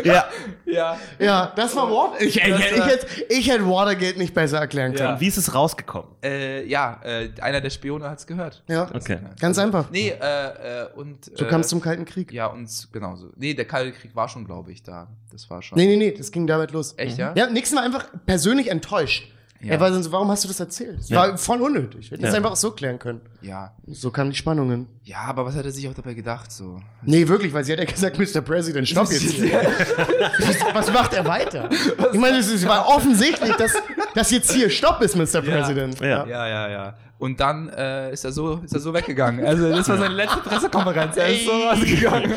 Speaker 5: ja.
Speaker 4: jetzt. Ja.
Speaker 3: ja, das war Watergate. Ich, ich, ich,
Speaker 4: Das war-
Speaker 3: hätte- ich hätte Watergate nicht besser erklären
Speaker 4: Ja.
Speaker 3: können.
Speaker 5: Wie ist es rausgekommen?
Speaker 4: Äh, ja, äh, einer der Spione hat es gehört.
Speaker 3: Ja.
Speaker 5: Okay.
Speaker 3: Ganz einfach.
Speaker 4: also, Nee, äh, äh, und.
Speaker 3: So
Speaker 4: äh,
Speaker 3: kam es zum Kalten Krieg.
Speaker 4: Ja, und genau so. Nee, der Kalte Krieg war schon, glaube ich, da. Das war schon.
Speaker 3: Nee, nee, nee, das ging damit los. Mhm.
Speaker 4: Echt, ja?
Speaker 3: Ja, nächstes Mal einfach persönlich enttäuscht.
Speaker 4: Ja.
Speaker 3: Er war dann so, warum hast du das erzählt? Das
Speaker 5: Ja.
Speaker 3: war voll unnötig. Hätten
Speaker 5: Ja.
Speaker 3: das einfach auch so klären können.
Speaker 4: ja.
Speaker 3: So kamen die Spannungen.
Speaker 4: Ja, aber was hat er sich auch dabei gedacht? So.
Speaker 3: Nee, wirklich, weil sie hat ja gesagt, Mr. President, stopp jetzt <laughs> hier. Was- Was macht er weiter? Ich meine, es ist- war offensichtlich, dass, dass jetzt hier Stopp ist, Mr. President.
Speaker 5: Ja.
Speaker 4: Ja, ja, ja. Und dann äh, ist, er so, ist er so weggegangen. Also, das war seine letzte Pressekonferenz. Er ist so rausgegangen.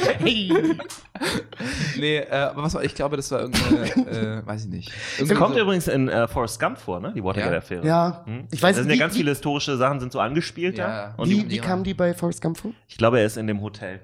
Speaker 4: nee, äh, aber was war, ich glaube, das war irgendeine, äh, weiß ich nicht.
Speaker 5: Sie kommt
Speaker 4: so,
Speaker 5: übrigens in äh, Forrest Gump vor, ne? Die Watergate-Affäre.
Speaker 3: Ja,
Speaker 5: Hm?
Speaker 3: ich weiß
Speaker 5: Da sind
Speaker 3: wie,
Speaker 5: ja ganz
Speaker 3: wie,
Speaker 5: viele historische Sachen, sind so angespielt
Speaker 4: Ja.
Speaker 5: da. Und
Speaker 3: Wie,
Speaker 5: die-
Speaker 3: wie kam die bei Forrest Gump vor?
Speaker 5: ich glaube, er ist in dem Hotel.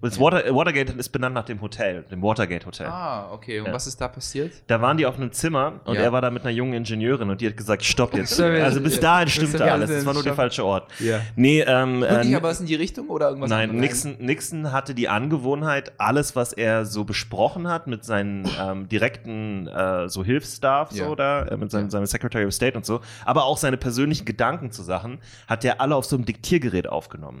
Speaker 5: Das Water, äh, Watergate ist benannt nach dem Hotel, dem Watergate Hotel.
Speaker 4: Ah, okay. Und
Speaker 5: Ja.
Speaker 4: was ist da passiert?
Speaker 5: Da waren die auf einem Zimmer und
Speaker 4: Ja.
Speaker 5: er war da mit einer jungen Ingenieurin und die hat gesagt, stopp
Speaker 4: <laughs>
Speaker 5: jetzt.
Speaker 4: Stopp jetzt.
Speaker 5: also bis dahin
Speaker 4: Bis
Speaker 5: stimmt da
Speaker 4: dahin
Speaker 5: alles, das war nur der
Speaker 4: stimmt.
Speaker 5: falsche Ort.
Speaker 4: Ja.
Speaker 5: Nee, ähm,
Speaker 4: Wirklich,
Speaker 5: äh,
Speaker 4: aber ist in die Richtung oder irgendwas?
Speaker 5: nein,
Speaker 4: anderes?
Speaker 5: Nixon, Nixon hatte die Angewohnheit, alles, was er so besprochen hat mit seinen ähm, direkten äh, so Hilfsstaff
Speaker 4: Ja.
Speaker 5: so da, äh, mit seinem,
Speaker 4: Ja.
Speaker 5: seinem Secretary of State und so, aber auch seine persönlichen Gedanken zu Sachen, hat er alle auf so einem Diktiergerät aufgenommen.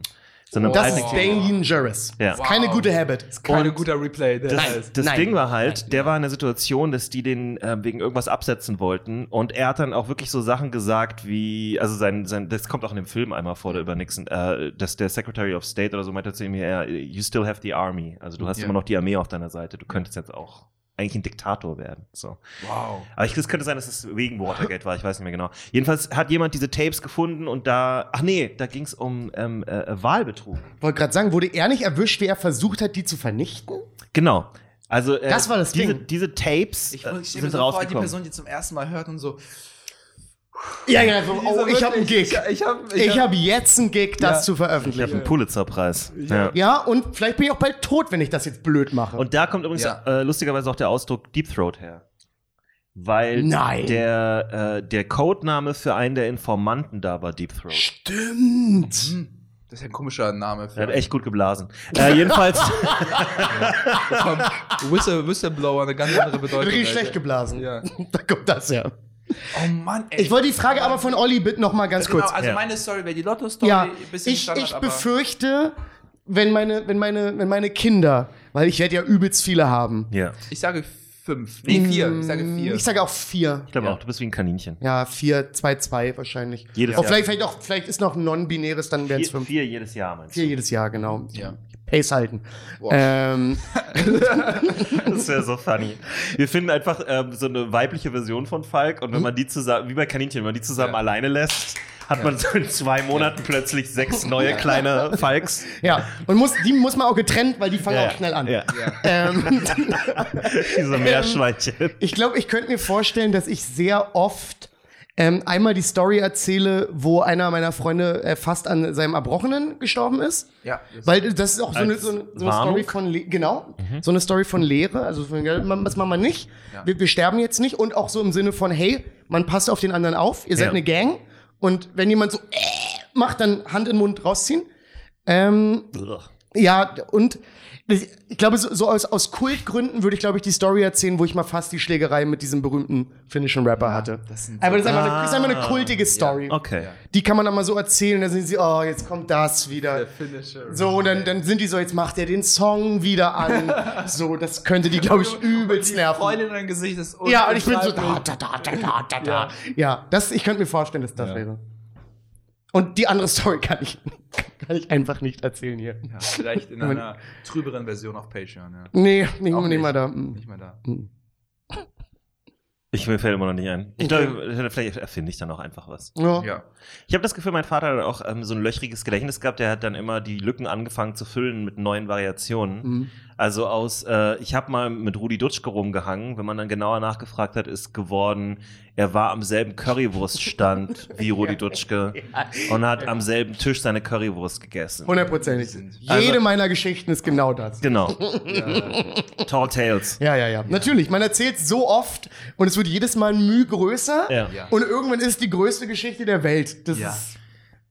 Speaker 5: So
Speaker 4: Oh,
Speaker 5: einem
Speaker 3: Das
Speaker 5: alten
Speaker 3: ist
Speaker 5: Ding.
Speaker 3: dangerous.
Speaker 5: Ja.
Speaker 3: Ist keine gute Habit.
Speaker 4: Keine guter Replay. Der
Speaker 5: Das,
Speaker 4: ist.
Speaker 5: das
Speaker 3: Nein.
Speaker 5: Ding war halt, der war in der Situation, dass die den äh, wegen irgendwas absetzen wollten und er hat dann auch wirklich so Sachen gesagt wie, also sein, sein das kommt auch in dem Film einmal vor, der über Nixon, äh, dass der Secretary of State oder so meinte zu ihm, ja, you still have the army, also du hast
Speaker 4: Ja.
Speaker 5: immer noch die Armee auf deiner Seite, du könntest jetzt auch eigentlich ein Diktator werden, so.
Speaker 4: Wow.
Speaker 5: Aber ich, es könnte sein, dass es wegen Watergate war, ich weiß nicht mehr genau. Jedenfalls hat jemand diese Tapes gefunden und da, ach nee, da ging es um ähm, äh, Wahlbetrug.
Speaker 3: Wollte gerade sagen, wurde er nicht erwischt, wie er versucht hat, die zu vernichten?
Speaker 5: Genau. Also äh,
Speaker 3: Das war das
Speaker 5: diese,
Speaker 3: Ding.
Speaker 5: diese Tapes
Speaker 4: Ich,
Speaker 5: äh,
Speaker 4: ich stelle mir so vor,
Speaker 5: sind
Speaker 4: die
Speaker 5: rausgekommen.
Speaker 4: Person, die zum ersten Mal hört und so.
Speaker 3: Ja, ja, so, oh, ich habe einen Gig.
Speaker 4: Ich habe.
Speaker 3: Ich habe jetzt einen Gig, das
Speaker 4: Ja.
Speaker 3: zu
Speaker 5: Ich habe
Speaker 3: veröffentlichen.
Speaker 5: einen Pulitzer-Preis. Ja.
Speaker 3: Ja, und vielleicht bin ich auch bald tot, wenn ich das jetzt blöd mache.
Speaker 5: Und da kommt übrigens
Speaker 4: Ja.
Speaker 5: äh, lustigerweise auch der Ausdruck Deep Throat her. Weil
Speaker 3: Nein.
Speaker 5: Der, äh, der Codename für einen der Informanten da war Deep Throat.
Speaker 3: Stimmt.
Speaker 4: hm, das ist ja ein komischer Name für
Speaker 5: Der hat echt gut geblasen. Äh,
Speaker 3: <laughs>
Speaker 5: jedenfalls, <laughs>
Speaker 4: Komm, Whistle, Whistleblower, eine
Speaker 3: <laughs>
Speaker 4: ganz andere Bedeutung.
Speaker 3: Richtig
Speaker 4: Alter.
Speaker 3: schlecht geblasen.
Speaker 4: Ja.
Speaker 3: <laughs> Da kommt das ja.
Speaker 4: Oh Mann, ey.
Speaker 3: Ich wollte die Frage aber von Olli bitte noch mal ganz
Speaker 4: genau,
Speaker 3: kurz.
Speaker 4: Also
Speaker 5: Ja.
Speaker 4: meine Story wäre die Lotto-Story.
Speaker 3: Ja,
Speaker 4: bisschen
Speaker 3: ich,
Speaker 4: Standard,
Speaker 3: ich
Speaker 4: aber-
Speaker 3: befürchte, wenn meine, wenn meine, wenn meine Kinder, weil ich werde ja übelst viele haben.
Speaker 5: ja,
Speaker 4: Ich sage fünf. Nee, vier. Ich sage vier.
Speaker 3: Mm, Ich sage auch vier.
Speaker 5: ich glaube
Speaker 4: Ja.
Speaker 5: auch, du bist wie ein Kaninchen.
Speaker 3: Ja, vier, zwei, zwei wahrscheinlich.
Speaker 5: Jedes
Speaker 3: Auch
Speaker 5: Jahr.
Speaker 3: vielleicht, vielleicht auch, vielleicht ist noch ein non-binäres, dann wären es
Speaker 5: Vier,
Speaker 3: fünf.
Speaker 5: vier jedes Jahr, meinst
Speaker 3: Vier
Speaker 5: du?
Speaker 3: jedes Jahr, genau.
Speaker 4: ja.
Speaker 3: Pace halten.
Speaker 4: Boah.
Speaker 3: Ähm,
Speaker 5: Das wäre so funny. Wir finden einfach ähm, so eine weibliche Version von Falk
Speaker 3: Hm?
Speaker 5: und wenn man die zusammen, wie bei Kaninchen, wenn man die zusammen
Speaker 4: Ja.
Speaker 5: alleine lässt, hat man so in zwei Monaten plötzlich sechs neue kleine Falks.
Speaker 3: ja, und muss, die muss man auch getrennt, weil die fangen auch schnell an.
Speaker 5: Ja.
Speaker 4: Ja.
Speaker 3: Ähm,
Speaker 5: <laughs> Diese Meerschweinchen.
Speaker 3: Ich glaube, ich könnte mir vorstellen, dass ich sehr oft ähm, einmal die Story erzähle, wo einer meiner Freunde äh, fast an seinem Erbrochenen gestorben ist.
Speaker 4: ja.
Speaker 3: Weil das ist auch so eine,
Speaker 5: Als
Speaker 3: so eine, so eine
Speaker 5: Warnung?
Speaker 3: Story von Le genau, so eine Story von Lehre. Also von, gell, man- das machen wir nicht.
Speaker 4: Ja.
Speaker 3: Wir, wir sterben jetzt nicht. Und auch so im Sinne von, hey, man passt auf den anderen auf, ihr seid
Speaker 5: Ja.
Speaker 3: eine Gang. Und wenn jemand so äh, macht, dann Hand in den Mund rausziehen. Ähm, ja, und ich glaube, so, so aus, aus Kultgründen würde ich, glaube ich, die Story erzählen, wo ich mal fast die Schlägerei mit diesem berühmten finnischen Rapper hatte.
Speaker 4: das sind so-
Speaker 3: Aber das ist, einfach eine, das ist einfach eine
Speaker 5: Ah,
Speaker 3: kultige Story.
Speaker 5: Okay.
Speaker 3: Die kann man dann mal so erzählen, dann sind sie, oh, jetzt kommt das wieder.
Speaker 4: Finisher.
Speaker 3: So, und dann, dann sind die so, jetzt macht er den Song wieder <laughs> an. so, das könnte die, glaube ich, übelst
Speaker 4: Die
Speaker 3: nerven.
Speaker 4: Freude in deinem Gesicht ist
Speaker 3: Ja, und ich bin so da,
Speaker 4: unbeschreiblich.
Speaker 3: da, da, da, da, da, da. Ja, das, ich könnte mir vorstellen, dass das wäre. Und die andere Story kann ich, kann ich einfach nicht erzählen hier.
Speaker 4: Ja,
Speaker 3: <laughs>
Speaker 4: vielleicht in einer trüberen Version auf Patreon. Ja.
Speaker 3: Nee, nicht,
Speaker 4: Auch
Speaker 3: nicht.
Speaker 4: nicht.
Speaker 3: mal da. mm.
Speaker 4: Nicht mal da.
Speaker 5: Ich mir fällt immer noch nicht ein. Ich glaube, vielleicht erfinde ich dann auch einfach was.
Speaker 3: Ja.
Speaker 4: Ja.
Speaker 5: Ich habe das Gefühl, mein Vater hat auch ähm, so ein löchriges Gedächtnis gehabt. Der hat dann immer die Lücken angefangen zu füllen mit neuen Variationen.
Speaker 3: Mhm.
Speaker 5: Also aus, äh, ich habe mal mit Rudi Dutschke rumgehangen. Wenn man dann genauer nachgefragt hat, ist geworden, er war am selben Currywurststand wie Rudi Dutschke und hat am selben Tisch seine Currywurst gegessen.
Speaker 3: Hundertprozentig.
Speaker 5: Also-
Speaker 3: Jede meiner Geschichten ist genau das.
Speaker 5: Genau. Tall Tales.
Speaker 3: Ja, ja, ja. Natürlich, man erzählt so oft und es wird jedes Mal ein Mühe größer.
Speaker 4: Ja.
Speaker 3: Und irgendwann ist die größte Geschichte der Welt. Das
Speaker 4: Ja.
Speaker 3: ist,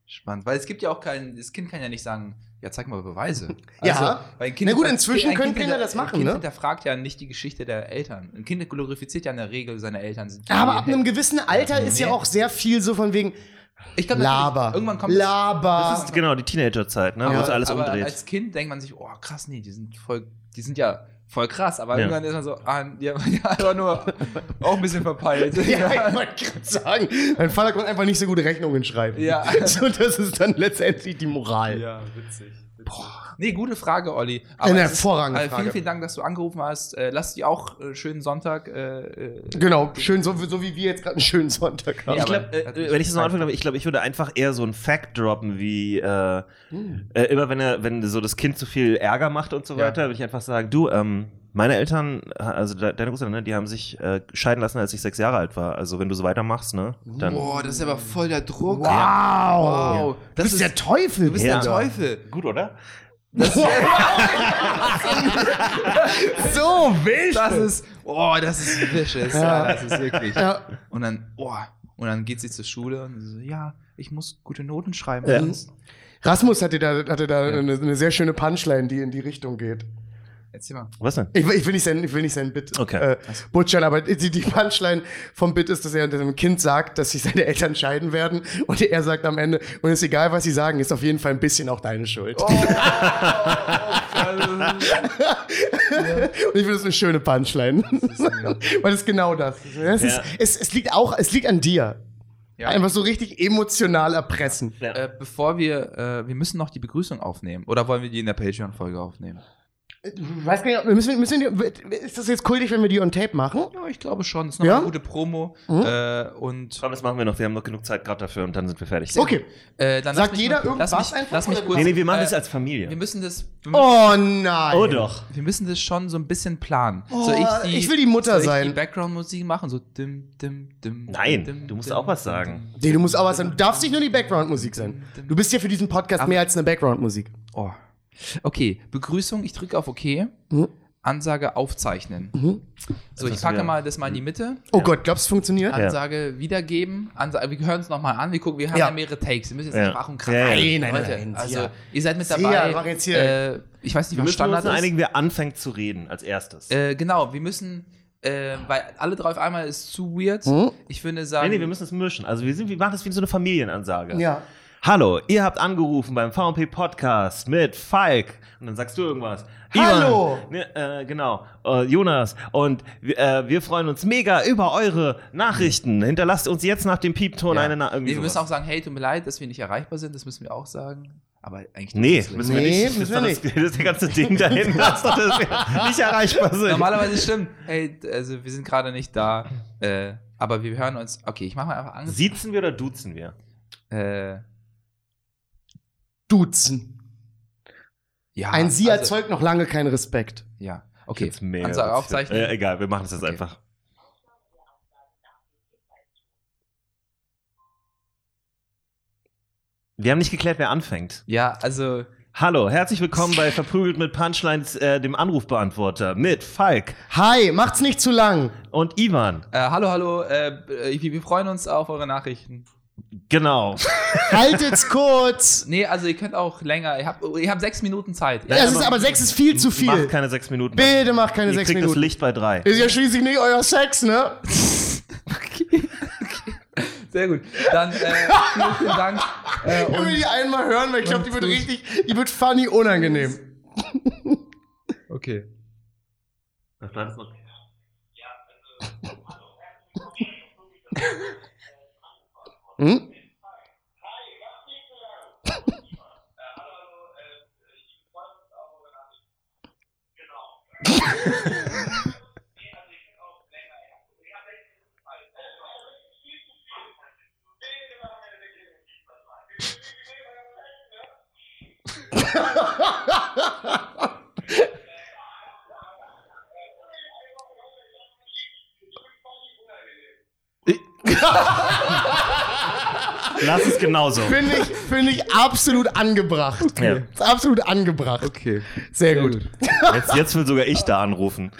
Speaker 4: Spannend, weil es gibt ja auch keinen, das Kind kann ja nicht sagen, ja, zeig mal Beweise. Also,
Speaker 3: Ja.
Speaker 4: weil ein kind,
Speaker 3: Na gut,
Speaker 4: ein
Speaker 3: inzwischen
Speaker 4: Kind- ein
Speaker 3: können
Speaker 4: Kind
Speaker 3: Kinder
Speaker 4: hinter-
Speaker 3: das machen,
Speaker 4: Ein Kind
Speaker 3: ne?
Speaker 4: hinterfragt ja nicht die Geschichte der Eltern. Ein Kind glorifiziert ja in der Regel seine Eltern.
Speaker 3: aber ab einem gewissen Alter ist ja auch sehr viel so von wegen
Speaker 4: ich glaub, natürlich,
Speaker 3: Laber.
Speaker 4: Irgendwann kommt
Speaker 3: Laber. <laughs>
Speaker 5: Das ist genau die Teenagerzeit, ne? wo
Speaker 3: Ja,
Speaker 5: es alles
Speaker 4: aber
Speaker 5: umdreht.
Speaker 4: als Kind denkt man sich, oh krass, nee, die sind voll, die sind ja voll krass, aber
Speaker 5: Ja.
Speaker 4: irgendwann ist man so, ah, ja, <laughs> ja, aber nur auch ein bisschen verpeilt. <laughs>
Speaker 3: ja, ich wollte gerade sagen, mein Vater konnte einfach nicht so gute Rechnungen schreiben.
Speaker 4: Ja.
Speaker 3: <laughs> So, das ist dann letztendlich die Moral.
Speaker 4: Ja, witzig. Boah. Nee, gute Frage, Olli.
Speaker 3: Eine
Speaker 4: es ist-
Speaker 3: hervorragende
Speaker 4: äh,
Speaker 3: Frage.
Speaker 4: Vielen, vielen Dank, dass du angerufen hast. Äh, lass dir auch äh, schönen Sonntag. Äh, äh,
Speaker 3: Genau, schön, so, so wie wir jetzt gerade einen schönen Sonntag haben.
Speaker 4: Ja,
Speaker 5: Ich glaube,
Speaker 4: aber-
Speaker 5: äh, wenn ich das noch anfange, ich glaube, ich würde einfach eher so einen Fact droppen, wie äh, äh, immer wenn er, wenn so das Kind zu viel Ärger macht und so
Speaker 4: Ja.
Speaker 5: weiter, würde ich einfach sagen, du, ähm, meine Eltern, äh, also de deine Großeltern, ne, die haben sich äh, scheiden lassen, als ich sechs Jahre alt war. Also wenn du so weitermachst, ne, dann
Speaker 4: Boah, das ist aber voll der Druck.
Speaker 3: wow.
Speaker 4: Wow.
Speaker 3: Du
Speaker 4: Das
Speaker 3: bist
Speaker 4: ist
Speaker 3: der Teufel.
Speaker 4: Du bist
Speaker 5: Ja.
Speaker 4: der Teufel.
Speaker 5: gut, oder?
Speaker 3: So wild.
Speaker 4: Das ist, oh, das ist vicious. Ja. das ist wirklich.
Speaker 3: <laughs> Ja.
Speaker 4: Und dann, oh, und dann geht sie zur Schule und sie so, ja, ich muss gute Noten schreiben.
Speaker 5: Ja.
Speaker 4: sonst-
Speaker 3: Rasmus hatte da, hatte da eine, eine sehr schöne Punchline, die in die Richtung geht.
Speaker 4: Erzähl mal.
Speaker 5: Was denn?
Speaker 3: Ich, will- ich, will nicht sein, ich will nicht sein Bit
Speaker 5: Okay.
Speaker 3: äh, butchern, aber die, die Punchline vom Bit ist, dass er dem Kind sagt, dass sich seine Eltern scheiden werden und er sagt am Ende, und es ist egal, was sie sagen, ist auf jeden Fall ein bisschen auch deine Schuld. <laughs> Und ich finde das eine schöne Punchline. <laughs> Weil es ist genau das. Es, ist,
Speaker 5: Ja.
Speaker 3: es, es liegt auch, es liegt an dir.
Speaker 4: Ja.
Speaker 3: Einfach so richtig emotional erpressen.
Speaker 4: Äh, bevor wir, äh, wir müssen noch die Begrüßung aufnehmen. Oder wollen wir die in der Patreon-Folge aufnehmen?
Speaker 3: Ich Weiß gar nicht, ob- müssen wir, müssen wir, ist das jetzt kultig, wenn wir die on tape machen?
Speaker 4: Ja, ich glaube schon. Das ist nochmal
Speaker 3: Ja?
Speaker 4: eine gute Promo.
Speaker 3: Mhm.
Speaker 4: Äh, und
Speaker 5: Komm, das machen wir noch. Wir haben noch genug Zeit gerade dafür und dann sind wir fertig.
Speaker 3: Okay.
Speaker 4: äh, dann
Speaker 3: Sagt
Speaker 4: lass mich
Speaker 3: jeder
Speaker 4: mal-
Speaker 3: irgendwas
Speaker 4: lass mich,
Speaker 3: einfach,
Speaker 4: Lass mich
Speaker 3: oder?
Speaker 4: kurz,
Speaker 5: Nee, nee, wir machen
Speaker 4: äh,
Speaker 5: das als
Speaker 4: Wir
Speaker 5: Familie.
Speaker 4: müssen das. Wir müssen,
Speaker 3: Oh nein.
Speaker 5: Oh doch.
Speaker 4: wir müssen das schon so ein bisschen planen.
Speaker 3: Oh,
Speaker 4: soll ich, die,
Speaker 3: ich will die Mutter
Speaker 4: soll ich
Speaker 3: sein.
Speaker 4: Die Background-Musik machen so dim, dim, dim.
Speaker 5: Nein,
Speaker 4: dim,
Speaker 5: du musst
Speaker 4: dim,
Speaker 5: auch was
Speaker 4: dim,
Speaker 5: sagen.
Speaker 4: dim.
Speaker 3: Nee, du musst auch was sein. Du darfst nicht nur die Background-Musik sein. Du bist ja für diesen Podcast
Speaker 4: Aber-
Speaker 3: mehr als eine Background-Musik.
Speaker 4: Oh. Okay, Begrüßung. Ich drücke auf OK.
Speaker 3: Mhm.
Speaker 4: Ansage aufzeichnen. So,
Speaker 5: Das
Speaker 4: ich
Speaker 5: ist
Speaker 4: packe
Speaker 5: wieder- Mhm.
Speaker 4: mal das mal in die Mitte.
Speaker 3: Oh Gott, glaubst du, es funktioniert?
Speaker 5: Ja.
Speaker 4: Ansage wiedergeben. Ansage, wir hören es nochmal an. Wir gucken, wir haben
Speaker 3: Ja.
Speaker 4: ja, mehrere Takes. Wir müssen jetzt
Speaker 5: Ja.
Speaker 4: nicht machen krass.
Speaker 5: Ja, ja.
Speaker 3: Nein, nein,
Speaker 4: Leute,
Speaker 3: nein,
Speaker 4: also,
Speaker 3: sicher.
Speaker 4: ihr seid mit
Speaker 3: Sicher,
Speaker 4: dabei.
Speaker 3: mach jetzt hier.
Speaker 4: Äh, ich weiß nicht, was
Speaker 5: Wir müssen uns
Speaker 4: Standard ist.
Speaker 5: einigen, wer anfängt zu reden als erstes.
Speaker 4: Äh, genau, wir müssen, äh, weil alle drei auf einmal ist zu weird.
Speaker 5: Hm?
Speaker 3: Mhm.
Speaker 4: Ich würde
Speaker 5: Nee,
Speaker 4: sagen,
Speaker 5: nee, wir müssen es mischen. Also wir, sind, wir machen das wie so eine Familienansage.
Speaker 3: Ja.
Speaker 5: Hallo, ihr habt angerufen beim VMP Podcast mit Falk. Und dann sagst du irgendwas.
Speaker 3: Hallo.
Speaker 5: Ne, äh, genau, äh, Jonas. Und w- äh, wir freuen uns mega über eure Nachrichten. Hinterlasst uns jetzt nach dem Piepton
Speaker 4: ja.
Speaker 5: eine Na
Speaker 4: nee,
Speaker 5: irgendwie
Speaker 4: wir müssen auch
Speaker 5: sowas.
Speaker 4: sagen, hey, tut mir leid, dass wir nicht erreichbar sind. Das müssen wir auch sagen. Aber eigentlich
Speaker 5: Nee,
Speaker 4: nicht.
Speaker 5: müssen wir
Speaker 3: Nee,
Speaker 5: nicht.
Speaker 3: müssen
Speaker 5: das,
Speaker 3: wir
Speaker 5: ist doch Das, das ist der ganze
Speaker 3: <laughs>
Speaker 5: Ding dahin, dass wir nicht erreichbar sind.
Speaker 4: Normalerweise stimmt. Hey, also wir sind gerade nicht da. Äh, aber wir hören uns. Okay, ich mache mal einfach Angst.
Speaker 5: Siezen wir oder duzen wir?
Speaker 4: Äh,
Speaker 3: Duzen.
Speaker 4: ja,
Speaker 3: Ein Sie
Speaker 4: also-
Speaker 3: erzeugt noch lange keinen Respekt.
Speaker 4: Ja, okay.
Speaker 5: Jetzt mega
Speaker 4: Ansage
Speaker 5: witzig.
Speaker 4: aufzeichnen.
Speaker 5: Äh, egal, wir machen es jetzt
Speaker 4: Okay.
Speaker 5: einfach. Wir haben nicht geklärt, wer anfängt.
Speaker 4: Ja, also
Speaker 5: Hallo, herzlich willkommen bei Verprügelt mit Punchlines, äh, dem Anrufbeantworter, mit Falk
Speaker 3: Hi, macht's nicht zu lang.
Speaker 5: und Ivan.
Speaker 4: äh, hallo, hallo. Äh, äh, wir, wir freuen uns auf eure Nachrichten.
Speaker 5: Genau.
Speaker 3: Haltet's <laughs> kurz.
Speaker 4: Nee, also ihr könnt auch länger. Ihr habt, ihr habt sechs Minuten Zeit.
Speaker 3: Ja, es ist aber sechs ist <laughs> viel zu viel.
Speaker 5: Macht keine sechs Minuten.
Speaker 3: Bitte macht keine
Speaker 5: Ihr
Speaker 3: sechs
Speaker 5: kriegt das
Speaker 3: Minuten.
Speaker 5: Licht bei drei.
Speaker 3: Ist ja schließlich nicht euer Sex, <laughs> ne?
Speaker 4: Sehr gut. Dann äh, vielen, vielen Dank. Äh,
Speaker 3: Ich will
Speaker 4: und,
Speaker 3: die einmal hören, weil ich glaube, die wird richtig, die wird funny unangenehm.
Speaker 4: okay.
Speaker 3: Hm?
Speaker 5: Lass es genauso.
Speaker 3: Finde ich, finde ich absolut angebracht.
Speaker 5: Ja.
Speaker 3: Ist absolut angebracht.
Speaker 4: Okay.
Speaker 3: Sehr, gut.
Speaker 5: Jetzt, jetzt will sogar ich da anrufen.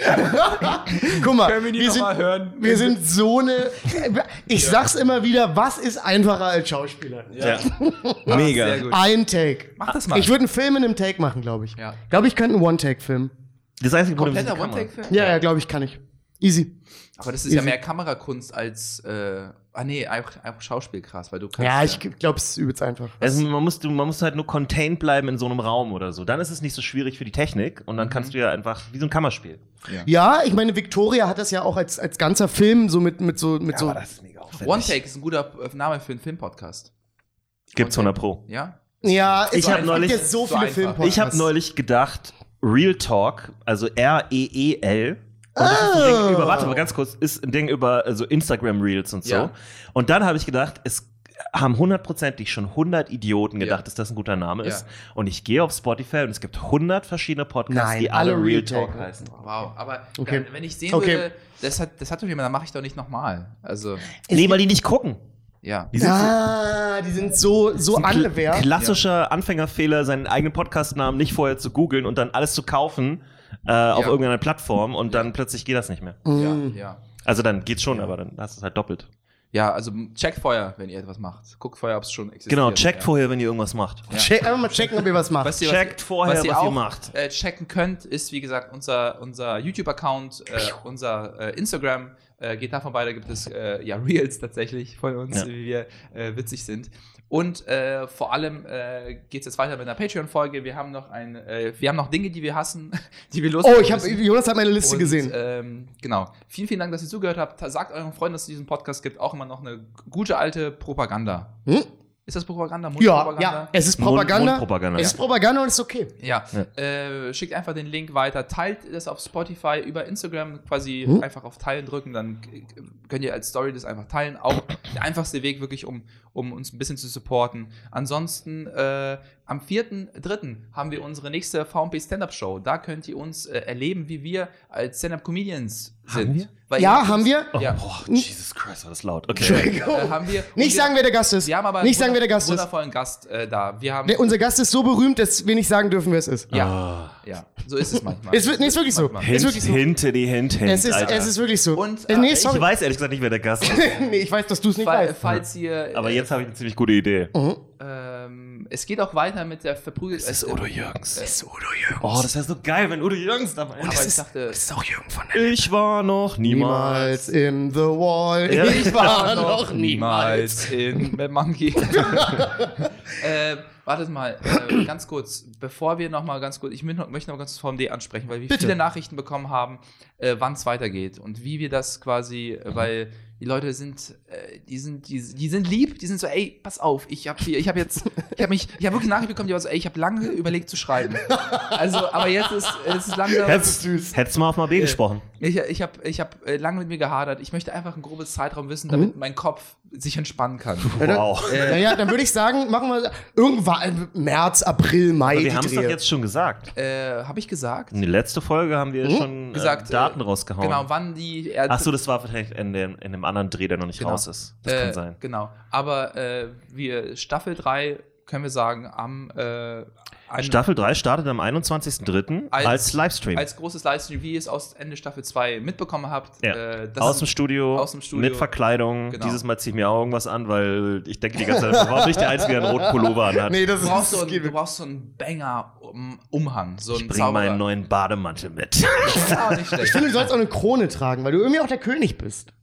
Speaker 3: Guck mal,
Speaker 4: Können wir die
Speaker 3: wir
Speaker 4: noch
Speaker 3: sind,
Speaker 4: mal hören?
Speaker 3: wir
Speaker 5: Also-
Speaker 3: sind so eine. Ich sag's immer wieder, was ist einfacher als Schauspieler?
Speaker 5: Ja. Mega.
Speaker 4: Sehr gut.
Speaker 3: Ein Take.
Speaker 4: Mach das mal.
Speaker 3: Ich würde einen Film in einem Take machen, glaube ich.
Speaker 4: Ja.
Speaker 3: Glaube ich, könnte einen One-Take-Film.
Speaker 5: Das einzige Problem ist die
Speaker 4: Kompletter
Speaker 5: Kamera.
Speaker 4: One-Take-Film?
Speaker 3: Ja, ja, glaube ich, kann ich. Easy.
Speaker 4: Aber das ist ja mehr Kamerakunst als. Äh, ah, nee, einfach, einfach Schauspiel krass, weil du kannst.
Speaker 3: Ja, ich glaube, es ist übelst einfach.
Speaker 5: Also man muss, du- man muss halt nur contained bleiben in so einem Raum oder so. Dann ist es nicht so schwierig für die Technik und dann kannst du ja einfach wie so ein Kammerspiel.
Speaker 3: Ja, ich meine, Victoria hat das ja auch als, als ganzer Film so mit, mit so. Mit so
Speaker 5: ist mega aufwendig.
Speaker 4: One-Take ist ein guter äh, Name für einen Filmpodcast.
Speaker 5: Gibt's 100 Pro.
Speaker 4: Ja?
Speaker 3: ja,
Speaker 5: Ich
Speaker 3: es
Speaker 5: hab
Speaker 3: gibt
Speaker 5: neulich-
Speaker 3: ja so
Speaker 4: so
Speaker 3: viele
Speaker 4: einfach.
Speaker 3: Filmpodcasts.
Speaker 5: Ich habe neulich gedacht, Real Talk, also R-E-E-L. Und Oh, das ist ein
Speaker 3: Oh.
Speaker 5: Ding über, warte mal ganz kurz, ist ein Ding über äh, so Instagram Reels und so.
Speaker 4: Ja.
Speaker 5: Und dann habe ich gedacht, es haben hundertprozentig schon 100 Idioten gedacht,
Speaker 4: Ja.
Speaker 5: dass das ein guter Name
Speaker 4: Ja.
Speaker 5: ist. Und ich gehe auf Spotify und es gibt 100 verschiedene Podcasts,
Speaker 3: Nein,
Speaker 5: die alle,
Speaker 3: alle
Speaker 5: Real
Speaker 3: Real Talk.
Speaker 5: Talk heißen.
Speaker 4: Wow, aber
Speaker 3: Okay.
Speaker 4: da, wenn ich sehen
Speaker 3: Okay.
Speaker 4: würde, das hat, das hat doch jemand, dann mache ich doch nicht nochmal. Also,
Speaker 5: Nee, weil die nicht gucken.
Speaker 4: ja.
Speaker 5: Die sind so
Speaker 3: Ah, die sind so, so
Speaker 5: Ein kl-
Speaker 3: angewehr.
Speaker 5: Klassischer Anfängerfehler, seinen eigenen Podcastnamen nicht vorher zu googeln und dann alles zu kaufen äh, auf
Speaker 4: Ja.
Speaker 3: Mm. Mhm.
Speaker 5: irgendeiner Plattform und dann plötzlich geht das nicht mehr.
Speaker 4: Ja, ja.
Speaker 5: Also dann geht's schon, aber dann hast du es halt doppelt.
Speaker 4: Ja, also m- checkt vorher, wenn ihr etwas macht. Guckt vorher, ob es schon existiert.
Speaker 5: Genau, checkt
Speaker 4: ja.
Speaker 5: vorher, wenn ihr irgendwas macht.
Speaker 4: Ja.
Speaker 3: Check, einfach mal checken, ob ihr was macht.
Speaker 4: Was ihr, was,
Speaker 5: Checkt vorher, was,
Speaker 4: was ihr
Speaker 5: ihr
Speaker 4: auch-
Speaker 5: macht.
Speaker 4: äh, checken könnt, ist wie gesagt unser, unser YouTube-Account, äh, unser äh, Instagram. Äh, geht davon weiter, gibt es äh, ja <laughs> Reels tatsächlich von uns,
Speaker 5: Ja.
Speaker 4: wie wir äh, witzig sind. Und äh, vor allem äh, geht es jetzt weiter mit einer Patreon-Folge. Wir haben noch ein, äh, wir haben noch Dinge, die wir hassen, <laughs> die wir loswerden
Speaker 3: oh, ich hab,
Speaker 4: müssen.
Speaker 3: Jonas hat meine Liste
Speaker 4: Und,
Speaker 3: gesehen.
Speaker 4: Ähm, genau. Vielen, vielen Dank, dass ihr zugehört habt. Sagt euren Freunden, dass es diesen Podcast gibt. Auch immer noch eine gute alte Propaganda.
Speaker 3: Hm?
Speaker 4: Ist das Propaganda?
Speaker 3: Ja,
Speaker 4: Mundpropaganda?
Speaker 3: ja, es ist Propaganda.
Speaker 5: Mund, Mundpropaganda.
Speaker 3: Es ist Propaganda und es ist okay.
Speaker 4: Ja, Äh, schickt einfach den Link weiter, teilt das auf Spotify über Instagram quasi
Speaker 3: Hm?
Speaker 4: einfach auf Teilen drücken, dann k- k- könnt ihr als Story das einfach teilen. Auch der einfachste Weg wirklich, um, um uns ein bisschen zu supporten. Ansonsten äh, am 4.3. haben wir unsere nächste VMP Stand-Up Show. Da könnt ihr uns äh, erleben, wie wir als Stand-Up Comedians
Speaker 5: Haben
Speaker 4: sind.
Speaker 5: wir?
Speaker 4: Weil
Speaker 3: Ja,
Speaker 4: ihr-
Speaker 3: haben wir?
Speaker 4: Ja,
Speaker 5: Oh, Jesus Christ, war das laut. Okay.
Speaker 3: Entschuldigung.
Speaker 4: äh, haben wir. Und
Speaker 3: Nicht sagen, wer der Gast ist.
Speaker 4: wir haben aber
Speaker 3: nicht sagen, wer der
Speaker 4: wunder-
Speaker 3: Gast ist.
Speaker 4: wundervollen Gast äh, da. Wir haben
Speaker 3: Der, unser Gast ist so berühmt, dass wir nicht sagen dürfen, wer es ist.
Speaker 4: ja, ja, so ist es manchmal.
Speaker 3: Ah. Es wird- nee, ist wirklich so.
Speaker 4: Manchmal.
Speaker 3: Ist
Speaker 5: Hint,
Speaker 3: wirklich so.
Speaker 5: Hinte die Hint, Hint.
Speaker 3: Es ist,
Speaker 5: Alter.
Speaker 3: es ist wirklich so.
Speaker 4: Und,
Speaker 3: äh,
Speaker 4: äh,
Speaker 3: nee,
Speaker 4: ich
Speaker 5: ich
Speaker 3: sorry.
Speaker 5: weiß ehrlich gesagt nicht, wer der Gast <laughs> ist.
Speaker 3: <laughs> nee, ich weiß, dass du es nicht
Speaker 4: Fall,
Speaker 3: weißt.
Speaker 4: falls ihr
Speaker 5: Aber jetzt habe ich eine ziemlich gute Idee.
Speaker 4: Ähm, es geht auch weiter mit der Verprügel. Es ist Udo Jürgens. Es ist Udo Jürgens.
Speaker 5: Oh, das wäre so geil, wenn Udo Jürgens dabei
Speaker 4: Aber
Speaker 5: ist.
Speaker 4: ich dachte,
Speaker 5: Ich war noch niemals.
Speaker 3: Niemals in the wall. <laughs>
Speaker 5: Ja.
Speaker 3: Ich
Speaker 5: <laughs>
Speaker 3: war noch niemals.
Speaker 4: <laughs> in Mad Monkey. äh, wartet mal, äh, ganz kurz, bevor wir nochmal ganz kurz, ich mö- möchte noch ganz kurz VMD ansprechen, weil wir
Speaker 3: Bitte.
Speaker 4: viele Nachrichten bekommen haben, äh, wann es weitergeht und wie wir das quasi, äh, weil die Leute sind, äh, die sind, die, die sind lieb, die sind so, ey, pass auf, ich habe hier, ich habe jetzt, ich habe mich, ich habe wirklich Nachricht bekommen, die war so, ey, ich habe lange überlegt zu schreiben. Also, aber jetzt ist, es ist langsam.
Speaker 5: Hättest, hättest du mal auf mal B gesprochen.
Speaker 4: Ich, ich habe ich hab, äh, lange mit mir gehadert. Ich möchte einfach einen groben Zeitraum wissen, damit
Speaker 5: Mhm.
Speaker 4: mein Kopf sich entspannen kann.
Speaker 5: Wow.
Speaker 3: Naja, dann würde ich sagen, machen wir irgendwann im März, April, Mai.
Speaker 5: Aber wir
Speaker 3: die
Speaker 5: haben es doch
Speaker 3: Drehe.
Speaker 5: jetzt schon gesagt.
Speaker 4: äh, habe ich gesagt?
Speaker 5: In der letzten Folge haben wir schon
Speaker 4: Hm? Gesagt,
Speaker 5: äh, Daten
Speaker 4: äh,
Speaker 5: rausgehauen.
Speaker 4: Genau, wann die. Äh,
Speaker 5: Achso, das war vielleicht in dem, in dem anderen Dreh, der noch nicht
Speaker 4: Genau.
Speaker 5: raus ist. Das
Speaker 4: äh,
Speaker 5: kann sein.
Speaker 4: Genau. Aber äh, wir, Staffel 3, können wir sagen, am. Äh, ein-
Speaker 5: Staffel 3 startet am 21.03. Als,
Speaker 4: Als-
Speaker 5: Livestream.
Speaker 4: als großes Livestream, wie ihr es aus Ende Staffel 2 mitbekommen habt.
Speaker 5: Ja.
Speaker 4: Äh, das
Speaker 5: aus
Speaker 4: ist-
Speaker 5: dem, Studio,
Speaker 4: aus dem Studio.
Speaker 5: mit Verkleidung.
Speaker 4: Genau.
Speaker 5: Dieses Mal ziehe ich mir auch irgendwas an, weil ich denke die ganze Zeit, warum bin ich der Einzige, der einen
Speaker 4: <laughs>
Speaker 5: roten Pullover anhat?
Speaker 3: Nee, das
Speaker 4: Du brauchst,
Speaker 3: ist.
Speaker 4: so
Speaker 3: das
Speaker 4: einen, du
Speaker 3: geht-
Speaker 4: brauchst so einen Banger-Umhang. So
Speaker 5: ich
Speaker 4: einen
Speaker 5: bringe meinen
Speaker 4: Zauberer.
Speaker 5: neuen
Speaker 4: <laughs>
Speaker 5: Bademantel mit.
Speaker 4: Ist auch
Speaker 5: <laughs>
Speaker 4: nicht
Speaker 3: Ich
Speaker 4: schlecht.
Speaker 3: finde, du sollst auch eine Krone tragen, weil du irgendwie auch der König bist.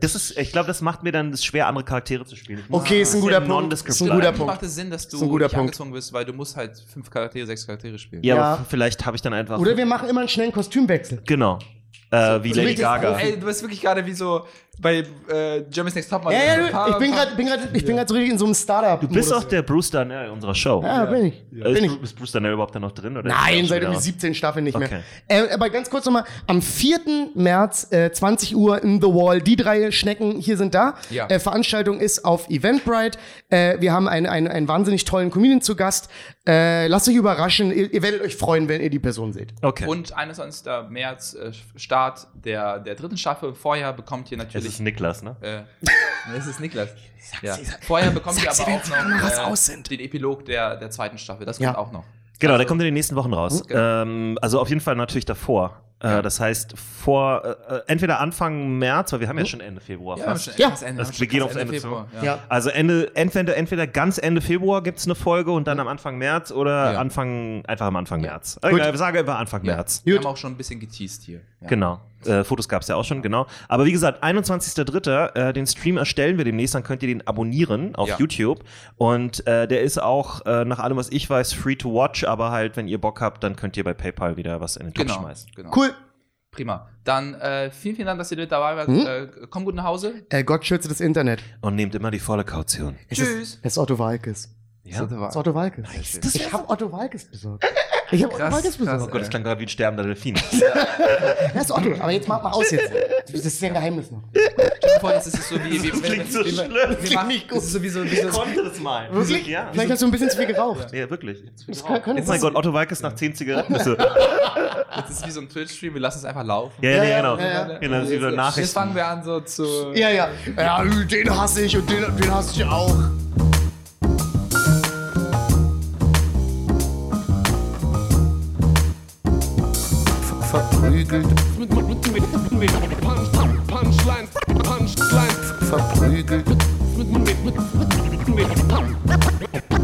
Speaker 5: Das ist, ich glaube, das macht mir dann das schwer, andere Charaktere zu spielen. Ich muss
Speaker 3: Okay, ist ein guter
Speaker 5: sehr
Speaker 3: Punkt.
Speaker 5: nondescript
Speaker 3: Ist ein guter
Speaker 5: bleiben.
Speaker 3: Punkt.
Speaker 4: Macht es Sinn, dass du
Speaker 3: Ist ein guter
Speaker 4: nicht
Speaker 3: Punkt.
Speaker 4: angezwungen wirst, weil du musst halt fünf Charaktere, sechs Charaktere spielen.
Speaker 5: Ja,
Speaker 3: Ja.
Speaker 5: aber vielleicht habe ich dann einfach.
Speaker 3: Oder wir machen immer einen schnellen Kostümwechsel.
Speaker 5: genau. Äh, wie
Speaker 3: so
Speaker 5: Lady
Speaker 3: richtig
Speaker 5: Gaga.
Speaker 3: Profi.
Speaker 4: Oh, Ey, du bist wirklich gerade wie so bei äh, Germany's Next Topmodel.
Speaker 3: Ja, ja, du,
Speaker 4: So
Speaker 3: ich bin gerade bin grad, ich bin grad so richtig in so einem Startup.
Speaker 5: Du bist auch der Bruce Darnell unserer Show.
Speaker 3: Ja, bin ich.
Speaker 5: Äh,
Speaker 3: Bin
Speaker 5: ist,
Speaker 3: ich.
Speaker 5: Bru- ist Bruce Darnell überhaupt da noch drin? Oder
Speaker 3: Nein,
Speaker 5: Ist
Speaker 3: seit
Speaker 5: er schon
Speaker 3: irgendwie
Speaker 5: wieder-
Speaker 3: 17 Staffeln nicht
Speaker 5: Okay.
Speaker 3: mehr. Äh, aber ganz kurz nochmal, am 4. März, äh, 20 Uhr in The Wall, die drei Schnecken hier sind da.
Speaker 4: Ja.
Speaker 3: Äh, Veranstaltung ist auf Eventbrite. Äh, wir haben einen, einen, einen wahnsinnig tollen Comedian zu Gast. Äh, lasst euch überraschen, ihr, ihr werdet euch freuen, wenn ihr die Person seht.
Speaker 5: Okay.
Speaker 4: Und 21. März äh, Start der, der dritten Staffel. Vorher bekommt ihr
Speaker 5: es
Speaker 4: natürlich.
Speaker 5: ist Niklas, ne?
Speaker 4: äh, nee, es
Speaker 3: <laughs>
Speaker 4: ist Niklas. Ja. Vorher bekommt ihr
Speaker 3: sag's
Speaker 4: aber
Speaker 3: ihr,
Speaker 4: auch
Speaker 3: wenn die Kameras
Speaker 4: noch äh,
Speaker 3: aus sind.
Speaker 4: den Epilog der, der zweiten Staffel. Das
Speaker 3: Ja.
Speaker 4: kommt auch noch.
Speaker 5: Genau, der kommt in den nächsten Wochen raus.
Speaker 4: Genau.
Speaker 5: Ähm, also auf jeden Fall natürlich davor. Äh, das heißt, vor äh, äh, entweder Anfang März, weil wir haben ja schon Ende Februar
Speaker 4: wir haben
Speaker 5: fast.
Speaker 4: schon
Speaker 3: Hm? Ja.
Speaker 4: fast Ende,
Speaker 5: Das-
Speaker 4: haben schon
Speaker 5: wir gehen
Speaker 4: fast
Speaker 5: aufs Ende zu.
Speaker 4: Februar. Ja.
Speaker 3: Ja.
Speaker 5: Also Ende, entweder, entweder ganz Ende Februar gibt es eine Folge und dann am Anfang März oder
Speaker 4: Ja.
Speaker 5: Anfang, einfach am Anfang März. Egal, wir sagen einfach Anfang
Speaker 4: Ja.
Speaker 5: März.
Speaker 4: Wir
Speaker 3: Gut.
Speaker 4: haben auch schon ein bisschen geteased hier. Ja.
Speaker 5: Genau. Äh, Fotos gab es ja auch schon, genau. Aber wie gesagt, 21.03. Äh, den Stream erstellen wir demnächst, dann könnt ihr den abonnieren auf
Speaker 4: Ja.
Speaker 5: YouTube. Und äh, der ist auch, äh, nach allem, was ich weiß, free to watch, aber halt, wenn ihr Bock habt, dann könnt ihr bei PayPal wieder was in den Topf
Speaker 4: Genau.
Speaker 5: schmeißen.
Speaker 4: genau.
Speaker 3: Cool.
Speaker 4: Prima. Dann äh, vielen, vielen Dank, dass ihr mit dabei wart.
Speaker 3: Hm?
Speaker 4: Äh, komm gut nach Hause.
Speaker 3: Äh, Gott schütze das Internet.
Speaker 5: Und nehmt immer die volle Kaution.
Speaker 4: Tschüss.
Speaker 3: Es ist Otto Walkes.
Speaker 5: Ja. Oh
Speaker 3: Es ist Otto Walkes. Ich habe Otto Walkes besorgt. Ich habe Otto
Speaker 4: Krass,
Speaker 3: Walkes
Speaker 4: krass,
Speaker 3: besorgt.
Speaker 5: Gott, das klang gerade wie ein sterbender Delfin.
Speaker 3: Das ist Otto. Aber jetzt mach mal aus jetzt. Das ist ja ein Geheimnis noch.
Speaker 4: Voll, Das ist so wie, wie,
Speaker 5: klingt so
Speaker 4: wie,
Speaker 5: schlimm.
Speaker 4: wie, wie, das ist so wie so, wie so
Speaker 5: konnte das mal.
Speaker 3: Wirklich?
Speaker 5: Ja.
Speaker 3: Vielleicht hast du ein bisschen zu viel geraucht.
Speaker 5: Ja, wirklich. Jetzt,
Speaker 3: Das kann, kann
Speaker 5: mein Gott, Otto Walkes nach 10 Zigaretten. ist so-
Speaker 4: Das ist wie so ein Twitch-Stream, wir lassen es einfach laufen.
Speaker 5: Ja, ja,
Speaker 3: ja,
Speaker 5: ja, genau.
Speaker 3: ja, ja.
Speaker 5: Genau, das ist wie so
Speaker 4: Jetzt- Jetzt
Speaker 5: Nachrichten.
Speaker 4: fangen wir an so zu.
Speaker 3: Ja, ja. Ja, den hasse ich und den, den hasse ich auch.
Speaker 2: verprügelt.
Speaker 1: Punchlines, Punchlines,
Speaker 2: verprügelt,
Speaker 1: mit mit mit mit mit Punch-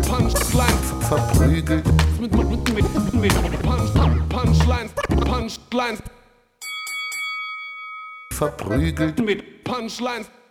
Speaker 1: Punchlines
Speaker 2: verprügelt,
Speaker 1: mit mit mit mit mit Punch- Punchlines Punchlines
Speaker 2: verprügelt,
Speaker 1: mit Punchlines